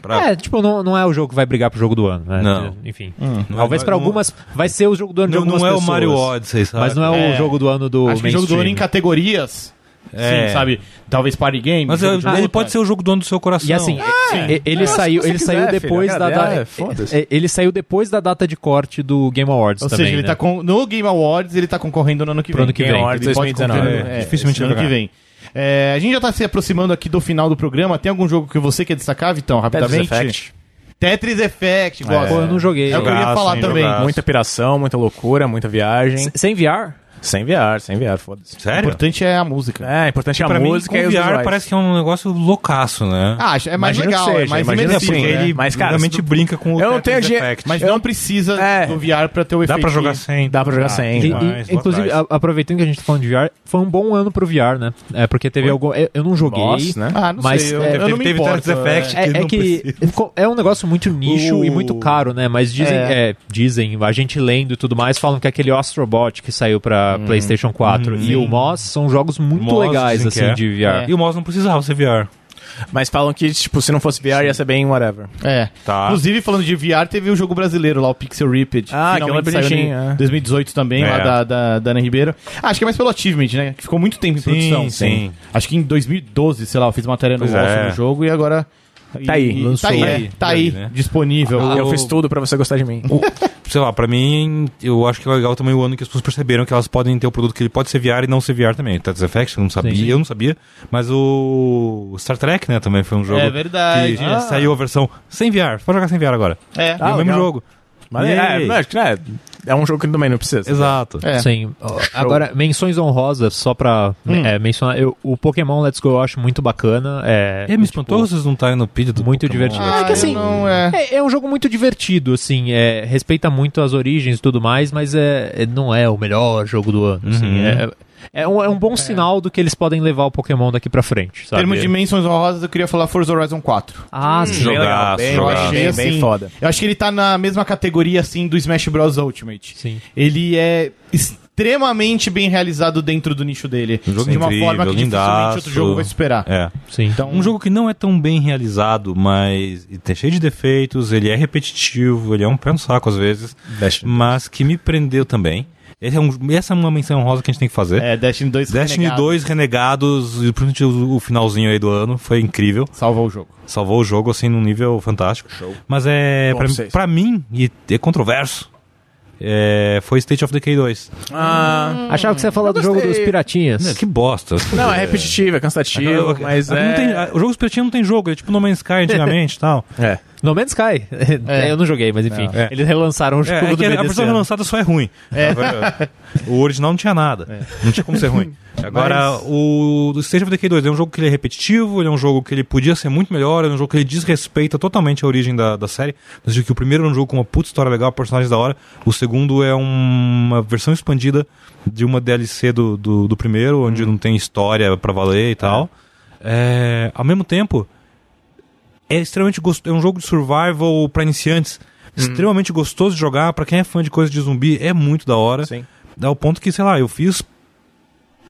Speaker 2: Pra-
Speaker 4: É, tipo, não, não é o jogo que vai brigar pro jogo do ano, né?
Speaker 2: Não.
Speaker 4: Enfim.
Speaker 2: Não é-
Speaker 4: Talvez pra
Speaker 2: não-
Speaker 4: algumas. Vai ser o jogo do ano de
Speaker 2: Não,
Speaker 4: algumas
Speaker 2: não é o
Speaker 4: pessoas.
Speaker 2: Mario Odyssey, sabe?
Speaker 4: Mas não é,
Speaker 1: É.
Speaker 4: o jogo do ano do
Speaker 1: Acho que jogo do ano em
Speaker 4: mainstream.
Speaker 1: categorias.
Speaker 2: É.
Speaker 1: Sim, sabe? Talvez party game.
Speaker 2: Mas
Speaker 1: jogo
Speaker 2: é-
Speaker 1: de
Speaker 2: ele
Speaker 1: luta.
Speaker 2: pode ser o jogo do ano do seu coração.
Speaker 4: E assim, e- e- ele
Speaker 3: É, se
Speaker 4: saiu,
Speaker 3: você
Speaker 4: ele
Speaker 3: quiser,
Speaker 4: saiu
Speaker 3: filho,
Speaker 4: depois da
Speaker 3: HD,
Speaker 4: data,
Speaker 3: é, foda-se.
Speaker 4: e- ele saiu depois da data de corte do Game Awards
Speaker 1: Ou
Speaker 4: também,
Speaker 1: seja, ele
Speaker 4: né?
Speaker 1: tá com, no Game Awards ele tá concorrendo no ano que
Speaker 4: Pro
Speaker 1: vem.
Speaker 4: ano
Speaker 3: É,
Speaker 4: que
Speaker 1: Game
Speaker 4: vem.
Speaker 1: Awards ele pode
Speaker 3: 2019,
Speaker 1: concorrer no-
Speaker 4: né?
Speaker 3: é,
Speaker 2: dificilmente
Speaker 1: esse ano
Speaker 2: jogar.
Speaker 1: que vem. É, a gente já tá se aproximando aqui do final do programa. Tem algum jogo que você quer destacar, Vitão, rapidamente? Tetris Effect, gosto.
Speaker 4: Pô, eu não joguei.
Speaker 1: É o que eu ia
Speaker 2: Jogaço,
Speaker 1: falar
Speaker 2: hein,
Speaker 1: também.
Speaker 2: jogaço.
Speaker 3: Muita piração, muita loucura, muita viagem.
Speaker 4: S- Sem VR?
Speaker 3: Sem VR, sem VR, foda-se.
Speaker 1: O
Speaker 2: Sério?
Speaker 1: importante é a música.
Speaker 3: É, importante é a
Speaker 2: pra mim,
Speaker 3: música e
Speaker 2: com
Speaker 3: os
Speaker 2: VR
Speaker 3: visuais.
Speaker 2: parece que é um negócio loucaço, né?
Speaker 1: Ah, acho- é mais
Speaker 3: Imagino que
Speaker 1: legal, é
Speaker 3: seja,
Speaker 1: mais
Speaker 3: imagino
Speaker 2: é
Speaker 3: que
Speaker 1: imersivo,
Speaker 2: porque
Speaker 3: sim,
Speaker 1: né?
Speaker 2: ele
Speaker 3: Mas, cara,
Speaker 2: realmente
Speaker 3: se não-
Speaker 2: brinca com o
Speaker 3: Eu não
Speaker 2: Tetris
Speaker 3: tenho dinheiro-
Speaker 2: Effect.
Speaker 1: Mas
Speaker 3: Eu-
Speaker 1: não precisa
Speaker 3: É.
Speaker 1: do VR pra ter o efeito.
Speaker 2: Dá pra jogar
Speaker 1: que-
Speaker 2: sem.
Speaker 3: Dá pra jogar
Speaker 2: Ah,
Speaker 3: sem,
Speaker 4: E-
Speaker 3: Tem
Speaker 4: e-
Speaker 2: demais, vou
Speaker 4: inclusive,
Speaker 2: atrás.
Speaker 4: a- aproveitando que a gente tá falando de VR, foi um bom ano pro VR, né? É, porque teve algum. Eu, eu não joguei.
Speaker 3: Nossa, né?
Speaker 1: Ah, não
Speaker 4: Mas,
Speaker 1: sei, eu,
Speaker 4: é,
Speaker 1: eu não
Speaker 2: teve-
Speaker 1: me
Speaker 2: teve
Speaker 1: importo.
Speaker 2: Tetris Effect.
Speaker 1: é.
Speaker 4: É, é
Speaker 2: Não
Speaker 4: que ficou- é um negócio muito nicho
Speaker 2: O-
Speaker 4: e muito caro, né? Mas dizem, é, dizem, a gente lendo e tudo mais, falam que aquele Astrobot que saiu pra PlayStation 4 e o Moss são jogos muito
Speaker 2: Moss,
Speaker 4: legais,
Speaker 2: dizem que
Speaker 4: assim,
Speaker 2: é.
Speaker 4: de VR.
Speaker 2: E o mouse não precisava ser VR.
Speaker 3: Mas falam que, tipo, se não fosse VR, ia ser bem whatever.
Speaker 1: É.
Speaker 2: Tá.
Speaker 1: Inclusive, falando de VR, teve o jogo brasileiro lá, o Pixel Ripped.
Speaker 3: Ah,
Speaker 1: Finalmente
Speaker 3: aquela
Speaker 1: saiu em
Speaker 3: bonitinha, é.
Speaker 1: 2018 também,
Speaker 2: É.
Speaker 1: lá da, da, da Ana Ribeiro. Ah, acho que é mais pelo Achievement, né? Que ficou muito tempo em
Speaker 2: Sim,
Speaker 1: produção.
Speaker 2: sim.
Speaker 1: Acho que em 2012, sei lá, eu fiz matéria no
Speaker 2: Pois
Speaker 1: UOL
Speaker 2: é.
Speaker 1: sobre o jogo e agora...
Speaker 3: Tá aí,
Speaker 1: e-
Speaker 3: lançou Ah,
Speaker 1: tá aí,
Speaker 2: aí.
Speaker 1: é, tá aí,
Speaker 2: Tá aí, né?
Speaker 1: disponível.
Speaker 3: Eu fiz tudo pra você gostar de mim.
Speaker 2: Sei lá, pra mim, eu acho que é legal também o ano que as pessoas perceberam que elas podem ter o produto que ele pode ser VR e não ser VR também. Tetris Effect, eu não sabia,
Speaker 4: Sim.
Speaker 2: eu não sabia. Mas o Star Trek, né, também foi um jogo
Speaker 1: É verdade.
Speaker 2: que
Speaker 1: Ah.
Speaker 2: saiu a versão sem VR. Pode jogar sem VR agora.
Speaker 1: É.
Speaker 2: é o mesmo
Speaker 3: legal.
Speaker 2: jogo.
Speaker 3: Mas
Speaker 2: Yay.
Speaker 3: é, mas, né, é um jogo que também não precisa.
Speaker 2: Exato.
Speaker 1: É.
Speaker 4: Sim. Agora, menções honrosas, só pra é, mencionar. eu- o Pokémon Let's Go eu acho muito bacana. É,
Speaker 2: E me
Speaker 1: tipo
Speaker 2: espantou vocês não estarem no PID do
Speaker 4: muito
Speaker 2: Pokémon.
Speaker 4: divertido.
Speaker 1: Ah,
Speaker 4: É que
Speaker 1: eu
Speaker 4: assim,
Speaker 1: Não, é.
Speaker 4: É, é um jogo muito divertido, assim, é, respeita muito as origens e tudo mais, mas é, é- não é o melhor jogo do ano, assim,
Speaker 2: Uhum.
Speaker 4: é, é um, é um bom sinal do que eles podem levar o Pokémon daqui pra frente,
Speaker 1: Em
Speaker 4: sabe?
Speaker 1: termos de menções honrosas, eu queria falar Forza Horizon 4.
Speaker 4: Ah, sim.
Speaker 2: Hum. Jogo. Jogaço,
Speaker 3: bem,
Speaker 1: Eu
Speaker 2: jogaço.
Speaker 3: bem,
Speaker 1: achei
Speaker 3: bem,
Speaker 1: assim,
Speaker 3: bem foda.
Speaker 1: Eu acho que ele tá na mesma categoria assim do Smash Bros Ultimate.
Speaker 4: Sim.
Speaker 1: Ele é extremamente bem realizado dentro do nicho dele,
Speaker 2: Um jogo
Speaker 1: de uma
Speaker 2: incrível,
Speaker 1: forma que dificilmente
Speaker 2: lindaço.
Speaker 1: outro jogo vai superar.
Speaker 2: É.
Speaker 4: Sim.
Speaker 1: Então,
Speaker 2: Um jogo que não é tão bem realizado, mas e tem cheio de defeitos, ele é repetitivo, ele é um pé no saco às vezes,
Speaker 3: Deixa.
Speaker 2: mas que me prendeu também. Esse é um- essa é uma menção honrosa que a gente tem que fazer.
Speaker 1: é Destiny 2
Speaker 2: Destiny
Speaker 1: Renegado
Speaker 2: 2 Renegados, e principalmente o o finalzinho aí do ano, foi incrível.
Speaker 1: salva o jogo.
Speaker 2: Salvou o jogo, assim, num nível fantástico. Mas é.
Speaker 3: Bom,
Speaker 2: Pra,
Speaker 3: vocês.
Speaker 2: pra mim, e é controverso, é, foi State of Decay 2.
Speaker 3: Ah,
Speaker 4: Achava que você ia falar do jogo dos piratinhas.
Speaker 2: Que bosta.
Speaker 3: não, é repetitivo, é cansativo,
Speaker 2: Eu-
Speaker 3: mas
Speaker 2: eu- não
Speaker 3: é...
Speaker 2: tem- a- o jogo dos piratinhas não tem jogo, é tipo No Man's Sky
Speaker 3: *laughs*
Speaker 2: antigamente e tal.
Speaker 3: É.
Speaker 4: No Man's Sky.
Speaker 1: É.
Speaker 4: *laughs* Eu não joguei, mas enfim.
Speaker 2: Não. É.
Speaker 4: Eles relançaram o
Speaker 2: É,
Speaker 4: jogo
Speaker 2: é
Speaker 4: do
Speaker 2: que a
Speaker 4: BD esse
Speaker 2: versão
Speaker 4: ano.
Speaker 2: relançada só é ruim. O original não tinha nada. Não tinha como ser ruim. Agora, o do State of Decay 2 é um jogo que ele é repetitivo, ele é um jogo que ele podia ser muito melhor, é um jogo que ele desrespeita totalmente a origem da, da série. No sentido que o primeiro é um jogo com uma puta história legal, personagens da hora. O segundo é um- uma versão expandida de uma DLC do, do, do primeiro, onde não tem história pra valer e tal. É, ao mesmo tempo, é extremamente gostoso. É um jogo de survival pra iniciantes. Extremamente gostoso de jogar. pra quem é fã de coisa de zumbi, é muito da hora.
Speaker 3: Sim.
Speaker 2: Dá o ponto que, sei lá, eu fiz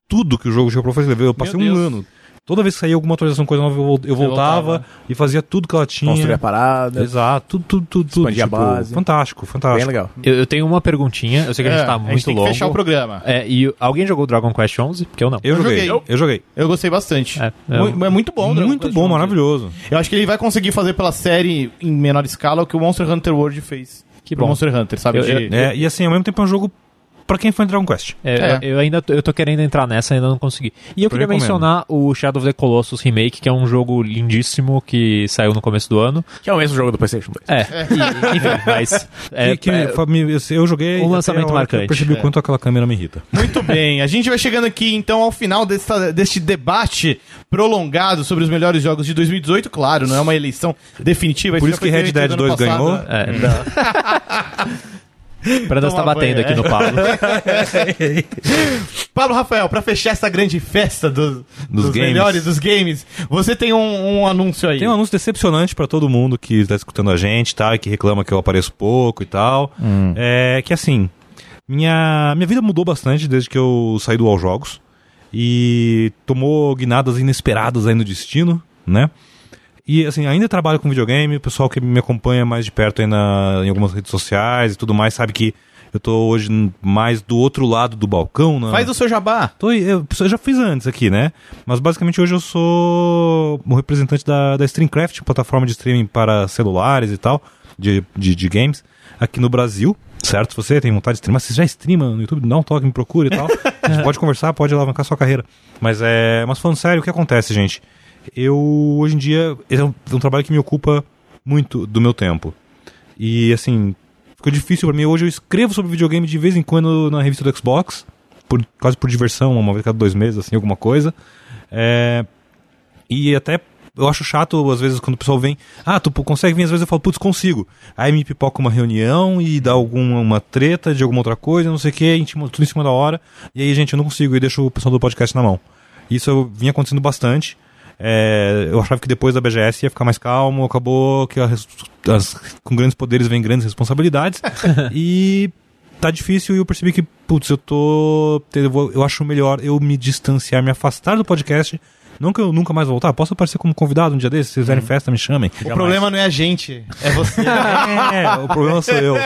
Speaker 2: tudo que o jogo tinha pra fazer. Eu passei um
Speaker 1: Deus.
Speaker 2: ano. Toda vez que saía alguma atualização, coisa nova, eu vol- eu voltava,
Speaker 1: voltava.
Speaker 2: e fazia tudo que ela tinha.
Speaker 3: Construir a parada,
Speaker 2: Exato, tudo, tudo, tudo. tudo. tipo,
Speaker 3: Expandir né? a base.
Speaker 2: Fantástico, fantástico.
Speaker 3: bem legal.
Speaker 4: Eu, eu tenho uma perguntinha. Eu sei que a gente
Speaker 1: É,
Speaker 4: tá
Speaker 1: a gente
Speaker 4: muito
Speaker 1: tem
Speaker 4: longo.
Speaker 1: que fechar o programa.
Speaker 4: É, e alguém jogou Dragon Quest 11? Porque eu não.
Speaker 2: Eu,
Speaker 1: Eu
Speaker 2: joguei,
Speaker 1: joguei.
Speaker 2: eu joguei.
Speaker 1: Eu gostei bastante.
Speaker 4: É,
Speaker 1: É,
Speaker 4: é um-
Speaker 1: é muito bom, Dragon
Speaker 2: muito
Speaker 1: Quest
Speaker 2: bom,
Speaker 1: Frontier.
Speaker 2: maravilhoso.
Speaker 1: Eu acho que ele vai conseguir fazer pela série em menor escala o que o Monster Hunter World fez.
Speaker 4: Que
Speaker 1: pro
Speaker 4: bom.
Speaker 1: Monster Hunter, sabe?
Speaker 4: Eu-
Speaker 1: De-
Speaker 4: eu-
Speaker 2: É, e assim, ao mesmo tempo é um jogo pra quem é fã de Dragon Quest.
Speaker 4: É,
Speaker 1: É.
Speaker 4: Eu, eu ainda tô, eu tô querendo entrar nessa, ainda não consegui. E eu
Speaker 2: Eu
Speaker 4: queria
Speaker 2: recomendo.
Speaker 4: mencionar o Shadow of the Colossus Remake, que é um jogo lindíssimo que saiu no começo do ano.
Speaker 3: Que é o mesmo jogo do PlayStation 2.
Speaker 4: É, e- enfim, mas. É,
Speaker 2: que, que
Speaker 4: é,
Speaker 2: fa- me- eu- eu joguei.
Speaker 4: Um
Speaker 2: até a
Speaker 4: lançamento
Speaker 2: hora que
Speaker 4: marcante.
Speaker 2: Eu percebi o
Speaker 1: É.
Speaker 2: quanto aquela câmera me irrita.
Speaker 1: Muito bem, a gente vai chegando aqui então ao final desta- deste debate prolongado sobre os melhores jogos de 2018. Claro, não é uma eleição definitiva.
Speaker 2: Por
Speaker 1: já
Speaker 2: isso
Speaker 1: foi
Speaker 2: que Red
Speaker 1: feito
Speaker 2: Dead
Speaker 1: ano
Speaker 2: 2
Speaker 1: passado.
Speaker 2: ganhou.
Speaker 4: é, Prandas tá
Speaker 1: Toma
Speaker 4: batendo
Speaker 1: banho,
Speaker 4: aqui
Speaker 1: é.
Speaker 4: no Pablo.
Speaker 1: Paulo né? Rafael, pra fechar essa grande festa do- dos,
Speaker 2: Dos games.
Speaker 1: melhores dos games, você tem um, um anúncio aí.
Speaker 2: Tem um anúncio decepcionante pra todo mundo que tá escutando a gente e tal, e que reclama que eu apareço pouco e tal.
Speaker 1: Hum.
Speaker 2: É que assim, minha, minha vida mudou bastante desde que eu saí do All Jogos. E tomou guinadas inesperadas aí no destino, né? E assim, ainda trabalho com videogame, o pessoal que me acompanha mais de perto aí na, em algumas redes sociais e tudo mais sabe que eu tô hoje mais do outro lado do balcão, né?
Speaker 1: Faz o seu jabá.
Speaker 2: Tô, eu, eu já fiz antes aqui, né? Mas basicamente hoje eu sou o representante da, da Streamcraft, plataforma de streaming para celulares e tal, de, de, de games, aqui no Brasil. Certo? Se você tem vontade de streamar, você já streama no YouTube, dá um toque, me procura e tal. A gente pode conversar, pode alavancar sua carreira. Mas é. Mas falando sério, o que acontece, gente? Eu hoje em dia. esse É um, é um trabalho que me ocupa muito do meu tempo. E assim, ficou difícil pra mim. Hoje eu escrevo sobre videogame de vez em quando na revista do Xbox, por, quase por diversão, uma vez a cada dois meses, assim, alguma coisa. É, e até eu acho chato, às vezes, quando o pessoal vem, ah, tu consegue vir, às vezes eu falo, putz, consigo. Aí me pipoca uma reunião e dá alguma uma treta de alguma outra coisa, não sei o que, em cima- tudo em cima da hora. E aí, gente, eu não consigo e deixo o pessoal do podcast na mão. Isso eu- vinha acontecendo bastante. É, eu achava que depois da BGS ia ficar mais calmo, acabou que as- as- com grandes poderes vem grandes responsabilidades. e tá difícil e eu percebi que, putz, eu tô. Eu, vou- eu acho melhor eu me distanciar, me afastar do podcast. Não que eu nunca mais voltar, posso aparecer como convidado um dia desses, se fizerem festa, me chamem.
Speaker 1: Uhum. O problema não é a gente, é
Speaker 2: *laughs*
Speaker 1: você.
Speaker 2: É, o problema sou eu.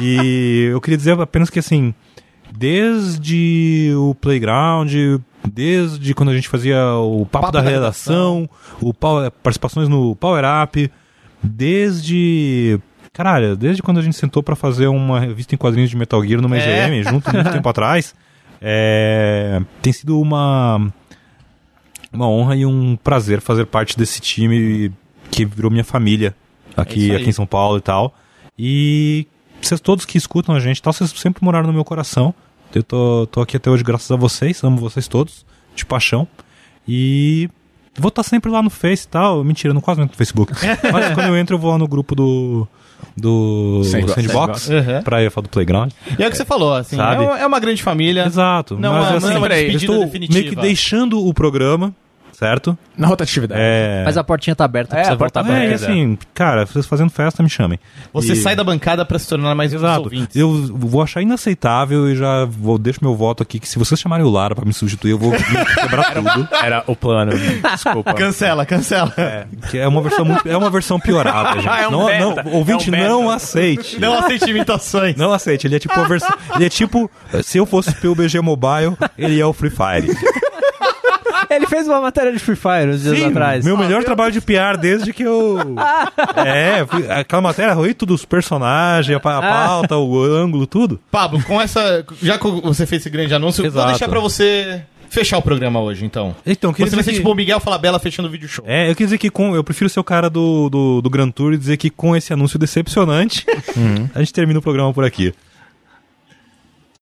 Speaker 2: E eu queria dizer apenas que, assim, desde o Playground, desde quando a gente fazia o Papo, da, Redação, o power- participações no Power Up, desde. Caralho, desde quando a gente sentou pra fazer uma revista em quadrinhos de Metal Gear numa
Speaker 1: É.
Speaker 2: EGM, junto muito tempo atrás, é, tem sido uma uma honra e um prazer fazer parte desse time que virou minha família aqui, aqui em São Paulo e tal. E vocês todos que escutam a gente e tal, vocês sempre moraram no meu coração. Eu tô, tô aqui até hoje graças a vocês, amo vocês todos, de paixão. E vou estar sempre lá no Face e tal. Mentira, eu não quase entro
Speaker 1: *laughs*
Speaker 2: no Facebook. Mas quando eu entro, eu vou lá no grupo do. Do
Speaker 3: Sandbox.
Speaker 2: Sandbox,
Speaker 1: Uhum.
Speaker 2: pra eu falar do Playground.
Speaker 1: E é o que você falou, assim,
Speaker 2: Sabe?
Speaker 1: é uma- é uma grande família.
Speaker 2: Exato.
Speaker 1: Não,
Speaker 2: mas
Speaker 1: não,
Speaker 2: assim,
Speaker 1: não é uma
Speaker 3: peraí,
Speaker 2: eu
Speaker 1: despedida
Speaker 2: estou
Speaker 1: definitiva.
Speaker 2: meio que deixando o programa, certo?
Speaker 3: Na rotatividade.
Speaker 2: É.
Speaker 4: Mas a portinha tá aberta
Speaker 3: É,
Speaker 4: pra você
Speaker 3: a porta
Speaker 4: voltar
Speaker 3: tá
Speaker 4: pra
Speaker 2: é, e
Speaker 4: é,
Speaker 2: assim, cara, vocês fazendo festa, me chamem.
Speaker 1: Você
Speaker 2: E-
Speaker 1: sai da bancada pra se tornar mais um dos
Speaker 2: Exato.
Speaker 1: ouvintes.
Speaker 2: Eu vou achar inaceitável e já vou, deixo meu voto aqui que se vocês chamarem o Lara pra me substituir, eu vou me *laughs* quebrar tudo.
Speaker 3: Era o plano. né? Desculpa. *laughs*
Speaker 1: Cancela, cancela.
Speaker 2: Que é uma versão muito- é uma versão
Speaker 3: *laughs*
Speaker 2: piorada, gente.
Speaker 3: Ah, é um
Speaker 2: não,
Speaker 3: beta.
Speaker 2: não, ouvinte,
Speaker 3: É um beta.
Speaker 2: não aceite.
Speaker 1: Não aceite imitações.
Speaker 2: Não aceite, ele é tipo a versão. Ele é tipo. Se eu fosse PUBG Mobile, ele é o Free Fire.
Speaker 4: *laughs* Ele fez uma matéria de Free Fire uns dias
Speaker 2: Sim,
Speaker 4: atrás.
Speaker 2: Meu melhor trabalho de PR desde que eu. é, fui- aquela matéria, o tudo dos personagens, a pa- a pauta, o ângulo, tudo.
Speaker 1: Pablo, com essa. Já que você fez esse grande anúncio, vou
Speaker 2: Exato.
Speaker 1: deixar pra você fechar o programa hoje, então.
Speaker 2: Então, queria
Speaker 1: Você vai
Speaker 2: dizer
Speaker 1: ser
Speaker 2: que-
Speaker 1: tipo o Miguel Falabella fechando o vídeo show.
Speaker 2: É, eu quis dizer que com, eu prefiro ser o cara *laughs* do, do, do Grand Tour e dizer que com esse anúncio decepcionante, a gente termina o programa por aqui.